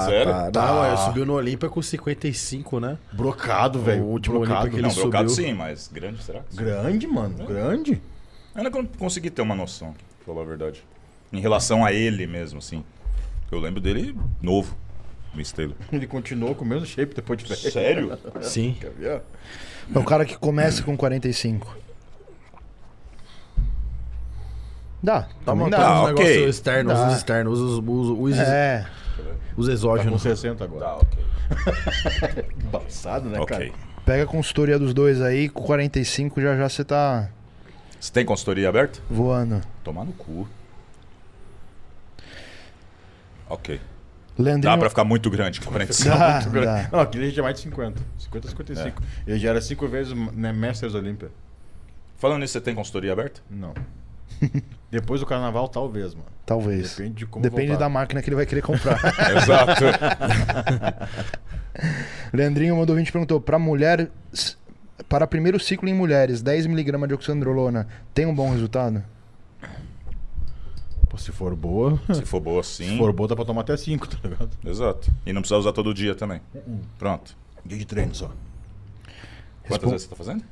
Tá.
sério?
Não, ué, subiu no Olímpia com 55, né?
Brocado, velho.
O último
brocado.
Olímpico que ele
não, brocado
subiu.
sim, mas grande, será? que-
Grande, mano. Grande.
Ainda que eu não consegui ter uma noção, pra falar a verdade. Em relação a ele mesmo, assim. Eu lembro dele novo, Miss Taylor.
Ele continuou com o mesmo shape depois de velho.
Sério?
Sim.
Quer ver?
É o cara que começa com 45. Dá.
Tá
também
montando
dá.
tá.
uns
ok.
Tá negócios externos,
Dá.
os externos, os, os, os,
É.
Os
Tá com
exógenos.
60 agora.
Tá, ok.
Embaçado, né,
ok.
cara?
Pega a consultoria dos dois aí, com 45 já já você tá
Você tem consultoria aberta?
voando.
Tomar no cu. Ok.
Leandrinho...
Dá pra ficar muito grande com 45.
Dá,
Muito grande.
dá.
Não, aquele já é mais de 50. 50, 55. Ele já era 5 vezes né, Masters Olímpia.
Falando nisso, você tem consultoria aberta?
Não. Depois do carnaval, talvez, mano.
Talvez.
Depende de como
Depende
voltar.
da máquina que ele vai querer comprar.
Exato.
Leandrinho mandou 20 e perguntou: para mulher, s- para primeiro ciclo em mulheres, 10mg de oxandrolona tem um bom resultado?
Pô, se for boa,
Se for boa, sim.
se for boa, dá pra tomar até 5, tá ligado?
Exato. E não precisa usar todo dia também.
Uh-uh.
Pronto.
Dia de treino só.
Quantas
Respon-
vezes você tá fazendo?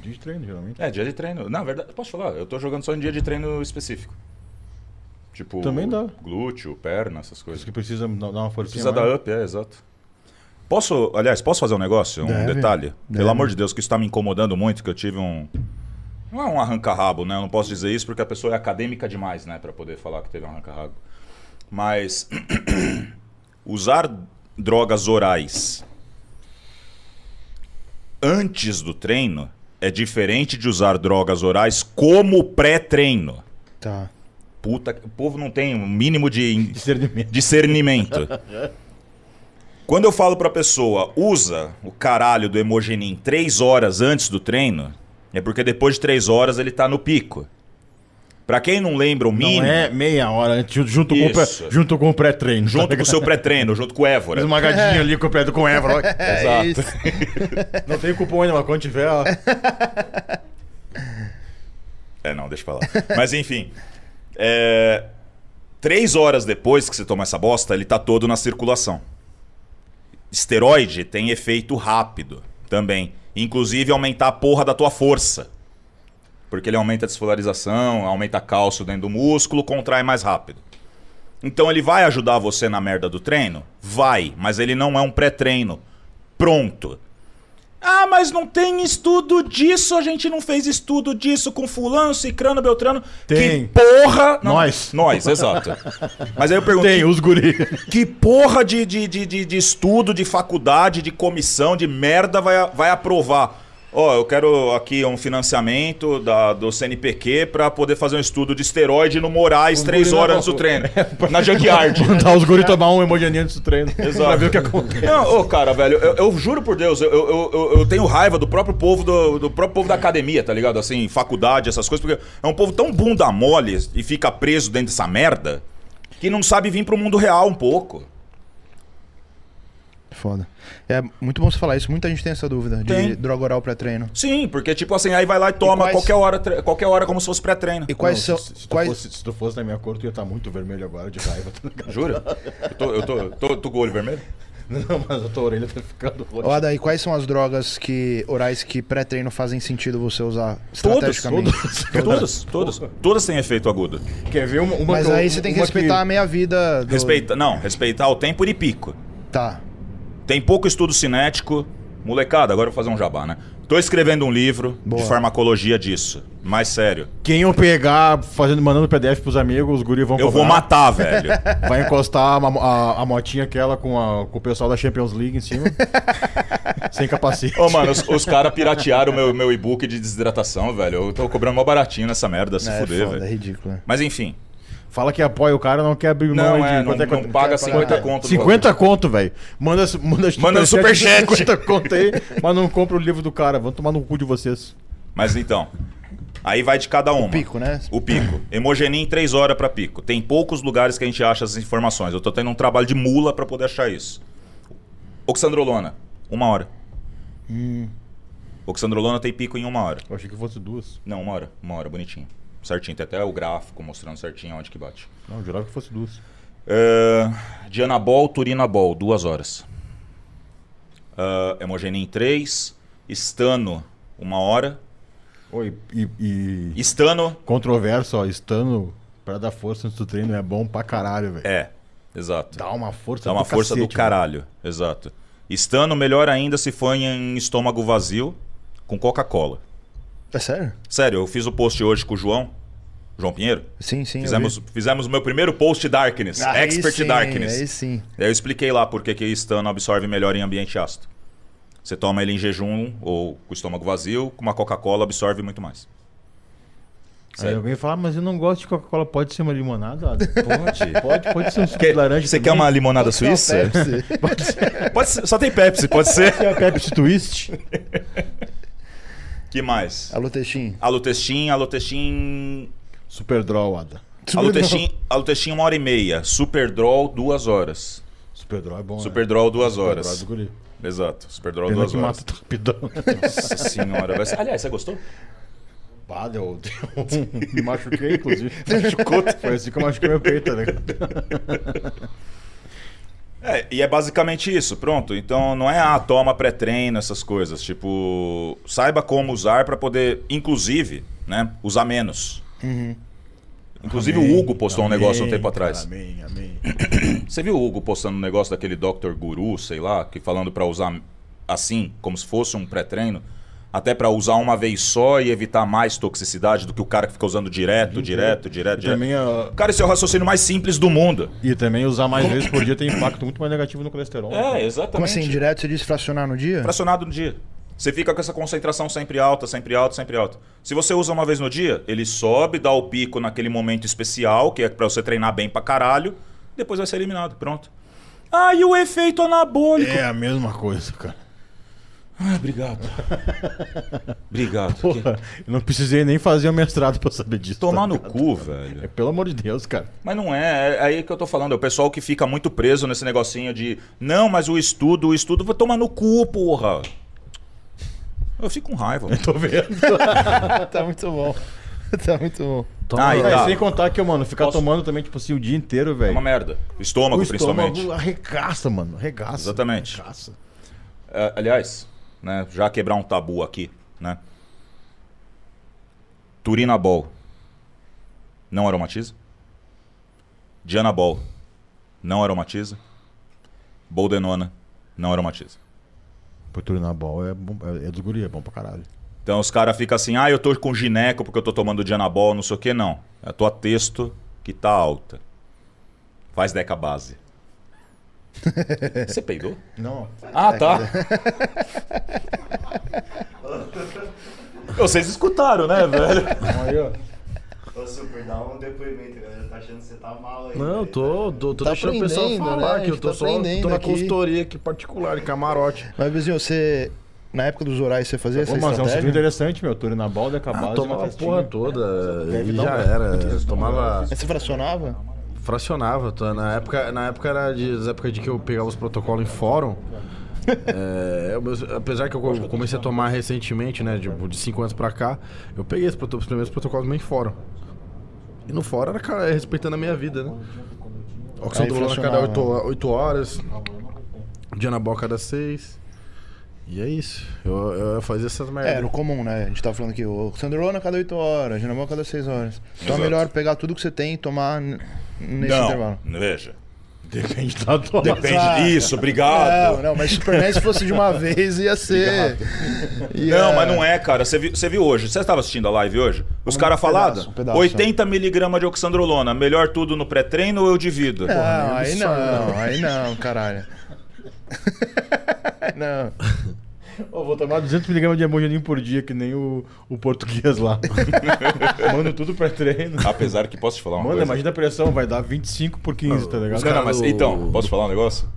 Dia de treino, geralmente.
É, dia de treino. Na verdade, posso falar, eu tô jogando só em dia de treino específico. Tipo,
Também dá.
glúteo, perna, essas
Isso
coisas.
que precisa dar uma força.
Precisa dar up, é, exato. Posso, aliás, posso fazer um negócio? Um
Deve.
detalhe?
Deve.
Pelo amor de Deus, que isso tá me incomodando muito, que eu tive um. Não é um arranca-rabo, né? Eu não posso dizer isso porque a pessoa é acadêmica demais, né? Pra poder falar que teve um arranca-rabo. Mas. usar drogas orais antes do treino é diferente de usar drogas orais como pré-treino.
Tá.
Puta, que- o povo não tem o mínimo de
Discernimento.
discernimento. Quando eu falo pra pessoa, usa o caralho do hemogenin três horas antes do treino, é porque depois de três horas ele tá no pico. Pra quem não lembra o mínimo,
Não é meia hora antes, junto- junto, com o pré-
Isso.
junto com o pré-treino. tá
junto com o
ligado?
seu pré-treino, junto com o Évora.
Esmagadinho ali com o pré com o Evro.
É
Exato.
isso.
Não tem cupom ainda, mas quando tiver, ó.
É, não, deixa eu falar. Mas enfim. é, Três horas depois que você toma essa bosta, ele tá todo na circulação. Esteroide tem efeito rápido também. Inclusive aumentar a porra da tua força. Porque ele aumenta a desfolarização, aumenta cálcio dentro do músculo, contrai mais rápido. Então ele vai ajudar você na merda do treino? Vai, mas ele não é um pré-treino. Pronto. Ah, mas não tem estudo disso, a gente não fez estudo disso com fulano, cicrano, beltrano. Que
Tem.
porra...
Nós.
Nós, exato. Mas aí eu pergunto,
Tem, os guri.
que porra de, de, de, de, de estudo, de faculdade, de comissão, de merda vai, vai aprovar? Ó, eu quero aqui um financiamento da, do CNPq pra poder fazer um estudo de esteroide no Moraes três horas antes do treino. na Junkyard.
Mandar os guri tomar um hemogeninho antes do treino. Pra ver o que acontece.
Não, ô, cara, velho, eu, eu juro por Deus, eu, eu, eu, eu tenho raiva do próprio povo do, do próprio povo da academia, tá ligado? Assim, faculdade, essas coisas, porque é um povo tão bunda mole e fica preso dentro dessa merda que não sabe vir pro mundo real um pouco.
Foda. É muito bom você falar isso. Muita gente tem essa dúvida de
Tem.
droga oral pré-treino.
Sim, porque tipo assim, aí vai lá e toma
quais-
qualquer, hora, tre- qualquer hora como se fosse pré-treino.
E quais
Não,
são.
Se, se tu
quais...
fosse, se tu fosse na minha cor, tu ia estar muito vermelho agora, de raiva. tá ligado?
Jura? Eu tô, eu tô, tô, tô com o olho vermelho?
Não, mas a tua orelha tá ficando
Ó,
roxa.
Adair, quais são as drogas que orais que pré-treino fazem sentido você usar estrategicamente?
Todas, todas. Todas têm efeito agudo.
Quer ver uma, uma
Mas
eu-
aí você tem que
uma
respeitar a meia-vida. Do...
Respeita, não, respeitar o tempo de pico.
Tá.
Tem pouco estudo cinético. Molecada, agora eu vou fazer um jabá, né? Tô escrevendo um livro
Boa.
de farmacologia disso. Mais sério.
Quem eu pegar, fazendo, mandando PDF pros amigos, os guri vão
Eu vou
cobrar.
matar, velho.
Vai encostar a, a- a motinha aquela com, a- com o pessoal da Champions League em cima. sem capacete.
Ô, mano, os, os caras piratearam o meu, meu e-book de desidratação, velho. Eu tô cobrando mó baratinho nessa merda, se
é,
fuder,
foda, é
velho.
ridículo. é.
Mas enfim.
Fala que apoia o cara, não quer abrir mão
Não,
de
é, não,
quanto é
não
quanto-
paga
quer pagar.
50 conto. do
50 conto, velho. Manda, manda,
Manda
superchat de
superchat.
50 conto aí, mas não compra o livro do cara. Vão tomar no cu de vocês.
Mas então, aí vai de cada uma. O
Pico, né?
O pico. Hemogenin, três horas pra pico. Tem poucos lugares que a gente acha essas informações. Eu tô tendo um trabalho de mula pra poder achar isso. Oxandrolona, uma hora. Oxandrolona tem pico em uma hora.
Eu achei que fosse duas.
Não, uma hora. Uma hora, bonitinho. Certinho. Tem até o gráfico mostrando certinho onde que bate.
Não, eu jurava que fosse duas.
Uh, Dianabol, Turinabol, duas horas. Ah, hemogenin, três. Estano, uma hora.
Oi, e, e-
Estano,
Controverso, ó, estando pra dar força antes do treino é bom pra caralho, velho.
é. Exato.
Dá uma força
Dá Tá uma força do
cacete, né?
caralho, exato. Estando melhor ainda se for em estômago vazio com Coca-Cola.
É sério?
Sério, eu fiz o post hoje com o João. João Pinheiro.
Sim, sim. eu
Fizemos,
vi.
fizemos o meu primeiro post Darkness,
Aí
Expert
sim,
Darkness.
Aí sim.
Daí eu expliquei lá por que que estano absorve melhor em ambiente ácido. Você toma ele em jejum ou com o estômago vazio, com uma Coca-Cola absorve muito mais.
Aí
Sério.
alguém fala, "Ah, mas eu não gosto de Coca-Cola, pode ser uma limonada?
Pode.
Pode, pode ser um suco de laranja.
Você quer
também.
uma limonada
Não,
suíça?
Pepsi.
Pode ser- só tem Pepsi, pode ser.
Quer uma Pepsi Twist?
que mais?
Alô, Teixinho.
Alutestin, Alutestin.
Super Draw, Ada.
Alutestin, Alutestin uma hora e meia. Superdrol duas horas.
Super Draw é bom, né?
Superdrol duas
Super Draw
horas.
do guri.
Exato. Superdrol
Pena
duas
que
horas.
mata né? rapidão.
Nossa senhora. vai ser- Aliás, você gostou?
Pá, deu, deu- Me machuquei, inclusive. um- Machucou. Foi assim que eu machuquei meu peito, né?
É, e é basicamente isso, pronto. Então não é ah, toma pré-treino, essas coisas. Tipo, saiba como usar pra poder, inclusive, né, usar menos. Inclusive o Hugo postou um negócio um
Uhum. Amém,
tempo
cara,
atrás.
Amém, amém.
Você viu o Hugo postando um negócio daquele Dr. Guru, sei lá, que falando pra usar assim, como se fosse um pré-treino, até pra usar uma vez só e evitar mais toxicidade do que o cara que fica usando direto, direto, direto,
E
direto.
também, ó,
Cara, esse é o raciocínio mais simples do mundo.
e também usar mais vezes por dia tem impacto muito mais negativo no colesterol. né?
exatamente.
Como assim, direto você diz fracionar no dia?
fracionado no dia. Você fica com essa concentração sempre alta, sempre alta, sempre alta. Se você usa uma vez no dia, ele sobe, dá o pico naquele momento especial, que é pra você treinar bem pra caralho, depois vai ser eliminado, pronto. Ah, e o efeito anabólico.
É a mesma coisa, cara.
Ah, obrigado. obrigado. Que-
Porra, eu não precisei nem fazer o mestrado pra saber disso.
Tomar
tá
no
ligado?
cu,
É,
velho.
pelo amor de Deus, cara.
Mas não é, é aí que eu tô falando, é o pessoal que fica muito preso nesse negocinho de não, mas o estudo, o estudo, vai tomar no cu, porra. Eu fico com raiva. mano.
Tô vendo.
tá muito bom. Tá muito bom.
Ah, e
Cara,
tá.
sem contar que, mano, ficar
Posso-
tomando também, tipo assim, o dia inteiro,
É
velho.
uma merda. Estômago,
o
principalmente.
estômago arregaça, mano. Arregaça.
Exatamente.
Arregaça.
É, aliás, né, já quebrar um tabu aqui, né? Turinabol não aromatiza? Dianabol não aromatiza? Boldenona não aromatiza.
Por na bola é, bom- é, é dos guri, é bom pra caralho.
Então os caras ficam assim, ah, eu tô com gineco porque eu tô tomando Dianabol, não sei o que, não. É a tua texto que tá alta. Faz deca base. Você peidou?
Não.
Ah,
É,
tá. Vocês escutaram, né, velho?
Então Aí, ó.
Ô, Super, dá um depoimento, a galera tá achando que você tá mal aí.
Não, eu
velho.
tô, tô, tô
Tá
deixando o pessoal
aprendendo, né?
falar que
A
eu
gente
tô
tá
só tô
aprenditoria
na
aqui.
consultoria aqui particular, em camarote.
Mas, Bezinho, você. Na época dos orais, você fazia essa
Pô, mas é um ciclo
estratégia?
interessante, meu. Turi na bola, é deca base.
tomava a
Ah, uma
porra
festinha.
toda
Deve
e
dar
já
um-
era. Tomava,
Mas você fracionava?
fracionava. tô- Na época, na época era de, nas épocas de que eu pegava os protocolos em fórum. É, eu- mas, apesar que eu co- comecei a tomar recentemente, né, de 5 anos pra cá, eu peguei esse proto- os primeiros protocolos meio em fórum. E no fórum era cara, respeitando a minha vida, né? Oxal
Aí
do Lula a cada
funcionava.
8 horas, Dianabol a cada 6. E é isso. Eu, eu fazia essas
É, era
merdas.
o comum, né? A gente tava falando aqui, o Sandrolona a cada 8 horas, Dinamão a cada 6 horas. Então
Exato.
é melhor pegar tudo que você tem e tomar n- nesse
Não,
intervalo.
veja.
Depende da tua.
Depende
Ah.
disso, obrigado.
Não, não, mas Superman se fosse de uma vez ia ser. Ia-
Não, mas não é, cara. Você viu, você viu hoje? Você estava assistindo a live hoje? Os caras
pedaço,
falaram
um pedaço,
80 miligramas de oxandrolona. Melhor tudo no pré-treino ou eu divido?
Não, aí não, aí não, caralho. não.
Ó, vou tomar 200mg de hemogenin por dia, que nem o, o português lá. Mando tudo pra treino.
Apesar que posso te falar Ah, uma
Mano,
coisa.
imagina a pressão, vai dar 25 por 15, tá
Os
ligado?
caras- não, mas
do-
então, posso te falar um negócio?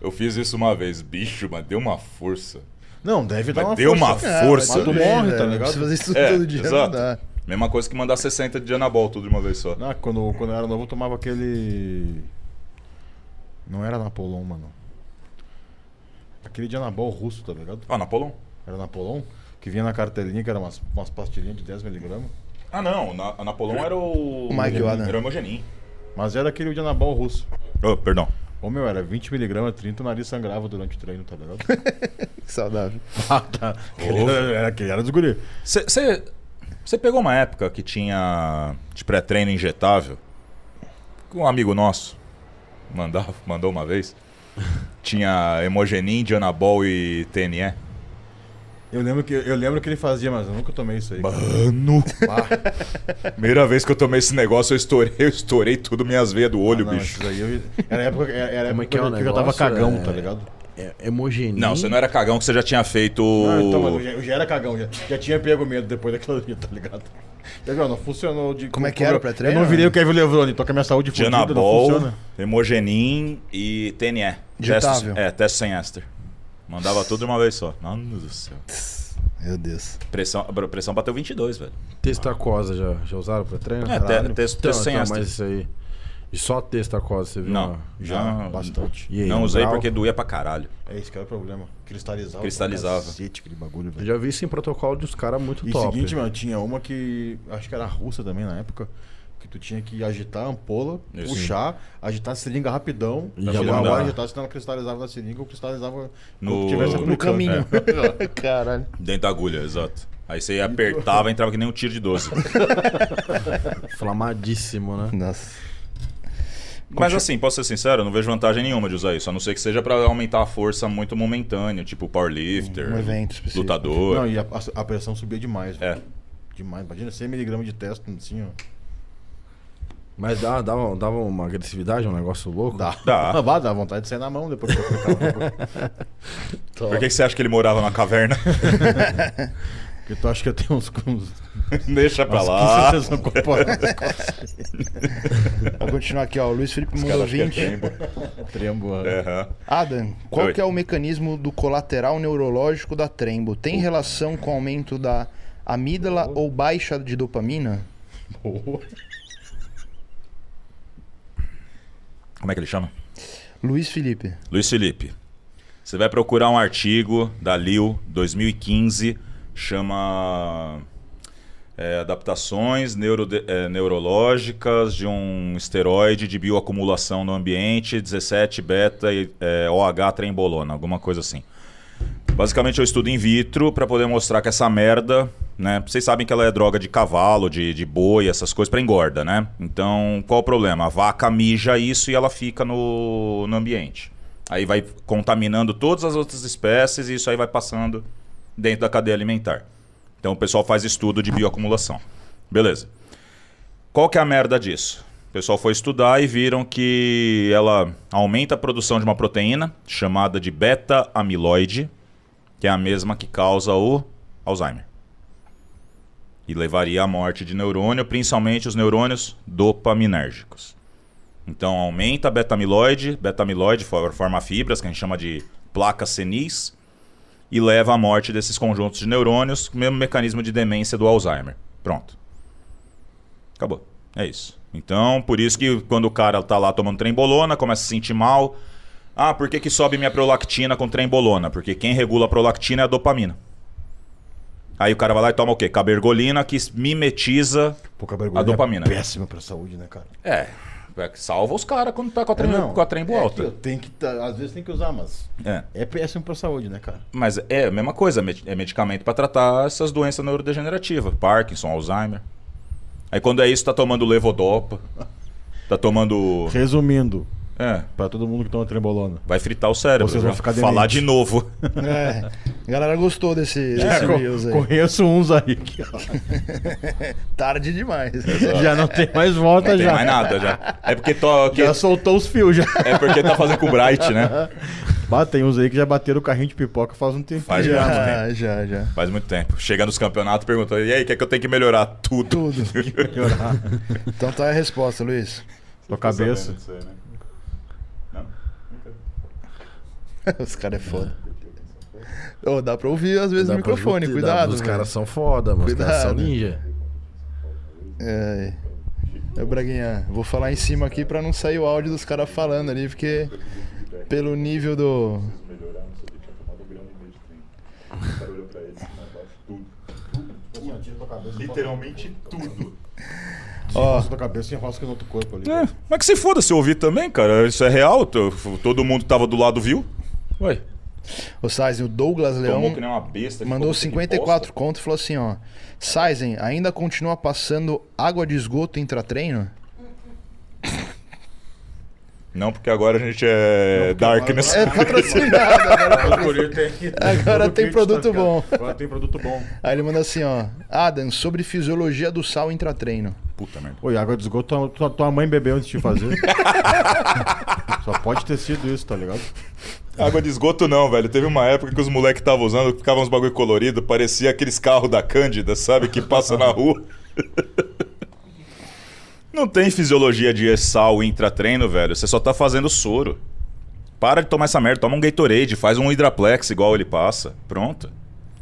Eu fiz isso uma vez, bicho, mas deu uma força.
Não, deve dar
Mas
uma
deu uma
força.
Ah,
força.
mas tudo
Morre,
bem,
tá
velho,
ligado?
Precisa fazer isso
É,
todo dia,
exato.
não dá.
Mesma coisa que mandar 60 de anabol tudo de uma vez só.
Ah, quando, quando eu era novo, eu tomava aquele. Não era Napolon, mano. Aquele de anabol russo, tá ligado?
Ah, Napolão?
Era Napolon, que vinha na cartelinha, que era umas, umas pastilhinhas de 10mg.
Ah, não. Na, a Napolão era o...
O Mike Yoda.
Era o Hemogenin.
Mas era aquele de anabol russo.
Oh, perdão.
Ô meu, era 20mg, 30, o nariz sangrava durante o treino, tá ligado?
Que saudável.
ah, tá. Aquele
Ô.
era, era- aquele era dos guri.
Você pegou uma época que tinha de pré-treino injetável? Que Um amigo nosso mandava, mandou uma vez. Tinha hemogenin, dianabol e TNE.
Eu lembro que, eu lembro que ele fazia, mas eu nunca tomei isso aí.
Mano!
Bah,
Primeira vez que eu tomei esse negócio, eu estourei, eu estourei tudo minhas veias do olho,
Ah, não,
bicho.
isso aí eu- era a época, era a
Como é
época
que é o
eu tava
negócio?
cagão,
É-
tá ligado?
É, hemogenin.
Não, você não era cagão que você já tinha feito.
Ah, então, mas eu já, eu já era cagão, já, já tinha pego medo depois daquela dia, tá ligado? Já viu, não funcionou. De,
Como é que era o pré-treino?
Eu não virei o Kevin Levrone, tô com a minha saúde fodida, não
Janabol,
funciona.
Hemogenin e TNE. Testes,
Injetável.
é, teste sem éster. Mandava tudo de uma vez só. Mano do céu.
Meu Deus.
Pressão, a pressão bateu 22, velho.
Testacosa já, já usaram pra treinar? Então,
É, te- texto- texto sem ácido.
mas isso aí. E só testacosa, você viu? Ah,
Não.
Já,
Não,
Ah, bastante. um
E aí, um
não usei
umbral?
porque doía pra caralho.
É isso que era o problema. Cristalizava.
Cristalizava.
pra Cacete, aquele bagulho,
Eu
velho.
já vi isso em protocolo de uns caras muito
E
top.
seguinte, mano, tinha uma que. Acho que era russa também na época. Que tu tinha que agitar a ampola,
Isso.
puxar, agitar a seringa rapidão.
E
E
já
chegar na hora
mandar.
agitar, senão ela cristalizava na seringa ou cristalizava
No-
quando tivesse
No
aplicando.
né?
caminho.
É.
Caralho.
Dentro da agulha, exato. Aí você apertava e entrava que nem um tiro de 12.
Inflamadíssimo, né?
Nossa.
Mas assim, posso ser sincero, eu não vejo vantagem nenhuma de usar isso. A não ser que seja pra aumentar a força muito momentânea, tipo powerlifter,
Um evento específico.
lutador.
Não, e a, a- a pressão subia demais,
É.
velho. Demais. Imagina 100mg de testo, assim, ó.
Mas dava, dava, dava uma agressividade, um negócio louco.
Dá.
Dá.
Bah, Tá. dá vontade de sair na mão depois que eu aplicava.
Por que, que você acha que ele morava na caverna?
Porque tu acha que eu tenho uns. uns
Deixa pra
umas
lá.
15 sensações corporais.
Vou continuar aqui, ó. O Luiz Felipe
Cara,
mandou
acho que é
20.
tempo.
Trembo. né?
Aham.
Adam, qual
Oi.
que é o mecanismo do colateral neurológico da trembo? Tem relação com o aumento da amígdala ou baixa de dopamina?
Como é que ele chama?
Luiz Felipe.
Luiz Felipe, você vai procurar um artigo da Liu 2015, chama é, Adaptações neurode- é, Neurológicas de um Esteroide de Bioacumulação no Ambiente, 17 beta e é, OH trembolona, alguma coisa assim. Basicamente, eu estudo in vitro pra poder mostrar que essa merda, né? Vocês sabem que ela é droga de cavalo, de, de boi, essas coisas, pra engorda, né? Então, qual o problema? A vaca mija isso e ela fica no, no ambiente. Aí vai contaminando todas as outras espécies e isso aí vai passando dentro da cadeia alimentar. Então, o pessoal faz estudo de bioacumulação. Beleza. Qual que é a merda disso? O pessoal foi estudar e viram que ela aumenta a produção de uma proteína chamada de beta-amiloide, que é a mesma que causa o Alzheimer. E levaria à morte de neurônio, principalmente os neurônios dopaminérgicos. Então aumenta a beta-amiloide, beta-amiloide for- forma fibras, que a gente chama de placas senis, e leva à morte desses conjuntos de neurônios, mesmo mecanismo de demência do Alzheimer. Pronto. Acabou. É isso. Então, por isso que quando o cara tá lá tomando trembolona, começa a se sentir mal. Ah, por que, que sobe minha prolactina com trembolona? Porque quem regula a prolactina é a dopamina. Aí o cara vai lá e toma o quê? Cabergolina, que mimetiza
Pô, cabergolina
A dopamina.
É péssima pra saúde, né, cara?
é, é, salva os caras quando tá com a, trem,
Não,
com a trembo
é
alta.
aquilo, Tem que, tá- às vezes tem que usar, mas.
É.
É péssimo pra saúde, né, cara?
Mas é a mesma coisa, med- é medicamento pra tratar essas doenças neurodegenerativas, Parkinson, Alzheimer. Aí quando é isso, tá tomando levodopa, tá tomando...
Resumindo,
É,
pra todo mundo que toma trembolona.
vai fritar o cérebro.
Vocês vão
já.
ficar
Falar
demente.
de novo.
É, a galera gostou
É,
desse, desse Reels aí.
conheço uns aí que ó,
Tarde demais.
já não tem mais volta
Não tem
Tá já.
mais nada já. É porque, tô, que-
Já soltou os fios já.
é porque tá fazendo com o Bright, né?
Bah, tem uns aí que já bateram o carrinho de pipoca faz um tempo.
Faz muito
já,
tempo.
já, já.
Faz muito tempo. Chega nos campeonatos perguntou, e aí, o que é que eu tenho que melhorar? Tudo.
Tudo. Então tá a resposta, Luiz.
Tua cabeça.
né?
Os caras é foda. Ô, dá pra ouvir às vezes
Dá
o
pra
microfone,
justi- dá-
cuidado.
Os
velho.
caras são foda, mano. Os caras são
Cuidado.
ninja.
É. Ô, Braguinha, vou falar em cima aqui pra não sair o áudio dos caras falando ali, porque pelo nível do.
é, um assim, Literalmente tudo.
Ó,
Tua cabeça enrosca no outro corpo ali.
É, mas que se foda se eu ouvir também, cara. Isso é real. to- Todo mundo que tava do lado viu. Ué.
o Saizen, o Douglas Leão
Tomou que nem uma besta. ficou
Então, mandou
puta que
54 conto e falou assim: ó. Saizen, ainda continua passando água de esgoto intratreino?
Não, porque agora a gente é darkness.
É patrocinado.
Agora o Corinthians tem-
Agora
o
tem
Corinthians
produto
tá-
bom.
Agora tem produto bom.
Aí ele manda assim, ó. Adam, sobre fisiologia do sal intratreino.
Puta merda.
Oi, água de esgoto, tua, tua- tua mãe bebeu antes de fazer. Só pode ter sido isso, tá ligado?
Água de esgoto não, velho. Teve uma época que os moleques estavam usando, ficavam uns bagulho colorido, parecia aqueles carros da Cândida, sabe? Que passa na rua. Não tem fisiologia de sal intratreino, velho. Você só tá fazendo soro. Para de tomar essa merda, toma um Gatorade, faz um Hidraplex igual ele passa. Pronto.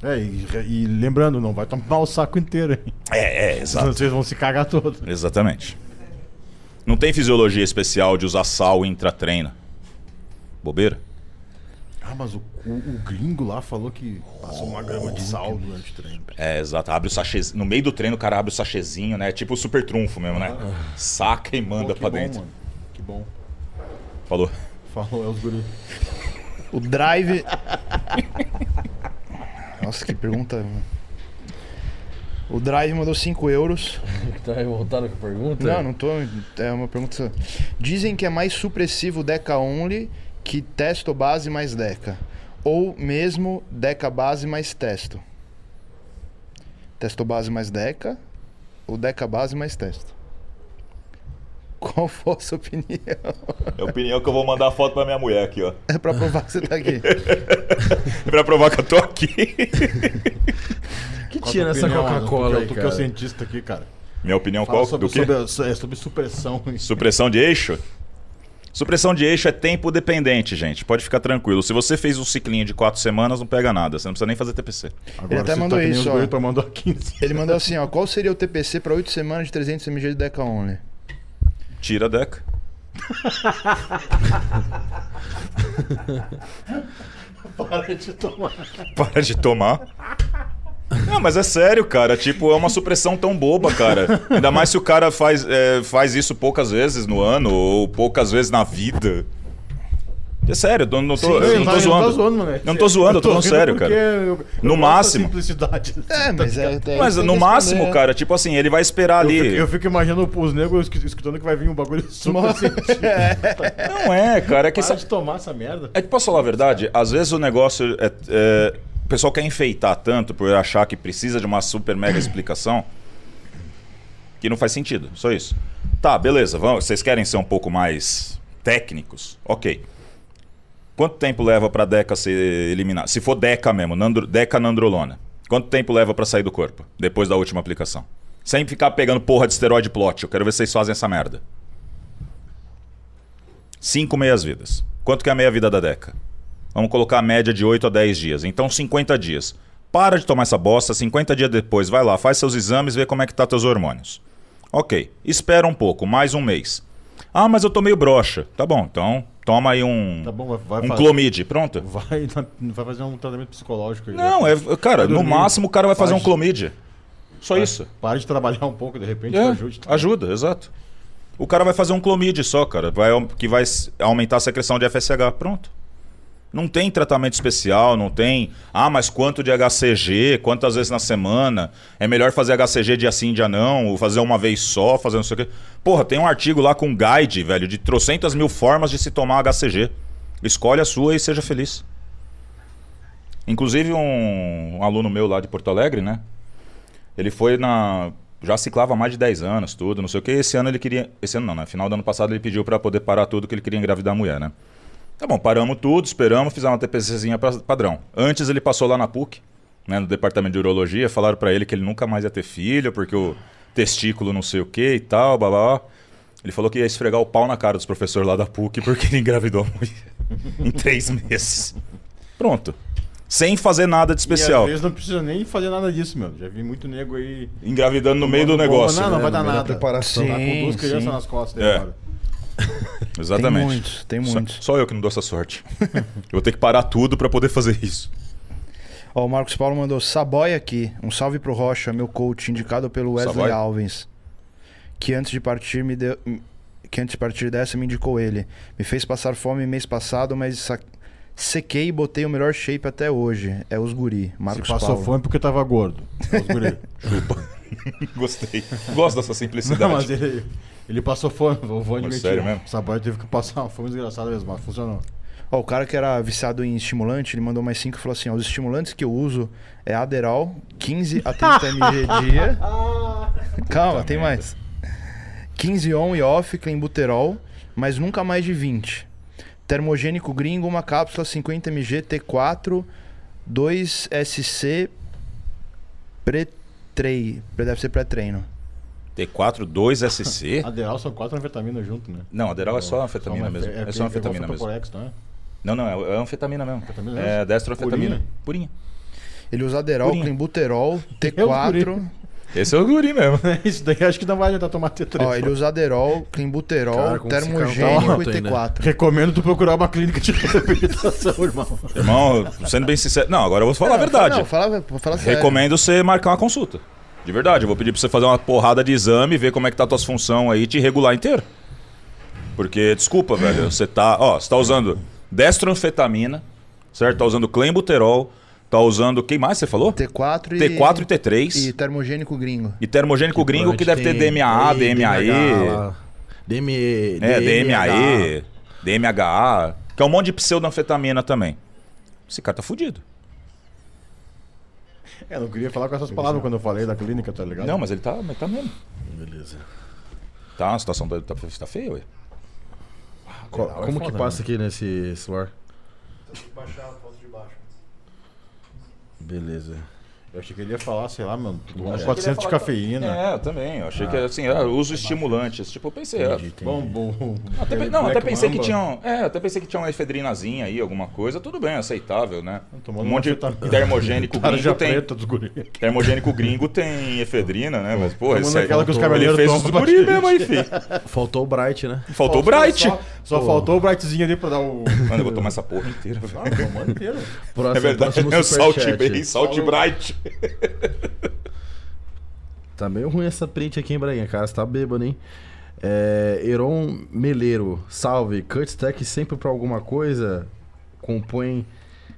É, e, e lembrando, não vai tomar o saco inteiro, hein?
É, é,
Tá.
Senão
exato.
vocês vão se cagar todos.
Exatamente. Não tem fisiologia especial de usar sal intratreino. Bobeira?
Ah, mas o, o- o gringo lá falou que passou uma grama de sal durante o treino.
É, exato. Abre o sachêzinho. No meio do treino, o cara abre o sachêzinho, né? Tipo o super trunfo mesmo, né? Saca e manda
Ah. Pô, que
pra
bom,
dentro.
mano. Que bom.
Falou.
Falou, é os guri.
O drive. Nossa, que pergunta. O drive mandou 5 euros.
Tá revoltado com a pergunta?
Não, não tô. É uma pergunta. Dizem que é mais supressivo Deca Only que testo base mais Deca. Ou mesmo Deca base mais testo. Testo base mais Deca ou Deca base mais testo? Qual foi a sua opinião?
É a opinião que eu vou mandar a foto pra minha mulher aqui, ó.
É pra provar que você tá aqui.
pra provar que eu tô aqui.
que
Qual a
tinha
tua
nessa
opinião, Ana? Tu que
Coca-Cola
é-
aí,
Tu que é
cara?
o cientista aqui, cara.
Minha opinião
Fala
qual?
sobre,
do quê?
sobre, é, sobre supressão.
Supressão de eixo? Supressão de eixo é tempo dependente, gente. Pode ficar tranquilo. Se você fez um ciclinho de quatro semanas, não pega nada. Você não precisa nem fazer TPC.
Agora
até
você
mandou
tá que nem
isso,
os
ó.
guri pra mandar 15.
Ele mandou assim, ó. Qual seria o TPC pra 8 semanas de 300 mg de Deca Only?
Tira a deca.
Para de tomar.
Para de tomar. Não, mas é sério, cara. Tipo, é uma supressão tão boba, cara. Ainda mais se o cara faz, é, faz isso poucas vezes no ano ou poucas vezes na vida. É sério, eu não tô, eu não
tá
tô zoando.
moleque.
Eu não tô zoando, eu tô falando
rindo
sério,
porque
cara.
eu- eu
No
gosto da
máximo.
Simplicidade. tá
É, mas é. é
Mas
tem
no
que
máximo,
responder,
cara, tipo assim, ele vai esperar
Eu
ali.
fico, eu fico imaginando os negros escu- escutando que vai vir um bagulho super científico.
Não é, cara. É que
Para
sabe,
de tomar essa merda.
É que posso falar a verdade? Às vezes o negócio. É, é- o pessoal quer enfeitar tanto por achar que precisa de uma super mega explicação que não faz sentido. Só isso. Tá, beleza. Vamos, vocês querem ser um pouco mais técnicos? Ok. Quanto tempo leva pra Deca ser eliminada? Se for Deca mesmo, nandro, Deca nandrolona. Quanto tempo leva pra sair do corpo depois da última aplicação? Sem ficar pegando porra de esteroide plot. Eu quero ver se vocês fazem essa merda. Cinco meias vidas. Quanto que é a meia vida da Deca? Vamos colocar a média de 8 a 10 dias. Então, 50 dias. Para de tomar essa bosta, 50 dias depois, vai lá, faz seus exames, vê como é que tá teus hormônios. Ok, espera um pouco, mais um mês. Ah, mas eu tô meio broxa. Tá bom, então toma aí um,
Tá bom, vai, vai
um
fazer.
clomide, pronto?
Vai, na- vai fazer um tratamento psicológico aí. né?
Não,
Vai-
é, cara, no
dormir.
máximo o cara vai fazer um
Faz.
clomide. Só isso.
Para de trabalhar um pouco, de repente
É,
ajude.
ajuda, exato. O cara vai fazer um clomide só, cara, vai, que vai s- aumentar a secreção de FSH. Pronto. Não tem tratamento especial, não tem. Ah, mas quanto de HCG, quantas vezes na semana? É melhor fazer HCG dia sim, dia não, ou fazer uma vez só, fazer não sei o quê. Porra, tem um artigo lá com guide, velho, de trocentas mil formas de se tomar HCG. Escolhe a sua e seja feliz. Inclusive, um aluno meu lá de Porto Alegre, né? Ele foi na. Já ciclava há mais de 10 anos, tudo, não sei o que. Esse ano ele queria. Esse ano não, né? Final do ano passado ele pediu pra poder parar tudo que ele queria engravidar a mulher, né? Tá bom, paramos tudo, esperamos, fizemos uma TPCzinha pra- padrão. Antes ele passou lá na PUC, né, no departamento de urologia, falaram pra ele que ele nunca mais ia ter filho, porque o testículo não sei o que e tal, babá. Ele falou que ia esfregar o pau na cara dos professores lá da PUC porque ele engravidou a mulher em três meses. Pronto. Sem fazer nada de
Especial. E
especial.
às vezes não precisa nem fazer nada disso, meu. Já vi muito nego aí.
Engravidando no meio do
Não,
negócio.
Não, não
né?
vai dar
no meio da
nada.
preparação.
Tá com duas
Sim,
crianças
sim.
nas costas
É.
dele agora.
Exatamente.
Tem muitos, tem
Só-
muitos.
Só, eu que não dou essa sorte. eu vou ter que parar tudo pra poder fazer isso.
Ó, o Marcos Paulo mandou Saboia aqui. Um salve pro Rocha, meu coach, indicado pelo Wesley
Saboia?
Alves. Que antes de partir me deu. hum, Que antes de partir dessa me indicou ele. Me fez passar fome mês passado, mas sa- sequei e botei o melhor shape até hoje. É os guri. Marcos
Se passou
Paulo.
fome porque tava gordo. É os guri.
Gostei. Gosto dessa simplicidade.
Não, mas é- ele, ele passou fome, vou, vou admitir.
sério mesmo?
O Saboia teve que passar uma fome desgraçada mesmo, mas funcionou.
Ó, o cara que era viciado em estimulante, ele mandou mais 5 e falou assim: ó, os estimulantes que eu uso é Aderol, 15 a 30 mg dia. Calma, tem
merda.
mais. 15 on e off, clenbuterol, mas nunca mais de 20. Termogênico gringo, uma cápsula 50 mg T4, 2SC pré-treino. Deve ser pré-treino.
T4, 2SC?
Aderal são quatro anfetaminas junto, né?
Não, Aderol é só
São
anfetamina
uma-
mesmo. É, só
é igual
anfetamina mesmo.
Fetoprolex, não é?
Não, não, é, é anfetamina mesmo.
Anfetamina
é
mesmo?
destroanfetamina.
Purinha?
Purinha.
Ele usa Aderol,
Purinha.
clenbuterol,
Eu,
T4.
guri.
Esse é o guri mesmo.
Isso daí acho que não vai adiantar tomar T3.
Ó, ele usa Aderol, clenbuterol,
Cara, como esse cara tá
termogênico e
alto ainda.
T4.
Recomendo tu procurar uma clínica de reabilitação, irmão.
Irmão, sendo bem sincero. Não, agora eu vou falar a
Não,
verdade.
Não, É, fala, fala sério.
Recomendo você marcar uma consulta. De verdade, eu vou pedir pra você fazer uma porrada de exame, ver como é que tá tuas funções aí e te regular inteiro. Porque, desculpa, velho, você tá. Ó, você tá usando destroanfetamina, certo? Tá usando clenbuterol, tá usando. Quem mais você falou?
T4 e,
T4 e T3.
e termogênico gringo.
E termogênico gringo que deve ter DMA, DMAE,
DME.
né, DMAE, DMHA, que é um monte de pseudoanfetamina também. Esse cara tá fudido.
É, não queria falar com essas palavras quando eu falei da clínica, tá ligado?
Não, mas ele tá, mas tá mesmo.
Beleza.
Tá, a situação dele tá, tá feia, ué.
Co-
Aderal é
como
foda,
que
né?
passa aqui nesse celular?
Tem que baixar a foto de baixo. né?
Beleza.
Eu achei que ele ia falar, sei lá, mano, uns 400 de cafeína.
É, eu também. Eu achei que era assim, era uso estimulante. Tipo, eu pensei. ah,
Entendi, entendi.
Bom, bom.
até pe- não, até pensei que tinha. um- É, até pensei que tinha uma efedrinazinha aí, alguma coisa. Tudo bem, aceitável, né?
tomando
Um monte
uma
de
anfetamina.
termogênico
Tarja
gringo um tem.
preta dos guri.
Termogênico gringo tem efedrina, né? Mas, pô,
Tomando
esse aí.
aquela que os
Ele
cabeleireiros
fez
tomam
os
pra
guri
gente.
mesmo aí, filho.
Faltou o Bright, né?
Faltou o Bright.
Só, só faltou o Brightzinho ali pra dar o.
Mano, eu vou tomar essa porra inteira, velho.
Ah, tomando inteiro.
É
Próximo,
verdade,
próximo
né? O Salt
superchat.
Bay, Salt Bright.
Tá meio ruim essa print aqui, hein, Braguinha? Cara, você tá bêbado, hein? É, Heron Meleiro, salve. Cut Tech sempre pra alguma coisa compõe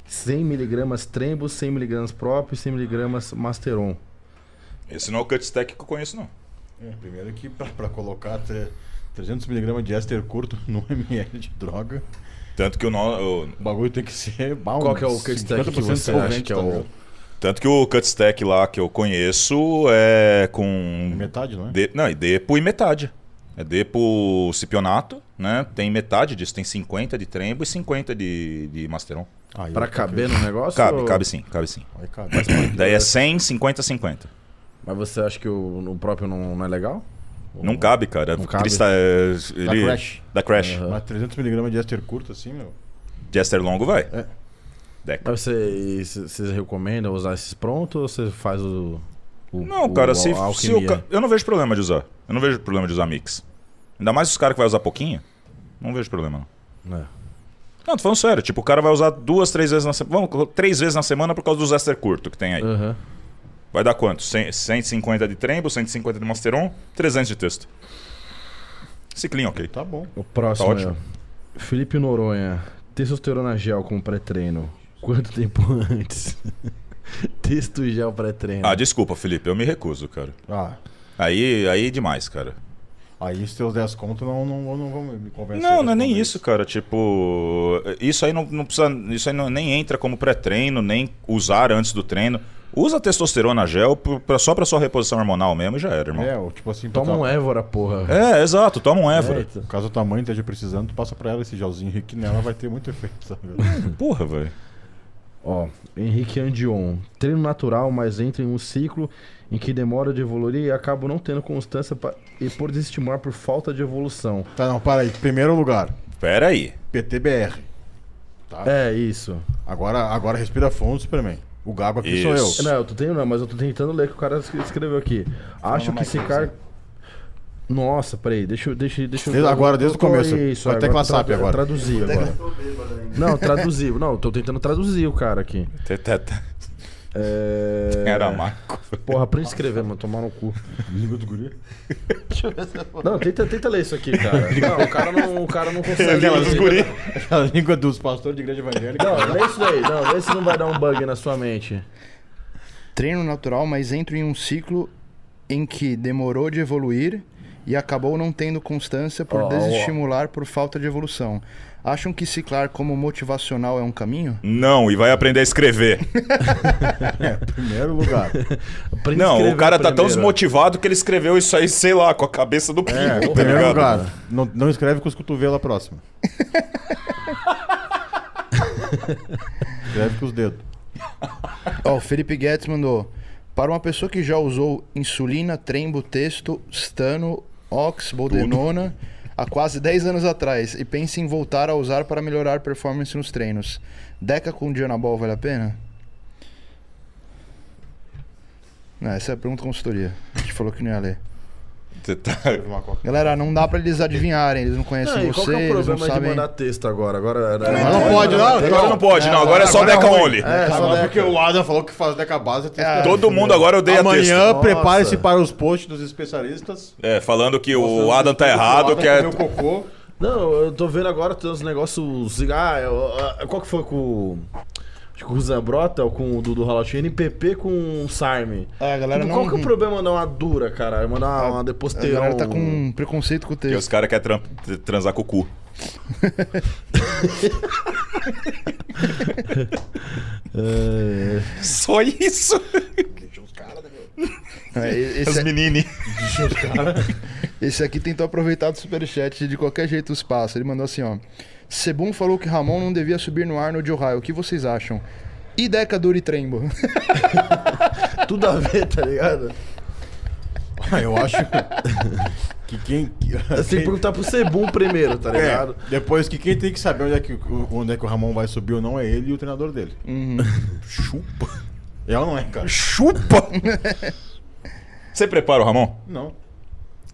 100mg Trembo, 100mg próprio e 100mg Masteron.
Esse não é o cut stack que eu conheço, não.
É, primeiro que pra, pra colocar tre- 300mg de éster curto num ml de droga,
Tanto que o, no- o-
o bagulho tem que ser mal.
Qual que é o cut stack que você acha que é o...
tanto que o cut stack lá que eu conheço é com
Metade, não é?
De- não, é depo e metade. É depo cipionato, né? Tem metade disso, tem 50 de trembo e 50 de, de masteron.
Aí,
Pra caber no negócio?
Cabe,
ou-
cabe sim, cabe sim.
Aí cabe.
Daí é 100, 50, 50.
Mas você acha que o, o próprio não, não é legal?
Não cabe, cara.
Não cabe.
Crista- é, ele-
Crash.
Da Crash.
Aham.
Mas 300mg de éster curto assim, meu.
Jester longo vai.
É.
Deca.
Mas você- c- vocês recomendam usar esses prontos ou você faz o... o-
Não,
o-
cara,
a
se, se o
alquimia?
ca- Eu não vejo problema de usar. Eu não vejo problema de usar mix. Ainda mais os caras que vai usar pouquinho. Não vejo problema, não.
É.
Não, tô falando sério. Tipo, o cara vai usar duas, três vezes na semana. Vamos, três vezes na semana por causa dos Zester curto que tem aí.
Aham.
Vai dar quanto? 100, 150 de trembo, 150 de masteron, 300 de texto. Ciclinho, ok.
Tá bom.
O próximo
Tá ótimo.
é Felipe Noronha. Testosterona gel com pré-treino. Quanto tempo antes? Testo gel pré-treino.
Ah, desculpa, Felipe, eu me recuso, cara.
Ah,
Aí, aí é demais, cara.
aí os teus 10 contos não, não, não vão me convencer.
Não, não é nem
dessa
isso, cara. Tipo, isso aí não, não precisa. Isso aí não- nem entra como pré-treino, nem usar antes do treino. Usa testosterona gel pro- pra- só pra sua reposição hormonal mesmo e já era, irmão.
vez.
É,
É, o tipo assim,
Toma um
é.
Évora, porra.
exato, toma um Évora.
Caso a tua mãe esteja precisando, tu passa pra ela esse gelzinho aqui nela, vai ter muito efeito, sabe?
Porra, velho.
Ó, Henrique Andion. Treino natural, mas entra em um ciclo em que demora de evoluir e acabo não tendo constância pra- e por desestimar por falta de evolução.
tá, não, para aí. Primeiro lugar,
Pera aí.
PTBR. Tá?
É, isso.
Agora, agora respira fundo, Superman. O Gabo aqui sou
Isso.
eu.
Não, eu tô tentando, não, mas eu tô tentando ler que o cara es- escreveu aqui. Acho que
mais
esse
coisa.
cara. Nossa, peraí, deixa eu. Deixa, eu- deixa eu-
Desde agora, desde o
Tô-
começo.
Isso,
Vai
agora
teclar
tradu-
SAP agora.
Traduzir agora.
Tô bêbado ainda.
Não, traduzir. Não, eu tô tentando traduzir o cara aqui.
Tê, tê, tê.
É.
Era maco.
Porra, aprende a escrever, mano. Tomar no cu.
Língua do guri.
Não, tenta, tenta ler isso aqui, cara. Não, o cara não, o cara não consegue.
Língua dos guri.
A língua dos pastores de igreja evangélica.
Não, lê isso daí. Não, lê se não vai dar um bug na sua mente.
Treino natural, mas entro em um ciclo em que demorou de evoluir e acabou não tendo constância por
Ó, ó, ó.
desestimular por falta de evolução. Acham que ciclar como motivacional é um caminho?
Não, e vai aprender a escrever.
É, Primeiro lugar.
Aprende a
Não, o
escrever
cara tá tão
primeiro.
desmotivado que ele escreveu isso aí, sei lá, com a cabeça do pingo,
É,
tá
primeiro
ligado?
lugar. Não, não escreve com os cotovelos a próxima. escreve com os dedos.
Ó, o Felipe Guedes mandou. Para uma pessoa que já usou insulina, trembo, texto, stano, ox, boldenona há quase 10 anos atrás e pensa em voltar a usar para melhorar a performance nos treinos, Deca com Dianabol vale a pena? Não, essa é a pergunta consultoria. A gente falou que não ia ler.
Você tá-
Galera, não dá pra eles adivinharem, eles não conhecem
Não, e qual
você,
que é o
eles não
problema de
sabem. Ah,
mandar texto agora? Agora era...
Mas não pode, não.
Agora não pode, não. Agora é só
Agora é
Deca
ruim.
Only.
É, só
Agora
Deca.
porque o Adam falou que faz deca base. é texto.
Todo mundo agora odeia texto.
Amanhã,
Nossa.
prepare-se para os posts dos especialistas.
É, falando que o
Mostrando
Adam tá
que
errado,
Adam
que é...
comeu cocô.
Não, eu tô vendo agora tem uns negócios. Ah, eu- ah, qual que foi com. o- Acho que com o Zambrota ou com o Dudu Ralatinho, NPP com o Sarme.
É, a galera
Tipo,
não.
Qual
hum.
que é o problema mandar uma dura, cara? Mandar uma, uma
a
deposteirão.
galera tá com preconceito com o
que
texto.
os caras querem tran- tr- transar com o cu. Só isso.
É, e-
As
esse,
meninas.
Esse aqui tentou aproveitar do superchat de qualquer jeito o espaço. Ele mandou assim, ó. Sebum falou que Ramon não devia subir no ar no de Ohio. O que vocês acham? E Deca Dura e Trembo?
Tudo a ver, tá ligado?
Ah, eu acho É um que quem. que-
Você tem que perguntar pro Sebum primeiro, tá ligado?
É, depois que quem tem que saber onde é que, o- onde é que o Ramon vai subir ou não é ele e o treinador dele. Chupa. É ou não é, cara?
Chupa! Você prepara o Ramon?
Não.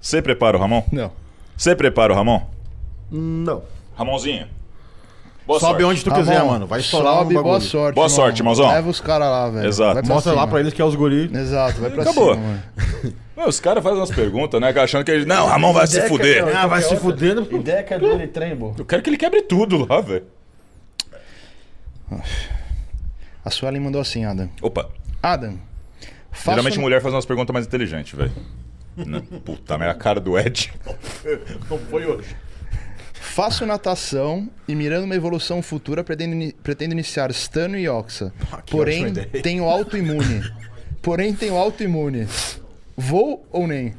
Você prepara o Ramon?
Não.
Você prepara o Ramon?
Não.
Ramonzinho. Boa
Sobe
sorte.
onde tu quiser, mano. Vai estourar
sobe,
um
boa
bagulho.
sorte.
Boa
mano.
sorte, irmãozão.
Leva os caras lá, velho.
Exato.
Vai
Mostra lá
cima.
pra eles que é os guri.
Né?
Exato, vai pra
Acabou.
cima, mano.
Ué, os caras fazem umas perguntas, né? Achando que ele. Não, Ramon vai se
Deca,
fuder.
não.
Ah, vai se fudendo.
é- Ideia que é dele, Trembo.
Eu quero que ele quebre tudo lá, velho.
A Suelen mandou assim, Adam.
Opa.
Adam, um faço...
Geralmente mulher faz umas perguntas mais inteligentes, velho. Né? Puta, mas a cara do Ed.
Não foi hoje.
Faço natação e mirando uma evolução futura pretendo, ini- pretendo iniciar stano e oxa. Porém,
Ah, ótima ideia.
tenho autoimune. Porém, tenho autoimune. Vou ou nem?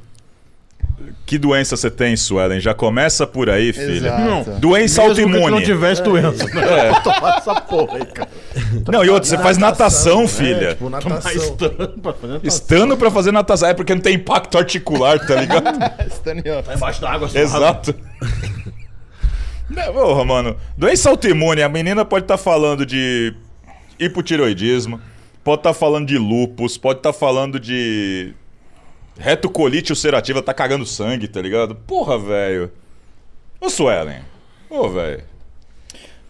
Que doença você tem, Suelen? Já começa por aí, filha.
Exato.
Não, Doença
Se não
autoimune.
tivesse doença.
É.
Tomar essa porra aí, cara.
Não, e outra, você faz natação, filha.
É, tipo,
Tomar
natação.
estando pra fazer
um
natação.
Estando pra fazer natação. É porque não tem impacto articular, tá ligado?
Stano e oxa.
Embaixo da
assim,
água.
Exato. Não, Porra, mano. Doença autoimune, a menina pode estar falando de hipotiroidismo, pode estar falando de lupus, pode estar ulcerativa, de retocolite ulcerativa, tá cagando sangue, tá ligado? Porra, velho. Ô, Suelen. Ô, velho.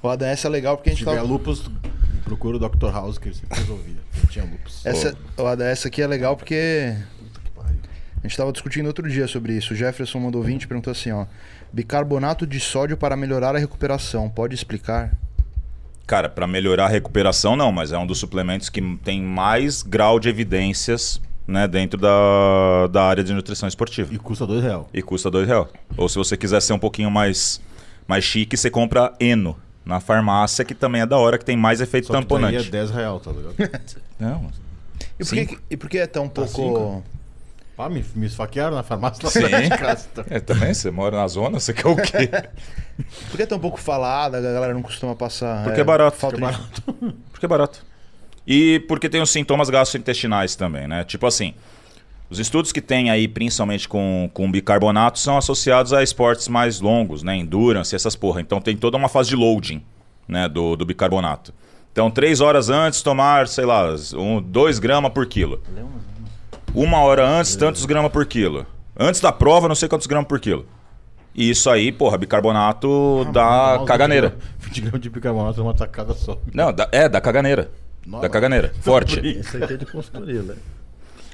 O Adam, essa é legal porque a
Se
gente
tiver
tava...
lupus, procura o Dr. House que ele sempre resolvia. Não tinha lupus.
É.
Essa, o Ada, essa aqui é legal porque a gente estava discutindo outro dia sobre isso. O Jefferson mandou 20 e perguntou assim, ó. Bicarbonato de sódio para melhorar a recuperação. Pode explicar?
Cara, pra melhorar a recuperação, não, mas é um dos suplementos que tem mais grau de evidências né, dentro da, da área de nutrição esportiva.
E custa dois real.
E custa dois real. Ou se você quiser ser um pouquinho mais, mais chique, você compra Eno na farmácia, que também é da hora, que tem mais efeito
Só Que daí
tamponante.
é 10 real, tá ligado?
Não.
E por, que,
Cinco.
e por que é
Tá
tão pouco...
cinco? Pá, me, me esfaquearam na farmácia lá
Sim.
perto de casa. tá?
É, também, você mora na zona, você quer o quê?
por que é tão pouco falada? A galera não costuma passar...
Porque é barato.
Falta
Porque é
de-
Porque é barato. E porque tem os sintomas gastrointestinais também, né? Tipo assim, os estudos que tem aí, principalmente com, com bicarbonato, são associados a esportes mais longos, né? Endurance, essas porra. Então tem toda uma fase de loading, né? Do, do bicarbonato. Então, três horas antes, tomar, sei lá, um, dois gramas por quilo. Uma hora antes, tantos gramas por quilo. Antes da prova, não sei quantos gramas por quilo. E isso aí, porra,
Ah,
bicarbonato
Tomar
dá
uns 20
Ah, caganeira.
gramas- 20 gramas de bicarbonato numa tacada só.
Não, da- é, da caganeira.
Nossa.
Da caganeira. Forte.
Isso aqui é de consultoria, né?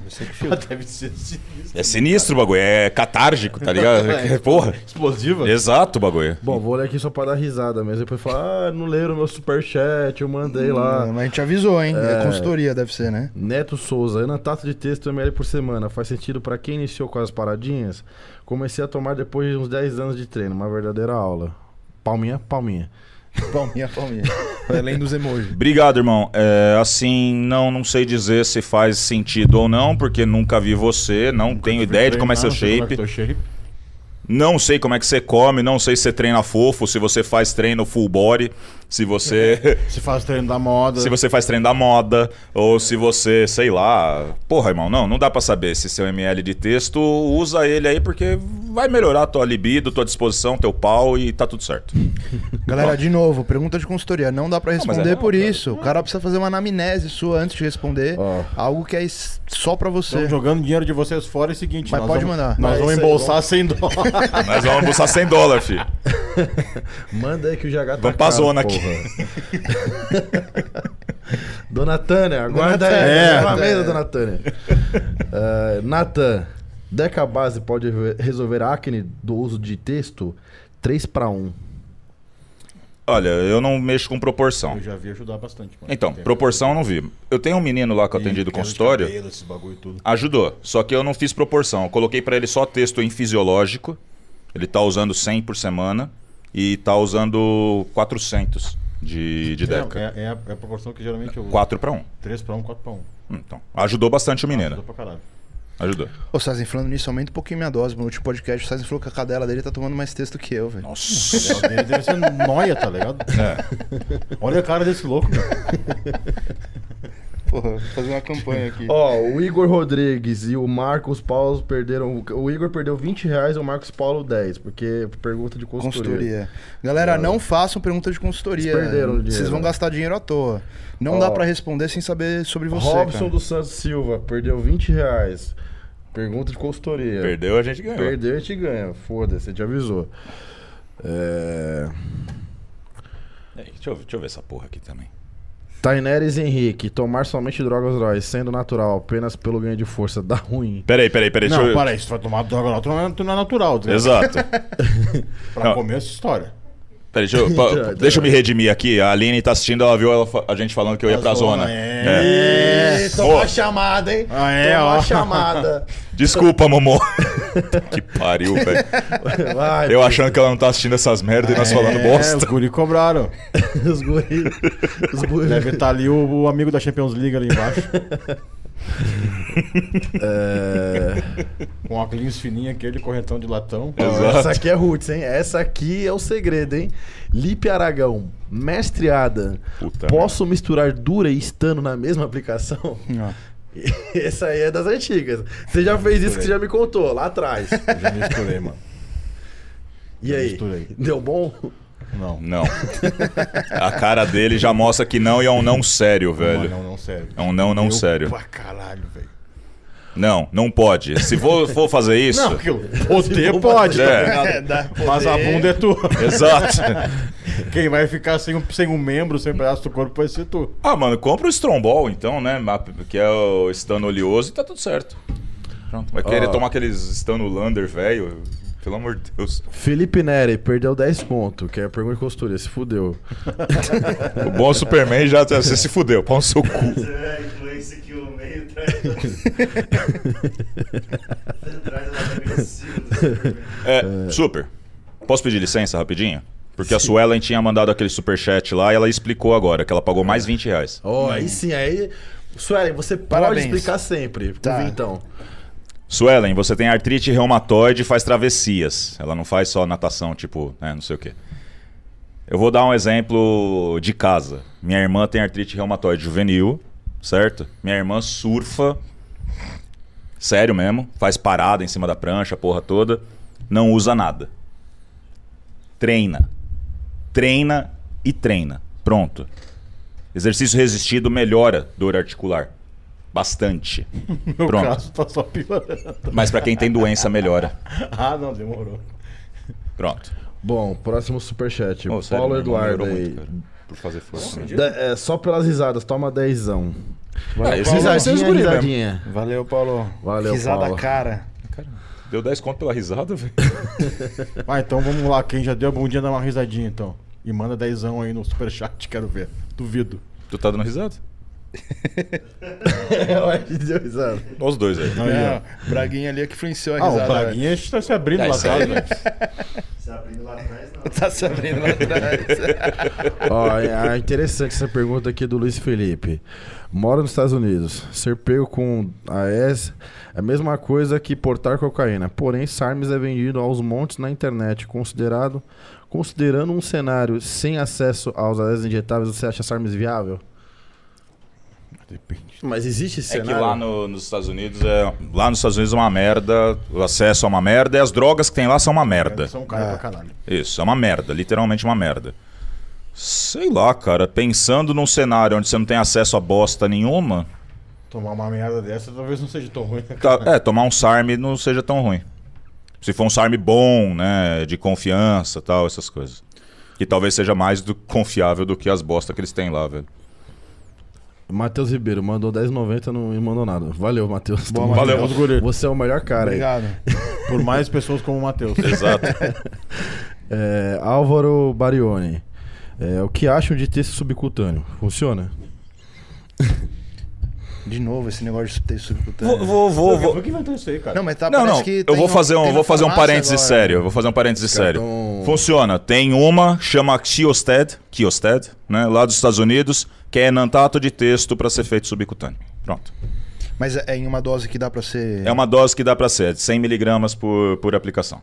Você que fez. Deve ser sinistro.
É sinistro o bagulho, é catárgico, tá ligado? É, Porra.
Explosiva?
Exato o bagulho.
Bom, vou olhar aqui só pra dar risada mesmo. Depois falar, ah, não leram meu superchat, eu mandei
Hum.
lá.
Mas a gente avisou, hein? É consultoria, deve ser, né?
Neto Souza, Ana Tato de texto ML por semana. Faz sentido pra quem iniciou com as paradinhas? Comecei a tomar depois de uns 10 anos de treino, uma verdadeira aula. Palminha, palminha.
Palminha, palminha. Além dos emojis.
Obrigado, irmão. É, assim, não, não sei dizer se faz sentido ou não, porque nunca vi você, não tenho ideia de como é seu shape. Não sei como é que você come, não sei se você treina fofo, se você faz treino full body, se você
Se faz treino da moda.
se você faz treino da moda ou se você, sei lá. Porra, irmão, não, não dá pra saber se seu ML de texto usa ele aí porque vai melhorar tua libido, tua disposição, teu pau e tá tudo certo.
Galera, de novo, pergunta de consultoria. Não dá pra
mas é
responder
não,
por
cara.
isso. O cara precisa fazer uma anamnese sua antes de responder.
Ó.
Algo que é es- só pra você.
Estão jogando dinheiro de vocês fora é o seguinte,
Mas
nós
pode
vamos,
mandar.
Nós
É
vamos
isso aí,
embolsar 100 dólares.
Nós vamos buscar 100 dólares, filho.
Manda aí que o GH tá
Vamos pra
caro,
zona
porra.
aqui.
Dona Tânia, aguarda aí.
Tânia,
É,
Dona
uma
Tânia.
mesa, Dona Tânia. Eh, Nathan, Deca Base pode re- resolver a acne do uso de texto um." 3 para 1.
Olha, eu não mexo com proporção.
Eu já vi ajudar bastante, mano.
Então,
Tem-
proporção eu não vi. Eu tenho um menino lá que eu
tem
atendi do
queda de
consultório.
cabelo, esses bagulho e tudo.
Ajudou, só que eu não fiz proporção. Eu coloquei pra ele só texto em fisiológico. Ele tá usando 100 por semana e tá usando 400 de, de
Não,
Deca.
é, é a, é a proporção que geralmente eu uso.
4 pra 1.
3 pra 1, 4 pra 1.
Então, ajudou bastante o
Ajudou
menino.
pra caralho.
Ajudou.
Ô, Sazen, falando nisso, aumenta um pouquinho minha dose. No último podcast, o Sazen falou que a cadela dele tá tomando mais texto que eu, velho.
Nossa.
É, O dele deve ser noia, tá ligado?
É.
Olha a cara desse louco, cara.
Porra, vou fazer uma campanha aqui.
Ó, o Igor Rodrigues e o Marcos Paulo perderam. O Igor perdeu 20 reais e o Marcos Paulo 10, porque pergunta de consultoria.
Consultoria. Galera, não façam pergunta de consultoria.
Vocês perderam o
Vocês
dinheiro,
vão
né?
gastar dinheiro à toa. Não
Ó.
dá pra responder sem saber sobre você.
Robson
cara.
dos Santos Silva perdeu 20 reais. Pergunta de consultoria.
Perdeu, a gente ganhou.
Perdeu e te ganha. Foda-se, te avisou. É...
Ei, Deixa eu, deixa eu ver essa porra aqui também.
Taineres Henrique, tomar somente drogas orais, sendo natural, apenas pelo ganho de força, dá ruim.
Peraí, peraí, peraí.
Não,
deixa eu...
para aí, se tu vai tomar droga lá, tu não é, tu não é natural, tá ligado?
Exato.
Pra
Não.
comer essa história.
Peraí, deixa eu, pa-
Já,
deixa eu
já.
me redimir aqui. A Aline tá assistindo, ela viu ela fa- a gente falando que eu ia pra zona. Tá É.
É.
Ô,
chamada, hein?
Ah, é,
Toma
ó.
chamada.
Desculpa, Momô. que pariu, velho.
Vai,
Eu achando que ela não tá assistindo essas merdas e nós falando
É, Os
bosta.
guri cobraram.
os guri. Os guri.
Deve estar ali o, o amigo da Champions League ali embaixo.
É...
Com a óculos fininho aquele, correntão de latão.
Exato.
Essa aqui é Roots, hein? Essa aqui é o segredo, hein? Lipe Aragão, mestre Adam,
Puta
posso misturar dura e estano na mesma aplicação?
Ó.
Essa aí é das antigas. Você já fez isso que você já me contou lá atrás.
Eu já misturei, mano.
E aí?
Misturei.
Deu bom?
Não.
Não. A cara dele já mostra que não e é um não sério,
Não,
velho.
não, não, sério.
É um não, não
Eu,
sério.
Pra caralho, velho.
Não, não pode. Se for, for fazer isso.
Não, que eu- poder
Não
pode.
pode, tá
É.
ligado?
É, dá
Mas a
poder.
bunda é tua.
Exato.
Quem vai ficar sem um, sem um membro, sem um pedaço do corpo vai ser tu.
Ah, mano, compra o Strombol então, né? Map- Que é o estano oleoso e tá tudo certo. Pronto. Vai querer
Ó.
tomar aqueles estano lander, velho. Pelo amor de Deus.
Felipe Neri perdeu 10 pontos, que é a pergunta de costura, se fudeu.
O bom Superman já tá, você se fudeu. Pau no seu cu.
Você é a influência que o meio traz. Você traz o lado agressivo do Superman.
É, super. Posso pedir licença rapidinho? Porque a Suelen tinha mandado aquele superchat lá e ela explicou agora que ela pagou mais 20 reais.
Ó, aí sim, aí. Suelen, você pode
Parabéns.
explicar sempre.
Tá.
então.
Suelen, você tem artrite reumatoide e faz travessias. Ela não faz só natação, tipo, né, não sei o quê. Eu vou dar um exemplo de casa. Minha irmã tem artrite reumatoide juvenil, certo? Minha irmã surfa, sério mesmo, faz parada em cima da prancha, a porra toda, não usa nada. Treina. Treina e treina. Pronto. Exercício resistido melhora dor articular. Bastante.
Meu
Pronto.
caso tá só piorando.
Mas pra quem tem doença, melhora.
Ah, não, demorou.
Pronto.
Bom, próximo superchat.
Ô, sério,
Paulo
meu irmão
Eduardo
melhorou
aí.
muito, cara, por fazer força.
Da- é, só pelas risadas, toma dezão. Valeu,
esses
Paulo.
aí
Risadinha,
são os guri mesmo.
risadinha.
Valeu, Paulo.
Valeu,
Risada
Paulo.
cara.
Deu 10 conto pela risada, velho.
Ah, então vamos lá. Quem já deu bom dia, dá uma risadinha então. E manda dezão aí no superchat, quero ver. Duvido.
Tu tá dando risada?
Eu acho que deu risada.
Olha os dois aí.
Aí,
É,
ó.
o Braguinha ali é que influenciou a
Ah,
risada.
o Braguinha está se abrindo
É,
lá
isso aí,
atrás.
velho.
né?
Se abrindo lá atrás, não.
Tá se abrindo lá atrás.
Ó, é é interessante essa pergunta aqui do Luiz Felipe. Moro nos Estados Unidos. Ser pego com AS é a mesma coisa que portar cocaína. Porém, SARMS é vendido aos montes na internet. Considerado, considerando um cenário sem acesso aos AS injetáveis, você acha SARMS viável?
Depende.
Mas existe esse
É que lá no- nos Estados Unidos é lá nos Estados Unidos é uma merda, o acesso é uma merda e as drogas que tem lá são uma merda.
São um cara pra caralho.
Isso, é uma merda, literalmente uma merda. Sei lá, cara, pensando num cenário onde você não tem acesso a bosta nenhuma,
Tomar uma merda dessa talvez não seja tão ruim. né,
tá-
cara?
é, tomar um SARM não seja tão ruim. Se for um SARM bom, né, de confiança, tal, essas coisas. Que talvez seja mais do- confiável do que as bosta que eles têm lá, velho.
Matheus Ribeiro mandou 10,90 não me mandou nada. Valeu, Matheus.
Boa,
Tamo
Valeu.
Matheus,
junto.
guri.
Você é o melhor cara aí.
Obrigado.
Por mais pessoas como o Matheus.
Exato.
É, Álvaro Barioni. É, o que acham de texto subcutâneo? Funciona?
De novo esse negócio de ter subcutâneo.
vou, vou, vou, vou.
Por que inventou isso aí, cara?
Não, mas tá
Não,
parece
não.
que
Eu
tem
vou
um-
fazer
tem
um,
na
vou fazer um
farmácia
parênteses
agora.
sério. eu Vou fazer um parênteses sério.
Cartão-
Funciona. Tem uma, chama Kiosted, Kiosted, né? Lá dos Estados Unidos, que é enantato de texto para ser feito subcutâneo. Pronto.
Mas é é em uma dose que dá pra ser.
É uma dose que dá para ser, é de 100 miligramas por, por aplicação.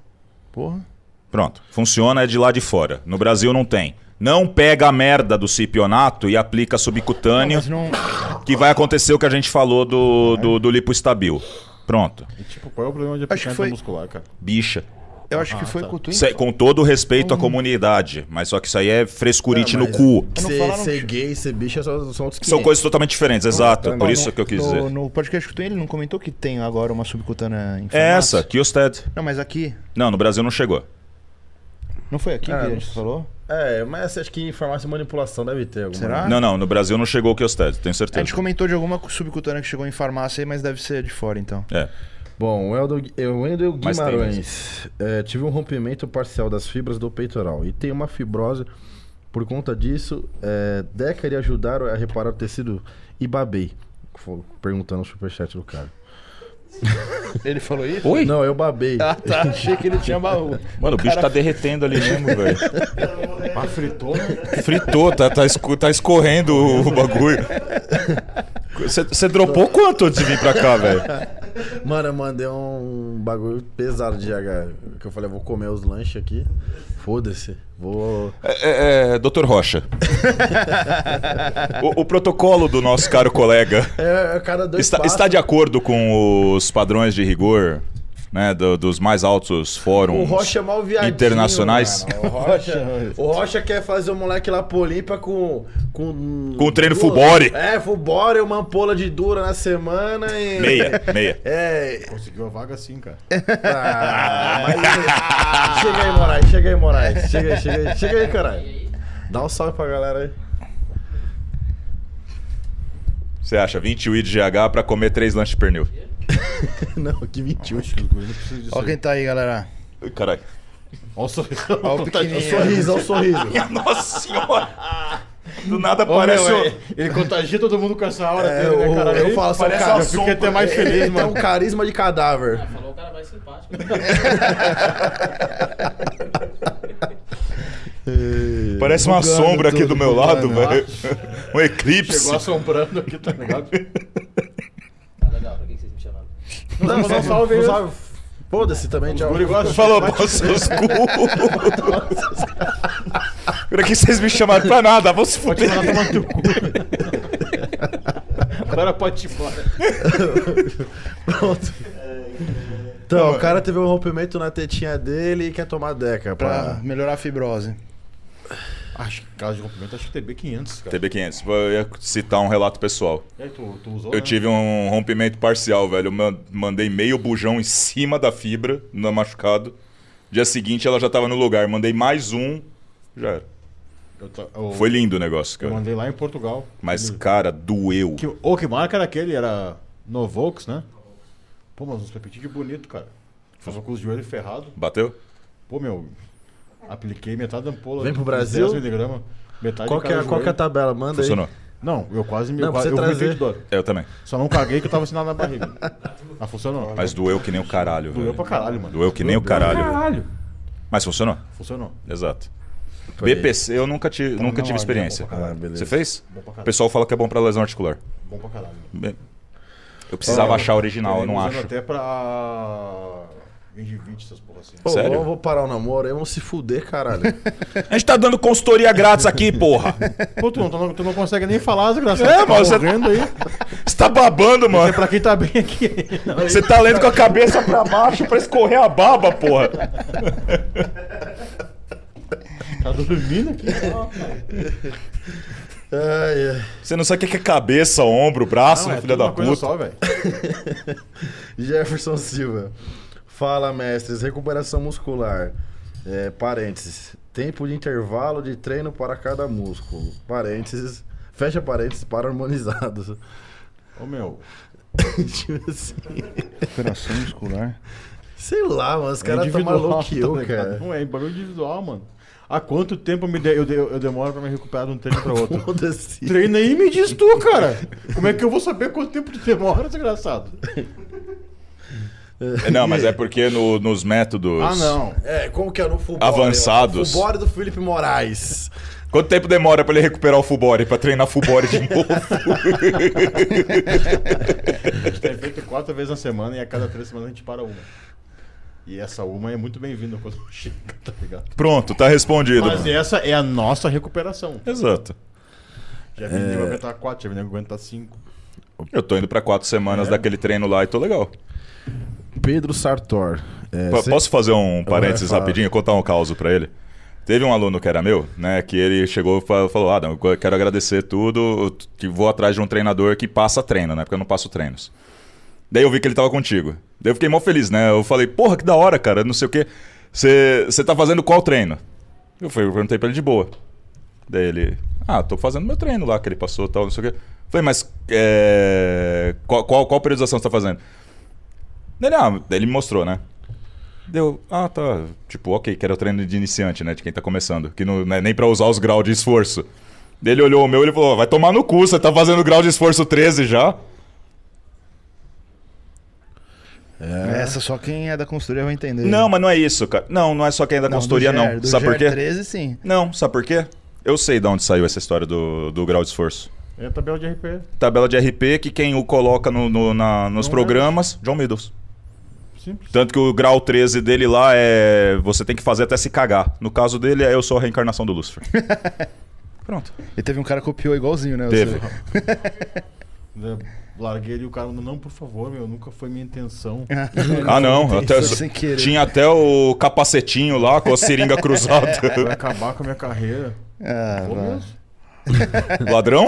Porra.
Pronto. Funciona, é de lá de fora. No Brasil não tem. Não pega a merda do cipionato e aplica subcutâneo,
Mas não.
que vai acontecer o que a gente falou do, do, do lipoestabil. Pronto.
E, tipo, qual é o problema de
Acho que
aplicar
foi-
muscular, cara?
Bicha.
Eu acho que foi cutuim.
Cê- com todo o respeito à comunidade, mas só que isso aí é frescurite
Não,
no
mas-
cu.
Uhum. não é
Ser,
falaram que-
ser gay, ser bicha são, são outros
São
é.
coisas totalmente diferentes, exato. Por isso que eu quis
no,
dizer.
No podcast que tem, ele não comentou que tem agora uma subcutânea em
É
formato?
essa, Kiosted.
Não, mas aqui.
Não, no Brasil não chegou.
Não foi aqui
Ah,
que a
não
gente
sei.
falou?
É, mas acho que farmácia e manipulação deve ter alguma.
Será?
Não, não, no Brasil não chegou o Kiosted, tenho
Ah. A gente
certeza.
comentou de alguma subcutânea que chegou em farmácia aí, mas deve ser de fora então.
É.
Bom, o Eldo- é, o Wendel
Mas tem
Guimarães. é, tive um rompimento parcial das fibras do peitoral e tenho uma fibrose. Por conta disso, é, Deca iria ajudar a reparar o tecido e babei. Foi Perguntando o superchat do cara.
Ele falou isso?
Oi?
Não, eu babei.
Ah, tá. Achei que ele tinha baú.
Mano, o bicho tá derretendo ali mesmo, velho.
Ah, fritou?
Fritou, tá, tá, esco- tá escorrendo o o bagulho. Você dropou quanto antes de vir pra cá, velho?
Mano, eu mandei um bagulho pesado de H. Que eu falei, eu vou comer os lanches aqui. Foda-se. Vou.
É, é, é, Dr. Rocha. O, o protocolo do nosso caro colega
É, é cada dois
está,
passos.
está de acordo com os padrões de rigor, né? do- dos mais altos fóruns.
O Rocha é mal viadinho.
internacionais.
mano. O Rocha, o Rocha quer fazer o moleque lá pra Olimpa com. Com,
Com treino
duas-
Fubore.
É, Fubore, uma ampola de dura na semana e.
Meia, meia.
É.
Conseguiu a vaga sim, cara.
ah, mas- chega aí, Moraes, chega aí, Moraes. Chega aí, chega aí, chega aí, caralho. Dá um salve pra galera aí.
Você acha 20 UI de GH pra comer três lanches de pernil?
Não, que mentiu.
Acho que os guri não precisam disso.
Ó quem tá aí, galera.
Caralho.
Olha o sorrisão.
Ó o
O
pequenininho.
É um sorriso, olha o sorriso.
Nossa senhora! Do nada
Ô, meu, é-
parece. um-
ele- ele contagia todo mundo com essa aura
É,
dele, né,
o-
cara?
eu
Ele
falo assim,
parece um é,
cara,
eu fiquei até mais feliz,
Ele tem um
mano.
carisma de cadáver.
Ah, Falou o cara mais simpático.
É.
Parece uma
Bugando
sombra aqui
tudo,
do meu lado,
bugando.
velho. Um eclipse.
Chegou assombrando aqui, tá ligado?
Tá legal, pra que que vocês me chamaram?
Não,
Não,
não,
não,
salve,
não,
salve. Foda-se também, tchau.
Guri gosta de-
Falou, pô, seus cu. Por aqui vocês me chamaram pra nada, vão se
Pode
fuder.
mandar tomar teu cu. Agora pode ir embora.
Pronto. Então, o cara teve um rompimento na tetinha dele e quer tomar Deca.
Pra
Pra...
melhorar a fibrose.
Acho que caso de rompimento, acho que TB500, cara.
TB500, eu ia citar um relato pessoal.
E aí, tu, tu usou,
Eu
né?
tive um rompimento parcial, velho. Eu man- mandei meio bujão em cima da fibra, no machucado. Dia seguinte ela já tava no lugar. Mandei mais um, já era.
Eu ta- eu-
Foi lindo o negócio,
Eu
cara.
mandei lá em Portugal.
Mas,
Ele-
cara, doeu.
Que, ou que marca era aquele? Era Novox, né? Pô, mas uns peptídeos bonitos, cara. Tava com os joelhos ferrados.
Bateu?
Pô, meu, apliquei metade da ampola.
Vem pro
de
Brasil?
10 miligramas, metade
Qual
de
que, é,
cada
a- qual que é a
joelho.
tabela? Manda
Funcionou.
Não, eu quase me...
Não,
eu,
pra
quase-
você
eu vomitei
trazer.
de dor.
Eu também.
Só não caguei que eu tava assinado na barriga. Mas funcionou.
Mas doeu que nem o caralho,
Doeu
velho.
pra caralho, mano.
Doeu que nem o caralho.
Caralho.
Mas funcionou?
Funcionou.
Exato.
aí.
BPC eu nunca tive, nunca
não,
tive
é
experiência.
bom pra caralho.
Ah, beleza.
Você fez?
Bom pra
O
caralho.
pessoal fala que é bom pra lesão articular.
Bom pra caralho. mano.
Bem, Eu
É.
precisava achar a original, eu não
Usando
acho.
até pra... Gengivite, essas porra assim.
Pô,
Sério?
vamos- vamos parar o namoro aí, vamos se fuder, caralho.
A gente tá dando consultoria grátis aqui, porra.
Pô, tu não, tu não, tu não consegue nem falar, desgraçado. É,
mas
Tá
você-
correndo aí.
Você tá babando,
É
mano.
pra quem tá bem aqui. Não,
Você tá lendo com a cabeça pra baixo pra escorrer a baba, porra.
tá dormindo aqui. ó, cara.
ai, ai.
Você não sabe o que é cabeça, ombro, braço,
Não, é
filha
tudo
da
uma coisa
puta.
só, velho.
Jefferson Silva. Fala, mestres. Recuperação muscular. É, parênteses. Tempo de intervalo de treino para cada músculo. Parênteses. Fecha parênteses para harmonizados.
Ô, meu.
tipo assim.
Operação muscular.
Sei lá, mano. Os
é
caras tão
individual,
maluco que eu,
tá ligado?
cara.
Não é, é bagulho individual, mano. Há quanto tempo eu, me de- eu, de- eu demoro pra me recuperar de um treino pra outro?
Foda-se.
Treina aí e me diz tu, cara. Como é que eu vou saber quanto tempo tu demora, desgraçado?
É, Não, mas é porque no- nos métodos.
Ah, não.
É, como que é no full body?
Avançados.
Full body do Felipe Moraes.
Quanto tempo demora pra ele recuperar o full body, pra treinar full body de novo?
A gente tem feito quatro vezes na semana e a cada três semanas a gente para uma. E essa uma é muito bem-vinda quando chega, tá ligado?
Pronto, tá respondido.
Mas essa é a nossa recuperação.
Exato.
Já vi nego aguentar quatro, já vi nego aguentar cinco.
Eu tô indo pra quatro semanas
É.
daquele treino lá e tô legal.
Pedro Sartor. É,
Po-
cê-
Posso fazer um parênteses
falar.
rapidinho, contar um caos pra ele? Teve um aluno que era meu, né, que ele chegou e fa- falou: Ah, não, eu quero agradecer tudo, eu t- que vou atrás de um treinador que passa treino, né, porque eu não passo treinos. Daí eu vi que ele tava contigo. Daí eu fiquei mal feliz, né? Eu falei: Porra, que da hora, cara, não sei o quê. Você tá fazendo qual treino? Eu, fui, eu perguntei pra ele de boa. Daí ele, ah, tô fazendo meu treino lá que ele passou tal, não sei o quê. Falei, mas é, qual, qual, qual periodização você tá fazendo? Daí ele, ah, daí ele me mostrou, né? Deu, ah, tá. Tipo, ok, que era o treino de iniciante, né? De quem tá começando. Que não, não é nem pra usar os graus de esforço. Daí ele olhou o meu e ele falou, vai tomar no cu, você tá fazendo grau de esforço 13 já?
Essa só quem é da consultoria vai entender.
Não, mas não é isso, cara. Não, não é só quem é da
Não,
consultoria,
do
não.
Ger- do
sabe por
Ger
quê?
13, sim.
Não, sabe por quê? Eu sei de onde saiu essa história do, do grau de esforço.
É a tabela de RP.
tabela de RP que quem o coloca no, no- na- nos
é.
Não
programas, John Middles.
Simples.
Tanto que o grau 13 dele lá é você tem que fazer até se cagar. No caso dele, é eu sou a reencarnação do Lúcifer. Pronto.
E teve um cara que copiou igualzinho, né? o seu.
Teve.
Né, Larguei ali o cara, não, por favor, meu, nunca foi minha intenção.
Ah, não. Até,
Sem querer.
tinha até o capacetinho lá com a seringa
Vai
cruzada.
acabar com a minha carreira.
Ah,
Vou
vai.
mesmo.
Ladrão?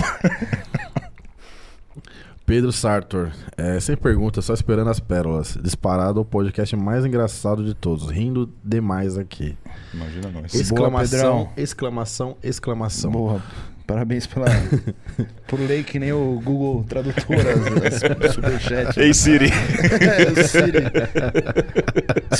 Pedro Sartor. É, sem pergunta, só esperando as pérolas. Disparado o podcast mais engraçado de todos. Rindo demais aqui.
Imagina nós.
Exclamação,
Pedrão.
exclamação, exclamação.
Boa. Parabéns pela. Por lei que nem o Google Tradutor, as, as superchat.
Ei, Siri.
É, Siri.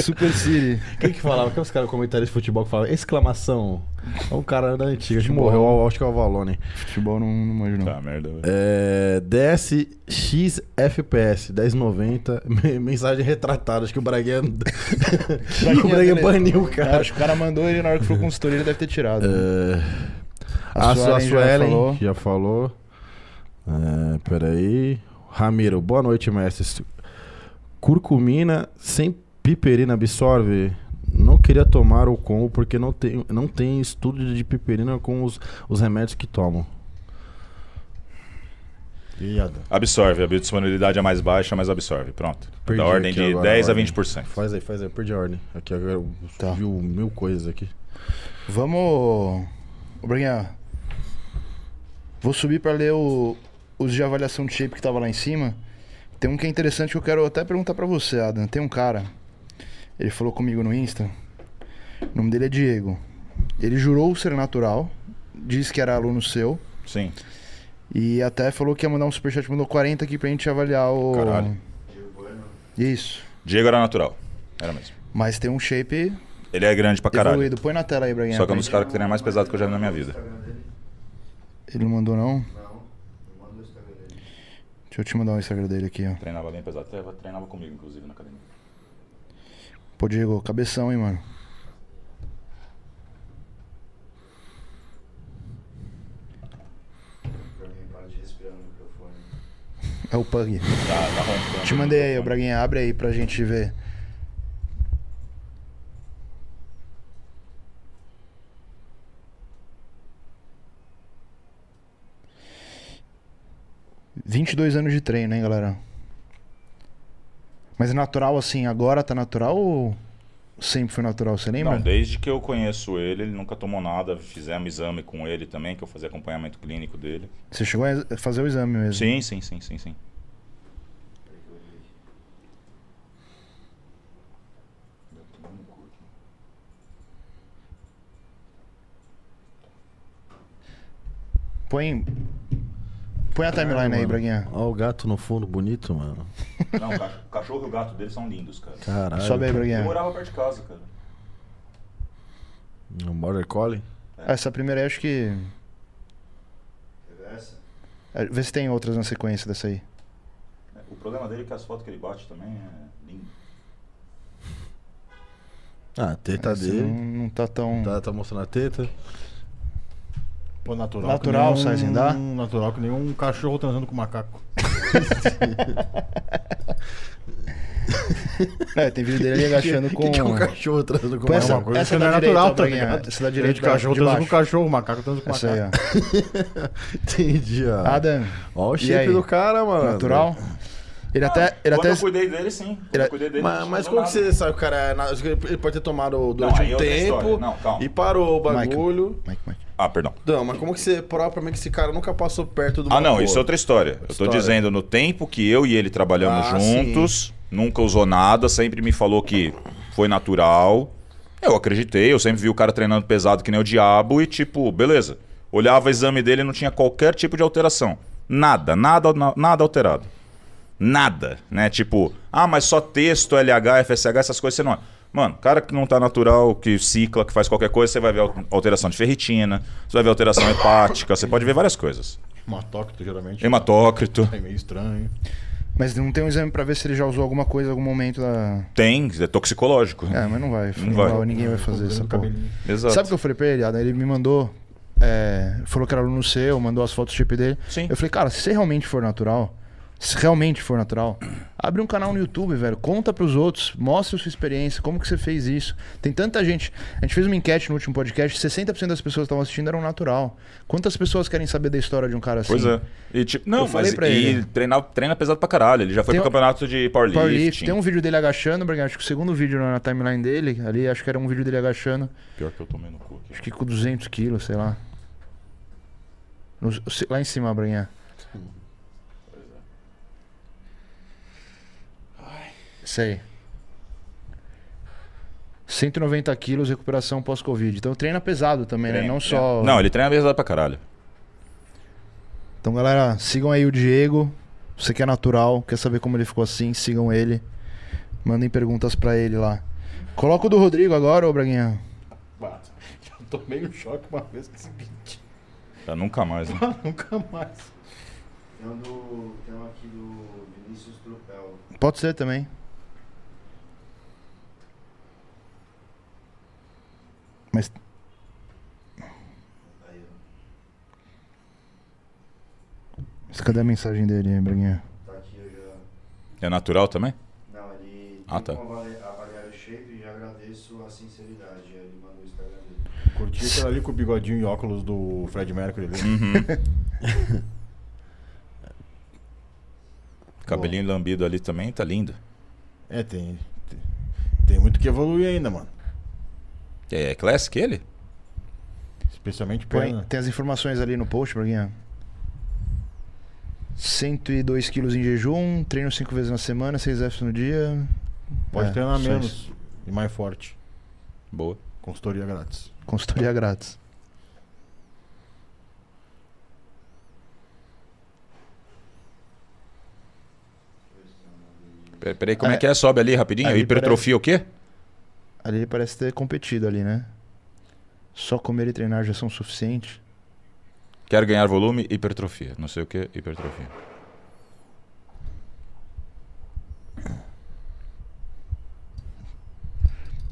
Super Siri.
Quem que falava? Que os caras comentários de futebol que falavam exclamação. É um cara da antiga que
Futebol.
morreu, acho que é o Avalone.
Futebol não, não manjo, não.
Tá, merda. velho.
É, DSXFPS 1090, me- mensagem retratada. Acho que o Braguinha. o Braguinha baniu o
Eu
cara.
É, Acho que o cara mandou ele na hora que for consultoria, ele deve ter tirado.
É,
A
a, sua, a
Suelen
sua
já
Ellen
falou.
já falou. É, peraí. Ramiro, boa noite, mestre. Curcumina sem piperina absorve? Não queria tomar o combo porque não tem, não tem estudo de piperina com os, os remédios que tomam.
Piada.
Absorve. A biodisponibilidade é mais baixa, mas absorve. Pronto.
Perdi
da ordem
aqui
de
agora a
10 a
ordem.
20%.
Faz aí, faz aí, eu perdi a ordem. Aqui agora eu
Tá.
vi mil coisas aqui.
Vamos. Ô, Braguinha. Vou subir pra ler o- os de avaliação de shape que tava lá em cima. Tem um que é interessante que eu quero até perguntar pra você, Adam. Tem um cara. Ele falou comigo no Insta. O nome dele é Diego. Ele jurou ser natural disse que era aluno seu.
Sim.
E até falou que ia mandar um superchat, mandou 40 aqui pra gente avaliar o.
Caralho.
né?
Isso.
Diego era natural. Era mesmo.
Mas tem um shape
Ele é grande pra caralho.
evoluído. Põe na tela aí, Braguinha.
Só que é
pra
um dos caras que treina mais pesado que eu já vi na minha vida.
gente- Ele não mandou, não?
Não, não manda o Instagram dele.
Deixa eu te mandar o Instagram dele aqui, ó.
Treinava bem pesado. Até treinava comigo, inclusive, na academia.
Pô, Diego, cabeção, hein, mano.
Pra mim, para de respirar no microfone.
É o Pug.
Tá, tá roncando.
Te mandei aí, ô Braguinha. Abre aí pra gente ver. Vinte anos de treino, hein, galera? Mas é natural assim, agora tá natural ou sempre foi natural, você lembra?
Não, desde que eu conheço ele, ele nunca tomou nada. Fizemos exame com ele também, que eu fazia acompanhamento clínico dele.
Você chegou a fazer o exame mesmo.
Sim, sim, sim, sim, sim.
Põe. Põe a timeline aí,
mano.
Braguinha.
Olha o gato no fundo bonito, mano.
Não, o cach- o cachorro e o gato dele são lindos, cara.
Caralho. tá
Sobe aí,
Eu
Braguinha.
morava perto de casa, cara.
Um border collie?
Ah, Essa primeira aí acho que.
Quer ver essa?
é, Vê se tem outras na sequência dessa aí.
O problema dele é que as fotos que ele bate também é lindo.
Ah, a teta
Essa
dele.
Não, não tá tão.
Tá, tá mostrando a teta.
Pô, natural.
Natural,
que nem
Sazen,
um-
dá?
Natural que nem um cachorro transando com macaco.
É, tem vídeo dele ali agachando com.
Que é um cachorro trazendo com
Põe
uma
essa-
coisa.
essa
é
da direita, ó, Braguinha. Essa é da direita,
de
da-
tá cachorro
de
transando
baixo.
com cachorro, macaco transando com
Essa aí,
macaco.
ó.
Entendi, ó.
Adam,
Ó o
Ah, E
shape
aí?
do cara, mano. Ah,
natural. Ele até. Ele
Quando
até...
eu cuidei dele, sim. Quando
Ele-
eu cuidei dele,
Mas,
não
mas
tinha
como que
nada.
você sabe, o cara, é na- ele pode ter tomado durante
aí é
um
outra história.
tempo
Não, calma.
e parou o
Michael.
bagulho.
Mike, Mike.
Ah, perdão.
Não, mas como que você, propriamente, esse cara nunca passou perto do
Ah, não, isso é outra história. Eu tô
História.
dizendo, no tempo que eu e ele trabalhamos
Ah,
juntos, nunca usou nada, sempre me falou que foi natural. Eu acreditei, eu sempre vi o cara treinando pesado que nem o diabo e tipo, beleza. Olhava o exame dele e não tinha qualquer tipo de alteração. Nada, nada, na- nada alterado. Nada, né? Tipo, ah, mas só texto, LH, FSH, essas coisas você não. Mano, cara que não tá natural, que cicla, que faz qualquer coisa, você vai ver al- alteração de ferritina, você vai ver alteração hepática, você pode ver várias coisas.
Matóquito, geralmente.
Hematócrito.
É meio estranho.
Mas não tem um exame pra ver se ele já usou alguma coisa em algum momento da.
Tem, é toxicológico.
É, mas não vai. Não
vai.
Ninguém vai fazer essa
Vendo o
porra.
cabelinho.
Exato.
Sabe o que eu falei pra ele, Adam? Ele me mandou. é, falou que era aluno seu, mandou as fotos do chip dele.
Sim.
Eu falei, cara, se realmente for natural, se realmente for natural, abre um canal no YouTube, velho. Conta pros outros, mostra a sua experiência, como que você fez isso. Tem tanta gente. A gente fez uma enquete no último podcast, 60% das pessoas que estavam assistindo eram natural. Quantas pessoas querem saber da história de um cara assim?
Pois é. E tipo, não,
Eu falei
mas
pra
e
ele.
treina, treina pesado pra caralho. Ele já foi
Tem
pro
um-
campeonato de powerlifting.
Powerlift, tem um vídeo dele agachando, Braga, acho que o segundo vídeo na timeline dele, ali, acho que era um vídeo dele agachando,
Pior que eu tomei no cu aqui.
acho que com 200 quilos, sei lá. No- lá em cima, Braguinha. Isso aí. 190 quilos, recuperação pós-Covid. Então treina pesado também, né?
Treina,
Não
treina.
só.
Não, ele treina pesado pra caralho.
Então, galera, sigam aí o Diego. Você que é natural, quer saber como ele ficou assim, sigam ele. Mandem perguntas pra ele lá. Coloca o do Rodrigo agora, ô Braguinha.
Bah, Já tomei um choque uma vez que seguinte.
Tá nunca mais, né?
Ah, Nunca mais.
Tem um, do, tem um aqui do Vinícius Trupel.
Pode ser também. Mas
Aí, ó.
mas cadê a mensagem dele, hein, Braguinha?
tá aqui, eu já...
É natural também?
Não, ele
Ah,
tem
tá.
como avali- avaliar o shape e agradeço a sinceridade. Ele mandou o Instagram dele.
Curti aquela ali com o bigodinho e óculos do Fred Mercury ali.
Hum.
Cabelinho lambido ali também, tá lindo.
É, tem, tem. tem muito que evoluir ainda, mano.
É classic ele?
Especialmente
Põe-
perna.
tem as informações ali no post, Braguinha. 102 quilos em jejum, treino 5 vezes na semana, 6 Fs no dia.
Pode
É,
treinar
só
menos
isso.
e mais forte.
Boa.
Consultoria grátis.
Consultoria grátis.
Pera- Peraí, como é, que é? Sobe ali rapidinho.
ali
Hipertrofia o quê?
Ali ele parece ter competido ali, né? Só comer e treinar já são suficientes.
Quero ganhar volume, hipertrofia. Não sei o que, hipertrofia.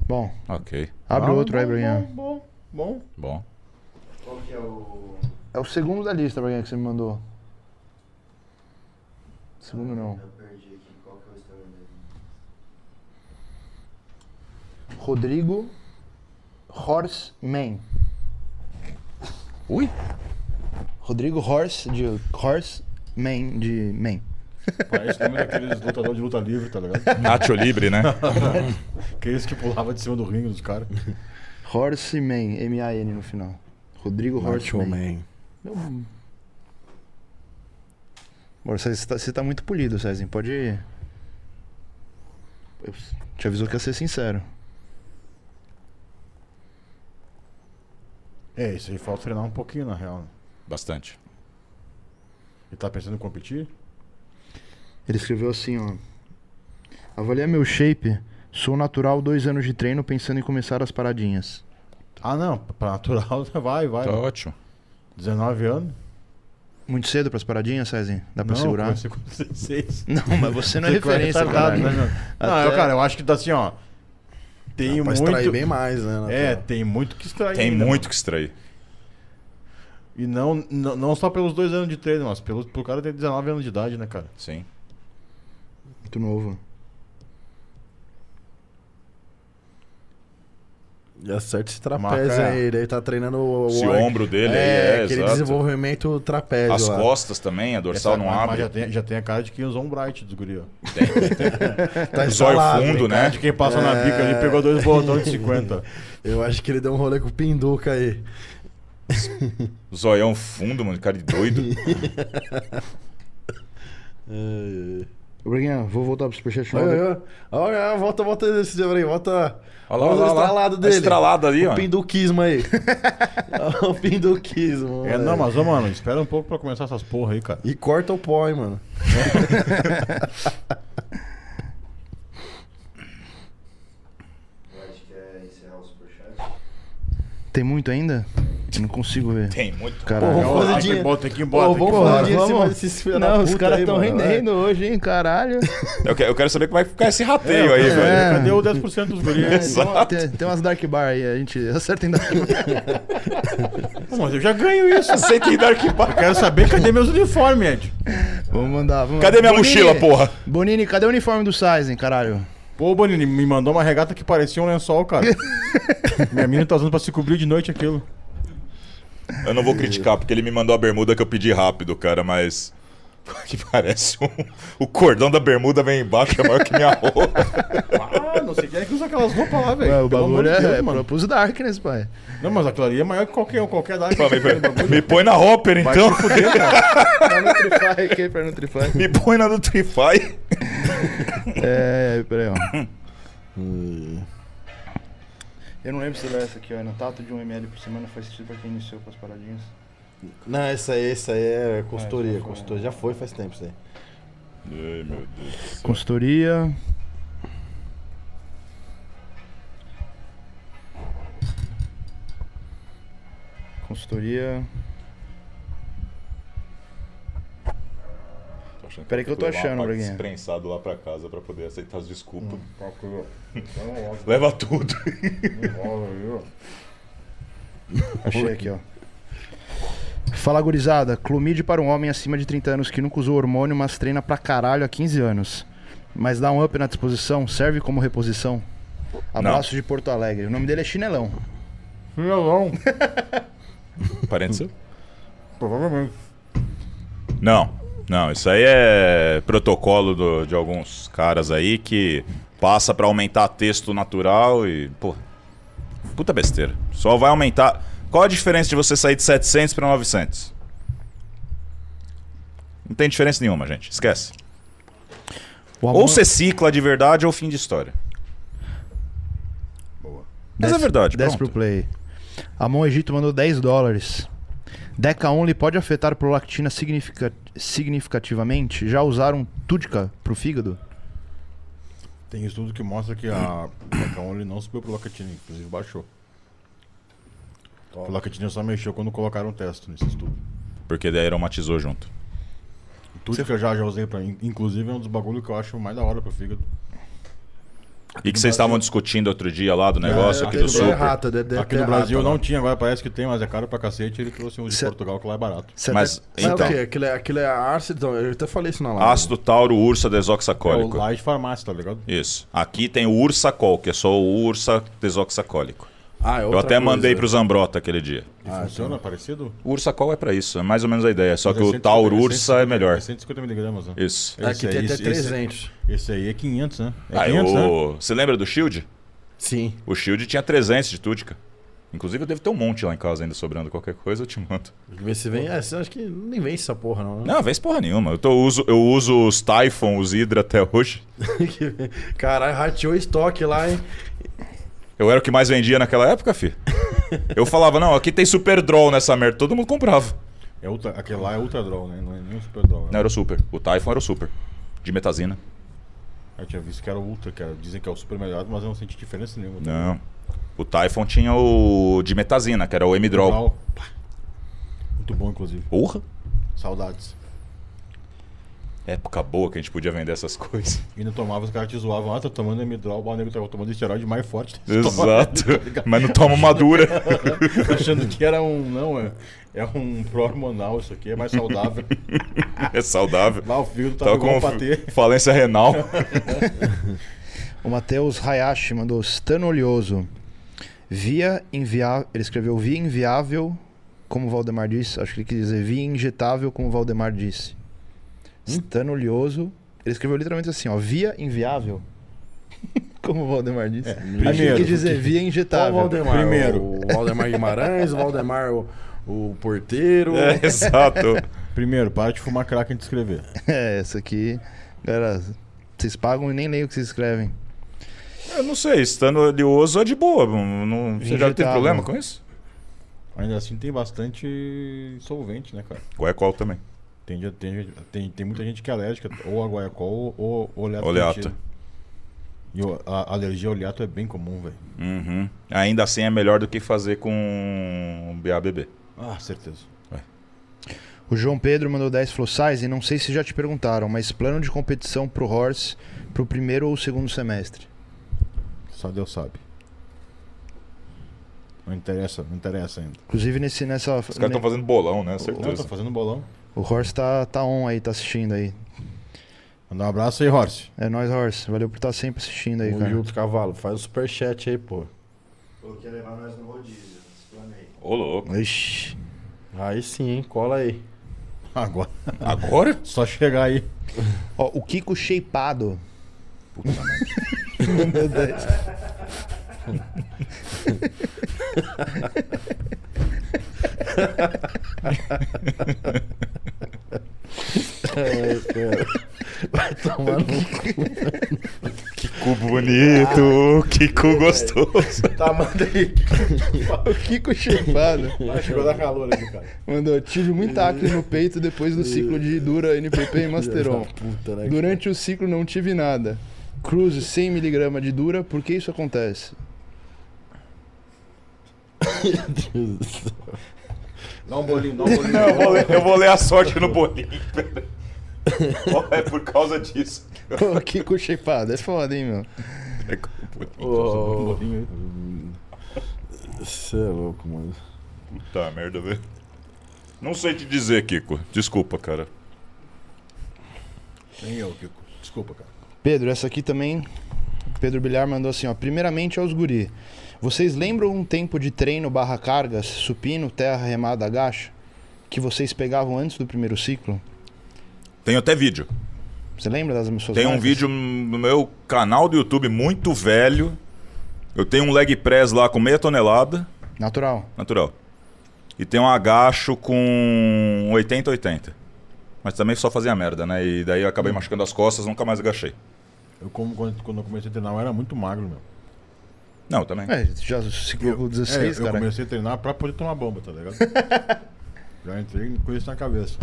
Bom,
Ok,
abre
Ah,
outro aí,
bom,
Bruninho.
Bom, bom, bom.
bom.
Qual que é o.
É o segundo da lista, Bruninho, que você me mandou. Segundo Então, não.
Eu perdi aqui. Qual que é o Instagram dele?
Rodrigo Horseman.
Ui,
Rodrigo Horse de Horseman de Man.
Parece o nome daqueles lutadores de luta livre, tá ligado?
Nacho Libre, né?
Aqueles que pulavam de cima do ringue dos caras.
Horseman, M-A-N no final. Rodrigo Horseman.
Man.
Bora, você tá, você tá muito polido, Cezinho. Pode ir. Eu te avisou que ia ser sincero.
É, isso aí falta treinar um pouquinho, na real. né?
Bastante.
Ele tá pensando em competir?
Ele escreveu assim, ó. Avalia meu shape. Sou natural, dois anos de treino, pensando em começar as paradinhas.
Ah, não. Pra natural, vai, vai.
Tá ótimo.
19 anos.
Muito cedo pras paradinhas, Cezinho? Dá pra
não,
segurar?
comecei com 16.
Não, mas você não é referência,
retardado,
cara.
né, meu? Não,
Até-
eu, cara, eu acho que tá assim, ó. Tem
Pra
muito.
extrair bem mais, né? natural.
É, tem muito que extrair.
Tem
ainda,
muito que extrair.
mano. E não, não, não só pelos dois anos de treino, mas pelo, pro cara ter 19 anos de idade, né, cara?
Sim.
Muito novo.
E acerta esse
Marca-
trapézio
é.
aí. Ele tá treinando o.
Esse
o-
ombro dele
é,
aí, é,
aquele
exato.
desenvolvimento trapézio.
As
lá.
costas também, a dorsal
Essa-
não
mas- mas
abre.
já tem, já tem a cara de quem usou um bright dos guri, ó.
Tá
O zóio
instalado,
fundo,
hein,
né?
De quem passa na bica ali, pegou dois botões de 50.
Eu acho que ele deu um rolê com o Pinduca aí.
Zoião fundo, mano, cara de doido.
Bruninho, vou voltar pro Superchat.
Olha,
não.
olha, olha, volta, volta esse dia aí, volta.
Olha lá,
Olha
olha lá, olha
o
lá.
estralado
A
dele.
estralada ali,
o
ó.
pinduquismo aí. Olha o pinduquismo.
É, não,
moleque.
mas, ô, mano, espera um pouco pra começar essas porra aí, cara.
E corta o pó, hein, mano.
O White quer é encerrar o superchat.
Tem muito ainda? Eu Não consigo ver.
Tem muito.
Caralho.
Pô, Vamos fazer
Ah,
dinheiro.
tem que embora, tem que ir embora.
Pô,
tem que ir
vamos
embora.
fazer dinheiro em cima desses filha da
Não, os
puta
caras
aí,
tão
mano, É.
rendendo hoje, hein? Caralho.
Eu quero, eu quero saber como vai ficar esse rateio aí, velho.
É.
Cadê o 10% dos guris?
Tem, uma- tem- tem umas Dark Bar aí, a gente acerta em Dark Bar.
Pô, mas eu já ganho isso.
Aceita em Dark
Eu quero saber cadê meus uniformes, Ed.
Vamos mandar, vamos
Cadê minha
Bonini,
mochila, porra?
Bonini, cadê o uniforme do Sizen, caralho?
Pô, Bonini, me mandou uma regata que parecia um lençol, cara. Minha mina tá usando pra se cobrir de noite aquilo.
Eu não vou criticar, porque ele me mandou a bermuda que eu pedi rápido, cara, mas. Que parece um. O cordão da bermuda vem embaixo, é maior que minha roupa.
Ah, não sei quem é que usa aquelas roupas lá, velho.
Ué, o
Pelo amor
bagulho
de
é,
Deus,
é
mano.
propus Darkness, pai.
Não, mas aquilo ali é maior que qualquer um, qualquer da
Pô, me, me põe na Hopper,
Vai
então.
se fuder, cara.
Pra não trifar aqui, pra não trifar.
Me põe na do Trify.
É, peraí, ó. Eu não lembro se era essa aqui, ó. Enatato de 1ml por semana faz sentido pra quem iniciou com as paradinhas.
Não, essa aí, essa aí é consultoria.
Ah, já foi,
consultoria já foi faz tempo isso aí.
Ai, meu Deus.
Consultoria. Consultoria.
Tô achando
Peraí que eu tô
levar uma
achando, Hum,
parte
Braguinha.
Prensado lá pra casa pra poder aceitar as desculpas.
Vamos logo,
Leva tudo.
vamos logo, viu?
Achei aqui, ó. Fala gurizada, Clomide para um homem acima de 30 anos que nunca usou hormônio, mas treina pra caralho há 15 anos. Mas dá um up na disposição, serve como reposição. Abraço de Porto Alegre. O nome dele é Chinelão.
Filhão,
Parênteses?
provavelmente.
Não, não, isso aí é protocolo do- de alguns caras aí que passa pra aumentar texto natural e, pô, puta besteira. Só vai aumentar. Qual a diferença de você sair de 700 pra 900? Não tem diferença nenhuma, gente. Esquece.
O
Ou você cicla de verdade ou fim de história. Mas é verdade,
10 pro
pronto.
play. Amon Egito mandou 10 dólares. Deca Only pode afetar prolactina significa- significativamente? Já usaram Tudica pro fígado?
Tem estudo que mostra que a Placa ele não subiu pro Locatina, inclusive baixou. O Locatina só mexeu quando colocaram o texto nesse estudo.
Porque daí aromatizou junto.
Tudo que eu já, já usei pra. in- Inclusive é um dos bagulhos que eu acho mais da hora pro fígado.
E que vocês estavam discutindo outro dia lá do negócio aqui
tem
do
que ter
super.
errata, deve- deve
Aqui
ter
no Brasil
errata,
não tinha, agora parece que tem, mas é caro pra cacete. Ele trouxe um de
Cê-
Portugal que lá é barato.
Você
Mas,
até- Sabe
então.
o quê? Aquilo é, aquilo é ácido, então, eu até falei isso na live.
Ácido tauro ursa
É o
desoxacólico.
lá de farmácia, tá ligado?
Isso. Aqui tem o ursacol, que é só o ursa desoxacólico.
Ah, é
Eu
outra
até
coisa.
mandei pro Zambrota aquele dia.
E
Ah,
funciona parecido?
O ursacol é pra isso, é mais ou menos a ideia. Só que
Mas é
o
150
tauro ursa é melhor.
150 miligramas, né?
Isso.
É, aqui
Esse
tem
aí,
até
esse- esse-
300.
Esse aí é 500, né? É
Aí,
500, né?
o... Você lembra do Shield?
Sim.
O Shield tinha 300 de Túdica. Inclusive, eu devo ter um monte lá em casa ainda sobrando. Qualquer coisa eu te mando.
Vê se vem. É, você acha que nem vence essa porra, não, né?
Não, vence porra nenhuma. Eu, tô- uso, eu uso os Typhon, os Hydra até hoje.
Caralho, rateou estoque lá, hein?
Eu era o que mais vendia naquela época, fi. Eu falava, não, aqui tem Super Draw nessa merda. Todo mundo comprava.
É ultra, aquele lá é Ultra Draw, né? Não é nem o Super Draw.
Não,
Né?
era o Super. O Typhon era o Super. De metazina.
Eu tinha visto que era o Ultra, que era, dizem que é o super melhorado, mas eu não senti diferença nenhuma.
Não. O Typhon tinha o de metazina, que era o M-Draw.
Draw. Pá. Muito bom, inclusive.
Porra!
Saudades.
Época boa que a gente podia vender essas coisas.
E não tomava, os caras te zoavam. Ah, tá tomando M-Draw, o nego tava tomando esteroide mais forte. da história,
Exato.
tá ligado?
Mas não toma madura.
Achando que era um. Não, é, é um pró-hormonal, isso aqui é mais saudável.
É saudável.
Lá o fígado tava,
Tava
igual
Tá com
um patê.
falência renal.
O Matheus Hayashi mandou Stano Olhoso. Via inviável. Ele escreveu via inviável, como o Valdemar disse. Acho que ele quis dizer via injetável, como o Valdemar disse.
Hum?
Stano Olhoso. Ele escreveu literalmente assim, ó. Via inviável. Como o Valdemar disse. Acho que ele
primeiro,
quis dizer via
É, Qual o
injetável.
Valdemar?
Primeiro.
O Valdemar Guimarães, o Valdemar, o, o porteiro.
É, exato.
Primeiro, para de fumar crack antes de escrever.
é, essa aqui. Galera, vocês pagam e nem leem o que vocês escrevem.
Eu não sei, estando oleoso é de boa. Não, não- você já tem
Injetável.
problema com isso?
Ainda assim tem bastante solvente, né, cara?
Guaiacol é também.
Tem, dia- tem, gente- tem, tem muita gente que é alérgica ou a guaiacol ou oleato.
Oleato.
contido. E o- a alergia ao oleato é bem comum, velho.
Uhum. Ainda assim é melhor do que fazer com BABB.
Ah, certeza.
O João Pedro mandou 10 flow size e não sei se já te perguntaram, mas plano de competição pro Horse pro primeiro ou segundo semestre.
Só Deus sabe. Não interessa, não interessa ainda.
Inclusive nesse nessa
Os caras estão
ne-
fazendo bolão, né?
Não, tá
Certeza.
fazendo bolão.
o Horse tá tá on aí, tá assistindo aí.
Mandar um abraço aí, Horse.
É nóis, Horse, valeu por estar sempre assistindo aí,
Vamos
cara.
junto, cavalo. Faz o superchat aí, pô.
Ou quer levar nós no rodízio, explanei.
Ô, louco.
Ixi.
Aí sim, hein? Cola aí.
Agora.
Agora?
Só chegar aí.
Ó, o Kiko Shapeado.
É, cara. Vai tomar no...
Que cu bonito. Que cu gostoso.
Tá, manda aí.
o Kiko Shapeado
Chegou da calor ali, cara.
mandou tive muito acne no peito depois do ciclo de Dura NPP e Masteron.
Puta, né?
Durante o ciclo não tive nada. Cruze 100 mg de Dura, por que isso acontece?
Dá um bolinho, dá um bolinho.
Não, eu vou ler, eu vou ler a sorte no bolinho. pera. Ó, É por causa disso.
Ô, Kiko Shapeado, é foda, hein, meu.
É com o bolinho.
Um
Ô,
bolinho aí.
Você é louco, mano.
Puta merda, velho. Não sei te dizer, Kiko. Desculpa, cara.
Nem eu, Kiko. Desculpa, cara.
Pedro, essa aqui também. Pedro Bilhar mandou assim, ó. Primeiramente aos guri. Vocês lembram um tempo de treino barra cargas, supino, terra, remada, agacha? Que vocês pegavam antes do primeiro ciclo?
Tem até vídeo.
Você lembra das suas
Tem um
marcas?
vídeo no meu canal do YouTube muito velho. Eu tenho um leg press lá com meia tonelada,
Natural.
natural. E tem um agacho com 80-80. Mas também só fazia merda, né? E daí eu acabei machucando as costas, nunca mais agachei.
Eu, como quando, quando eu comecei a treinar, eu era muito magro, meu.
Não, também.
É, já ciclo com
É,
16,
eu
cara.
comecei a treinar pra poder tomar bomba, tá ligado? Já entrei com isso na cabeça.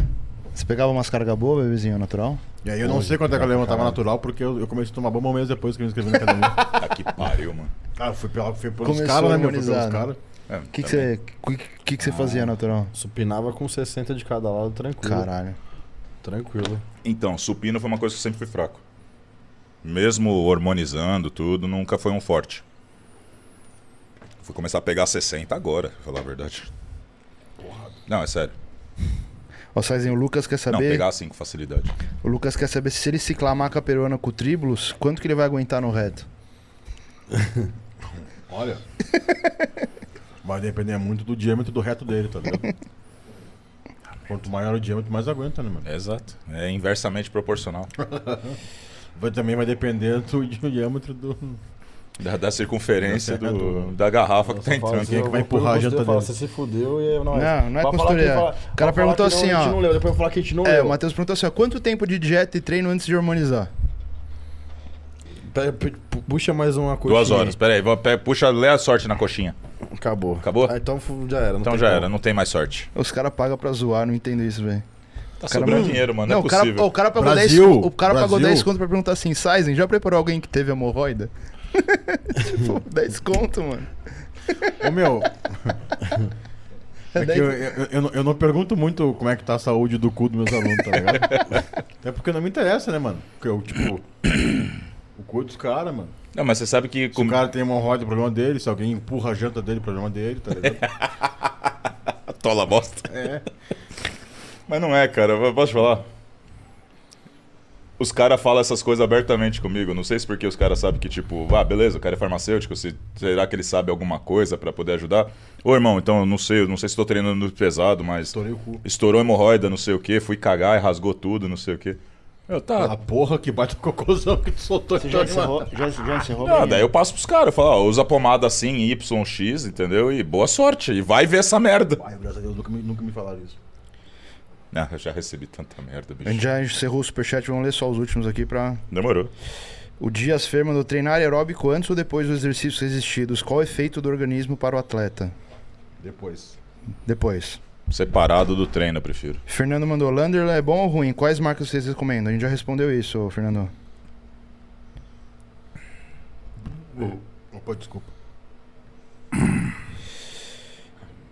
Você pegava umas cargas boas, bebezinho natural?
E aí eu não sei quanto é que ela levantava natural, porque eu, eu comecei a tomar bomba um mês depois que eu me inscrevi na academia.
Tá que pariu, mano.
ah, eu fui, pela, fui pelos
Começou
caras,
a
né, meu? Fui pelos
harmonizar, né?
caras.
É,
O que, que,
também.
você, que- que, que você fazia natural?
Supinava com 60 de cada lado, tranquilo.
Caralho.
Tranquilo.
Então, supino foi uma coisa que eu sempre fui fraco. Mesmo hormonizando tudo, nunca foi um forte. Fui começar a pegar 60 agora, pra falar a verdade. Não, é sério.
Ó, Saizinho, o Lucas quer
Não,
saber.
pegar assim com facilidade.
o Lucas quer saber se ele ciclar a maca peruana com o tribulus, quanto que ele vai aguentar no reto?
Olha. Vai depender muito do diâmetro do reto dele, tá ligado? Quanto maior o diâmetro, mais aguenta, né, mano?
Exato. É inversamente proporcional.
Vai, também vai depender do di- diâmetro do.
Da, da circunferência
Tá
do,
certo.
da garrafa que tá
Fala,
entrando.
você-
quem é que vai
eu vou
empurrar a
pôr no
janta
costureiro, fala,
dele?
Você se fudeu e é nóis.
Não, não é
Vai falar que
costureira.
fala-
O
vai
cara
falar
perguntou
que não,
assim,
a gente
ó.
não leu, depois vai falar que a gente não
É,
leu.
o Matheus perguntou assim: ó, quanto tempo de dieta e treino antes de harmonizar?
Pera, pu- pu- Puxa mais uma coisa.
Duas horas. Pera aí, vou- pe- puxa, lê a sorte na coxinha.
Acabou.
Acabou?
Ah, então fu- já era. não
Então
tem
já
como.
era, não tem mais sorte.
Os caras pagam pra zoar, não entendo isso, velho.
Tá
Cara,
sobrando
mano-
dinheiro, mano.
Não,
é
o cara, oh.
possível.
o cara pagou
Brasil,
10 conto- O cara pagou
Brasil.
10 conto pra perguntar assim, Saizen, já preparou alguém que teve hemorroida? tipo, 10 conto, mano.
Ô, meu. É que
Daí-
eu, eu, eu não- eu não pergunto muito como é que tá a saúde do cu dos meus alunos, tá ligado? Até porque não me interessa, né, mano? Porque eu, tipo. O cu dos caras, mano.
Não, mas você sabe que.
Se
Com...
o cara tem hemorroida, problema dele. Se alguém empurra a janta dele, problema dele, tá ligado?
Tola bosta.
É.
Mas não é, cara. Eu Posso te falar? Os caras falam essas coisas abertamente comigo. Não sei se porque os caras sabem que, tipo, ah, beleza, o cara é farmacêutico. Se, será que ele sabe alguma coisa pra poder ajudar? Ô, irmão, então, eu não sei, eu não sei se tô treinando muito pesado, mas
Estourei o cu.
estourou hemorroida, não sei o quê, fui cagar e rasgou tudo, não sei o quê. Eu,
Ah,
tá.
A porra que bate o cocôzão que tu soltou.
Você
então,
já
mano.
encerrou? Já, já encerrou?
Ah,
Bruninho?
né?
daí eu passo pros caras, eu falo, ó, usa pomada assim, Y, X, entendeu? E boa sorte, e vai ver essa merda.
Ai, graças a Deus, nunca me, nunca me falaram isso.
Ah, eu já recebi tanta merda,
A gente
bicho.
já encerrou o superchat, vamos ler só os últimos aqui pra.
Demorou.
O Dias Fer mandou treinar aeróbico antes ou depois dos exercícios resistidos? Qual o efeito do organismo para o atleta?
Depois.
Depois.
Separado do treino, eu prefiro.
Fernando mandou, Landerla é bom ou ruim? Quais marcas vocês recomendam? A gente já respondeu isso, ô, Fernando.
Opa, desculpa.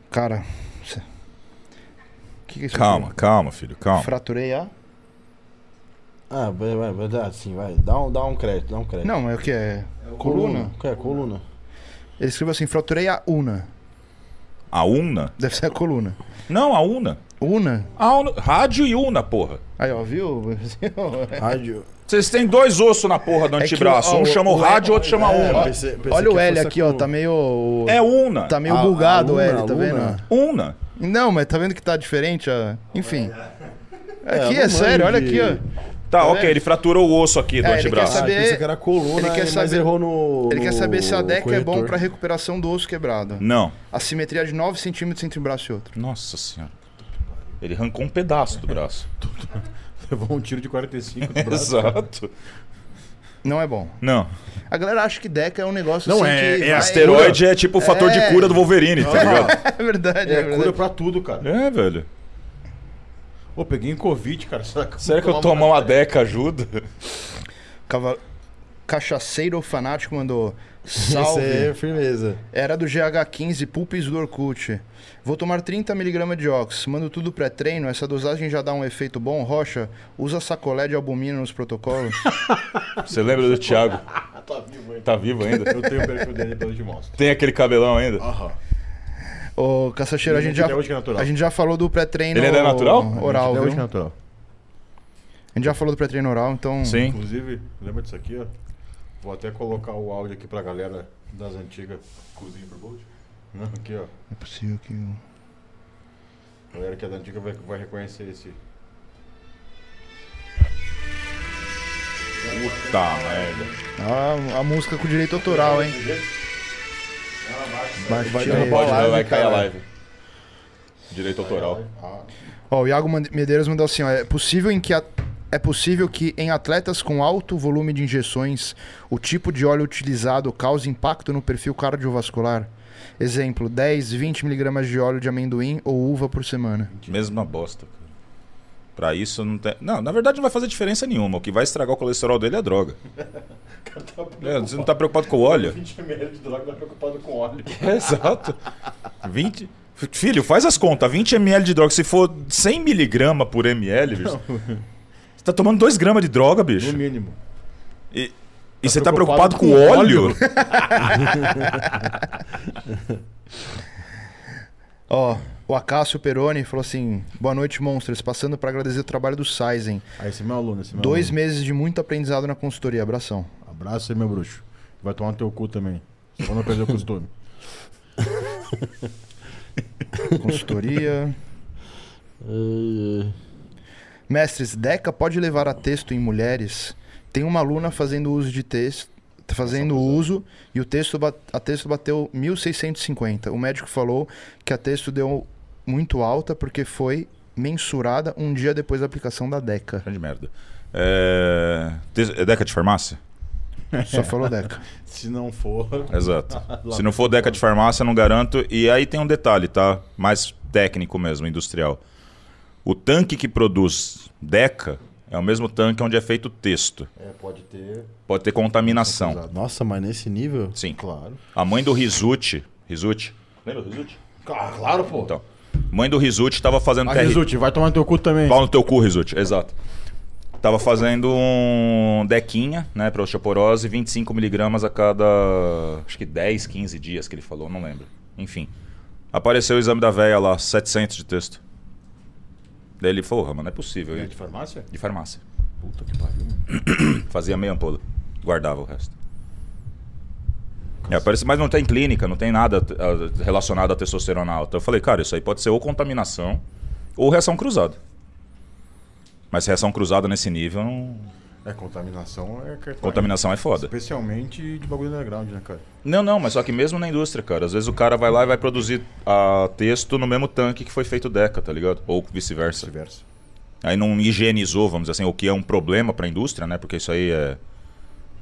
Cara. cê- Que que é isso
Calma, calma, filho,
aqui?
calma.
Fraturei a.
Ah, vai, vai, vai dar sim, vai. Dá um, dá um crédito, dá um crédito.
Não, é o que? É coluna?
Que É, coluna.
Ele escreveu assim: fraturei a una.
A Una?
Deve ser a coluna.
Não, a Una.
Una?
A Una- Rádio e Una, porra.
Aí, ó, viu? É.
Rádio.
Vocês têm dois ossos na porra do antebraço.
que o-
um
o-
chama o,
o- um.
rádio, outro chama a
É,
Una.
pensei- pensei
Olha o
que
L
fosse a
aqui, ó,
coluna.
tá meio.
É Una.
Tá meio
A-
bugado
a
o L,
Una,
tá
a
vendo?
Una.
Una.
Não, mas tá vendo que tá diferente, ó. Enfim. Aqui
eu
é,
não
sério,
manjo
olha aqui,
de-
ó.
Tá,
Tá
ok,
vendo?
ele fraturou o osso aqui
É, ele
do
Ah,
quer
antebraço.
saber-
pensei que era coluna,
ele quer
mas
saber-
errou no.
Ele quer
no
saber se a DEC é bom
corretor.
pra recuperação do osso quebrado.
Não.
A simetria de 9 centímetros entre um braço e outro.
Nossa senhora. Ele arrancou um pedaço do braço.
Levou um tiro de 45 do braço.
Exato.
Não é bom.
Não.
A galera acha que DECA é um negócio
Não,
assim
é-
que
é
vai-
Asteroide é tipo o fator de cura do Wolverine, tá ligado?
É verdade, é,
É
verdade.
cura pra tudo, cara.
É, velho.
Ô, peguei um Covid, cara. Será que,
Será que eu tomar uma deca ajuda?
Cava- Cachaceiro fanático mandou.
Isso
Salve.
aí é firmeza.
Era do GH15, Pulpis do Orkut. Vou tomar 30mg de óxido. Mando tudo pré-treino. Essa dosagem já dá um efeito bom. Rocha, usa sacolé de albumina nos protocolos.
Você lembra do Thiago?
tá vivo ainda?
Tá vivo ainda?
Eu tenho o perfil dele, depois eu te mostro.
Tem aquele cabelão ainda?
Aham.
Ô, Caçacheiro, a gente, já,
Até hoje que é natural.
a gente já falou do pré-treino
Ele ainda é natural?
oral,
Até
viu?
hoje é natural.
A gente já falou do pré-treino oral, então...
Hum. Sim.
Inclusive, lembra disso aqui, ó? Vou até colocar o áudio aqui pra galera das antigas. Cozinha pro Bolt? Não, aqui, ó.
É possível que... o-
A galera que é da antiga vai, vai reconhecer esse.
Puta Tá, merda.
Ah, a música com direito autoral, hein? Baixa, tira
Não
aí.
pode,
live,
vai cair a
caralho.
live. Direito autoral.
Ah,
Ó, o Iago Mande- Medeiros mandou assim, ó, é possível em que a- é possível que em atletas com alto volume de injeções, o tipo de óleo utilizado cause impacto no perfil cardiovascular? Exemplo, 10, 20 miligramas de óleo de amendoim ou uva por semana.
Mesma bosta, cara. Pra isso não tem. Não, na verdade não vai fazer diferença nenhuma. O que vai estragar o colesterol dele é a droga. É, você não tá preocupado com o óleo?
20 ml de droga, tá preocupado com óleo.
Exato. 20. F- Filho, faz as contas. 20 ml de droga. Se for 100 miligramas por ml, bicho, você tá tomando 2 gramas de droga, bicho.
No mínimo.
E, e você tá preocupado com óleo?
Ó, o Acácio Peroni falou assim: boa noite, monstros. Passando pra agradecer o trabalho do Sizen.
Aí esse é meu aluno, esse é meu
Dois
aluno.
meses de muito aprendizado na consultoria. Abração.
Abraço aí, meu bruxo. Vai tomar no teu cu também. Só pra não perder o costume.
Consultoria.
Ai, ai.
Mestres, Deca pode levar a texto em mulheres? Tem uma aluna fazendo uso de texto, fazendo uso e o texto ba- a texto bateu 1650. O médico falou que a texto deu muito alta porque foi mensurada um dia depois da aplicação da Deca.
Grande merda. É... te- é Deca de farmácia?
Só falou Deca.
Se não for.
Exato. Se não for Deca de farmácia, não garanto. E aí tem um detalhe, tá? Mais técnico mesmo, industrial. O tanque que produz Deca é o mesmo tanque onde é feito o texto.
É, pode ter.
Pode ter contaminação.
Nossa, mas nesse nível?
Sim.
Claro.
A mãe do Rizuti. Rizuti? Lembra do Rizuti?
Ah, claro, pô.
Então. Mãe do Rizuti estava fazendo
Ah,
TR.
Rizute, vai tomar no teu cu também.
Pau no teu cu, Rizuti. Exato. Tava fazendo um dequinha, né, pra osteoporose, 25mg a cada, acho que 10, 15 dias que ele falou, não lembro. Enfim. Apareceu o exame da véia lá, 700 de texto. Daí ele falou, mano, não é possível.
É
hein?"
de farmácia?
De farmácia.
Puta que pariu.
Fazia meia ampola. Guardava o resto. É, parece, mas não tem clínica, não tem nada ah, relacionado à testosterona alta. Eu falei, cara, isso aí pode ser ou contaminação ou reação cruzada. Mas reação cruzada nesse nível, não-
É, contaminação é. que-
contaminação é foda.
Especialmente de bagulho underground, né, cara?
Não, não, mas só que mesmo na indústria, cara, às vezes o cara vai lá e vai produzir ah, texto no mesmo tanque que foi feito Deca, tá ligado? Ou vice-versa.
Vice-versa.
Aí não higienizou, vamos dizer assim, o que é um problema pra indústria, né? Porque isso aí é...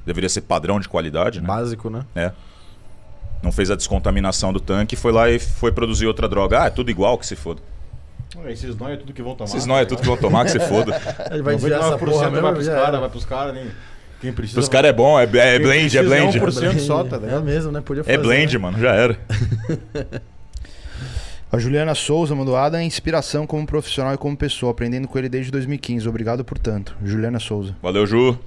deveria ser padrão de qualidade, né?
Básico, né?
né? Não fez a descontaminação do tanque, foi lá e foi produzir outra droga. Ah, é tudo igual que se foda.
Ué, Esses nós é tudo que vão tomar.
Esses não é tudo que vão tomar que se foda.
Ele vai
Vai
desviar essa porra né? mesmo,
vai pros
já era.
caras, vai pros caras, nem. Quem precisa.
Os caras é bom, é, é blend, é
precisa é um
blend.
por- 1% só, tá ligado?
É mesmo, né? Podia fazer.
É blend,
né?
mano, já era.
A Juliana Souza mandou Adam é inspiração como profissional e como pessoa, aprendendo com ele desde 2015. Obrigado por tanto. Juliana Souza.
Valeu, Ju.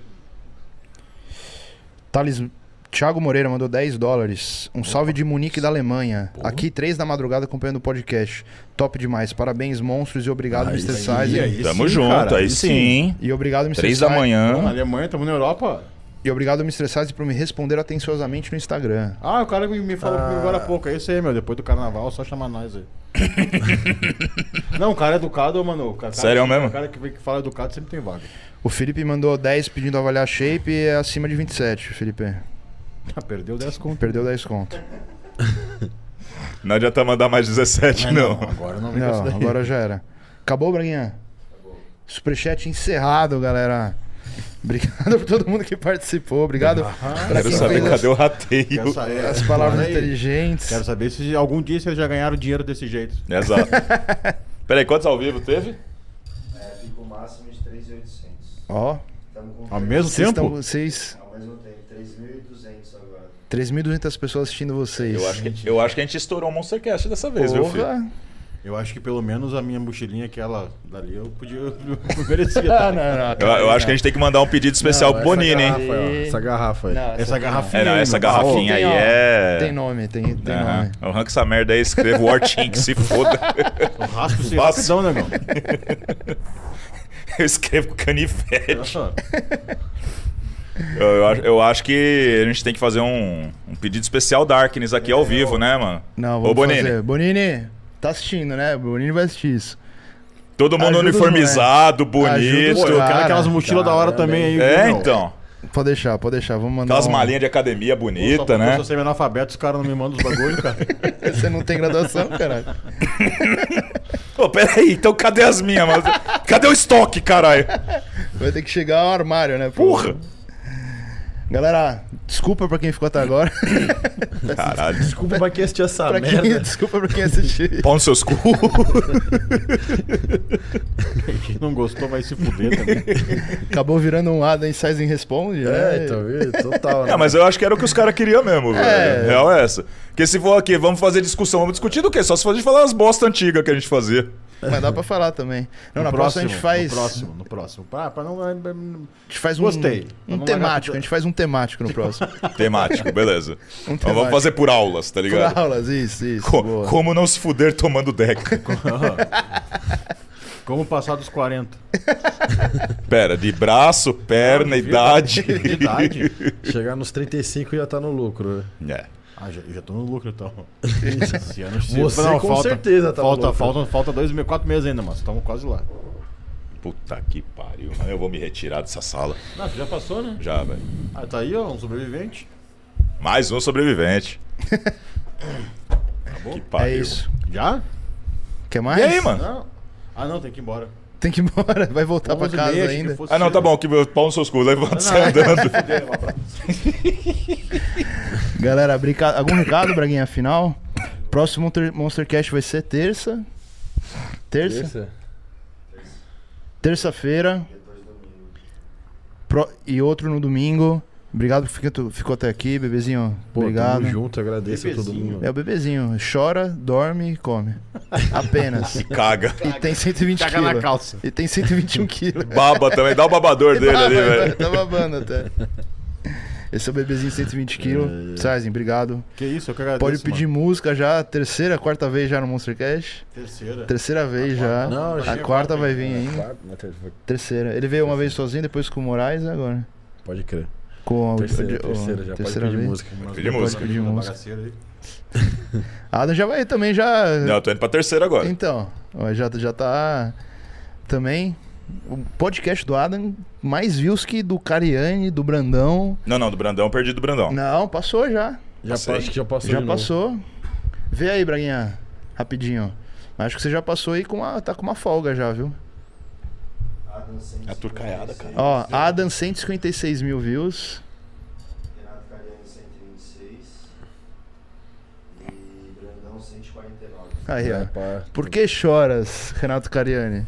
Thales Thiago Moreira mandou 10 dólares. Um salve de Munique da Alemanha. Aqui, 3 da madrugada, acompanhando o podcast. Top demais. Parabéns, monstros, e obrigado, Mr. Sizer.
aí
Tamo
sim,
junto,
cara,
aí
aí
sim.
sim.
hein?
E obrigado, Mr.
Três da
Si-
Na
manhã.
Alemanha, tamo na Europa.
E obrigado, Mr. Size, por me responder atenciosamente no Instagram.
Ah, o cara me, me falou comigo agora há
Ah.
pouco. É isso aí, meu. Depois do carnaval, só chamar nós aí. não, o cara é educado, mano. O cara,
Sério
o cara,
mesmo?
O cara que, vem- que fala educado sempre tem vaga.
O Felipe mandou 10 pedindo avaliar a shape e é acima de 27, Felipe.
Ah, perdeu 10 conto.
Perdeu 10 conto.
Não adianta mandar mais 17, não.
Agora não vem com isso
Não,
Um daí.
agora já era. Acabou, Braguinha? Superchat encerrado, galera. Obrigado por todo mundo que participou. Obrigado
Ah,
pra
Quero
quem
saber
fez as-
cadê o rateio.
Quero saber,
as palavras
Olha aí.
inteligentes.
Quero saber se algum dia vocês já ganharam dinheiro desse jeito.
Exato. Peraí, quantos ao vivo teve?
É, fica o máximo de 3,800.
Ó,
Estamos com
Ao mesmo
vocês
tempo?
estão. Vocês.
Ao mesmo tempo, 3.200 agora.
3.200 pessoas assistindo vocês.
Eu acho, que, é eu acho que a gente estourou o Monstercast dessa vez, viu, filho?
Porra.
Eu acho que pelo menos a minha mochilinha, aquela dali, eu podia. Eu merecia.
Ah,
tá?
não, não,
Eu, eu acho que a gente tem que mandar um pedido especial pro Bonini, hein?
garrafa, ó, Essa garrafa aí.
Não,
Essa garrafinha.
É, não,
aí,
essa
meu.
garrafinha aí
Tem, ó,
é.
Tem nome, tem, tem
Aham.
nome.
Eu arranco essa merda aí, escrevo Warting, que se foda.
Eu raspo sem
Fácil.
rapidão, né, negão.
Eu escrevo com canivete. Eu, eu acho, eu acho que a gente tem que fazer um, um pedido especial Darkness aqui
É,
ao vivo, né, mano?
Não,
Ô,
vamos
Bonini,
fazer. Bonini, tá assistindo, né? Bonini vai assistir isso.
todo mundo
Ajuda os
uniformizado,
Ajuda
bonito.
os
Pô, né? eu quero
Cara,
aquelas mochilas da hora também aí.
É,
meu.
então.
Pode deixar, pode deixar. Vamos mandar.
Aquelas
um-
malinhas de academia
Pô, só
bonita,
porque
né?
Eu sou semi-analfabeto, os caras não me mandam os bagulho, cara.
Você não tem graduação, caralho.
Pô, peraí, então cadê as minhas? mano? Cadê o estoque, caralho?
Vai ter que chegar ao armário, né? Pro-
Porra!
Galera, desculpa pra quem ficou até agora.
Caralho.
Desculpa pra quem assistiu essa
Pra quem-
merda.
desculpa pra quem assistiu.
Pau nos seus cu.
Quem não gostou vai se fuder também.
Acabou virando um Adam Size em Responde.
É,
né?
então, viu? total, né?
É, mas eu acho que era o que os caras queriam mesmo, velho. Real é essa. Porque se for aqui, vamos fazer discussão, vamos discutir do quê? Só se for a gente falar as bosta antigas que a gente fazia.
Mas dá pra falar também. Não, na
No
próxima a gente faz.
No próximo, no próximo. Ah, Pra, pra não... é,
A gente faz um,
Gostei.
um
Vamos
temático.
marcar-
A gente faz um temático no próximo.
Temático, beleza. Então
Um temático.
vamos fazer por aulas, tá ligado?
Por aulas, isso, isso.
Co-
boa. É
como não se fuder tomando deck.
Como passar dos 40.
Pera, de braço,
Ah,
perna, idade.
Idade.
Chegar nos 35 e já tá no lucro, né?
É.
Ah, já, já tô no lucro então. Esse ano
Você com certeza tá no
falta,
lucro.
falta, falta dois meses, quatro meses ainda, mas estamos quase lá.
Puta que pariu. mano. Eu vou me retirar dessa sala.
Não, tu já passou, né?
Já, velho.
Ah, tá aí, ó, um sobrevivente.
Mais um sobrevivente. que
É
pariu.
isso.
Já?
Quer
E
mais?
aí, mano?
Não. Ah, não, tem que ir embora.
Tem que ir embora. Vai voltar Tá pra
11 e
casa
meia, achei que
ainda.
fosse-
Ah, não, tá bom. Que pau nos seus cu. Levanta e sai andando.
Galera, brinca... algum recado, Braguinha, final? Próximo Monster- Monstercast vai ser terça. Terça?
Terça?
Terça-feira. Pro- E outro no domingo. Obrigado por ficar tu- ficou até aqui, bebezinho.
Pô,
Obrigado.
tamo junto, agradeço a todo
Bebezinho.
mundo.
É o bebezinho. Chora, dorme e come. Apenas.
Caga.
e tem 120
Caga na
quilos.
calça.
E um tem 121 quilos.
Baba também. Dá o babador dele ali,
Baba,
velho.
Tá babando até. Esse é o bebezinho de 120
É.
quilos. Sazen, obrigado.
Que isso, eu que agradeço.
Pode pedir
mano.
música já, terceira, quarta vez já no Monstercast.
Terceira.
Terceira vez já.
Não,
a
achei
quarta,
a
vai vir ainda. Terceira. Ele veio uma vez sozinho, depois com o Moraes e agora.
Pode crer.
Com a
Terceira,
o-
terceira já.
terceira
pode pedir
vez.
música.
Pedir música.
pedir
Tá
música.
bagaceiro aí.
Adam já vai também já.
Não, eu tô indo pra terceira
tá.
agora.
Então, ó, já, já tá também. O podcast do Adam, mais views que do Cariani, do Brandão.
Não, não, do Brandão, perdi do Brandão.
Não, passou já.
Já
Passei.
acho que já passou.
já
de novo.
passou. Vê aí, Braguinha, rapidinho. Acho que você já passou aí com uma. tá com uma folga já, viu?
Adam 156,
É a turcaiada, cara.
Ó, Adam 156 mil views.
Renato Cariani 126 e Brandão 149.
Aí, ó.
É, pá.
Por que choras, Renato Cariani?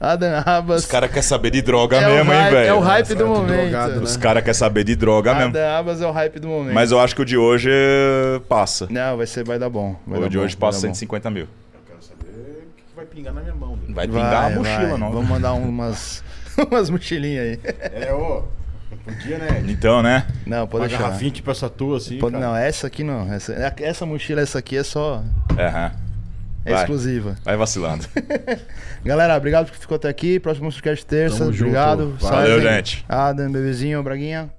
Adam Abas.
Os caras querem saber de droga
é, o
mesmo, hein,
hype,
velho?
é o hype do
Tá tudo
momento.
drogado,
Os
né?
caras querem saber de droga mesmo.
Adam Abas é o hype do momento.
Mas eu acho que o de hoje eh, passa.
Não, vai ser, vai dar bom. Vai
o
dar
de
bom,
hoje
vai
passa
dar bom.
150 mil.
Eu quero saber o que que vai pingar na minha mão. dele.
Vai pingar
Vai,
a mochila,
vai.
não.
Vamos mandar umas, umas mochilinhas aí.
É, ô. Podia, né?
Então, né?
Não, pode
Uma
deixar.
garrafinha tipo essa tua, assim.
Pode-
cara.
não, essa aqui não. Essa, essa mochila, essa aqui é só.
Aham.
É
Vai.
exclusiva.
Vai vacilando.
Galera, obrigado que ficou até aqui. Próximo podcast terça.
Tamo junto.
obrigado.
Valeu,
Sarzen,
gente.
Adam, bebezinho, Braguinha.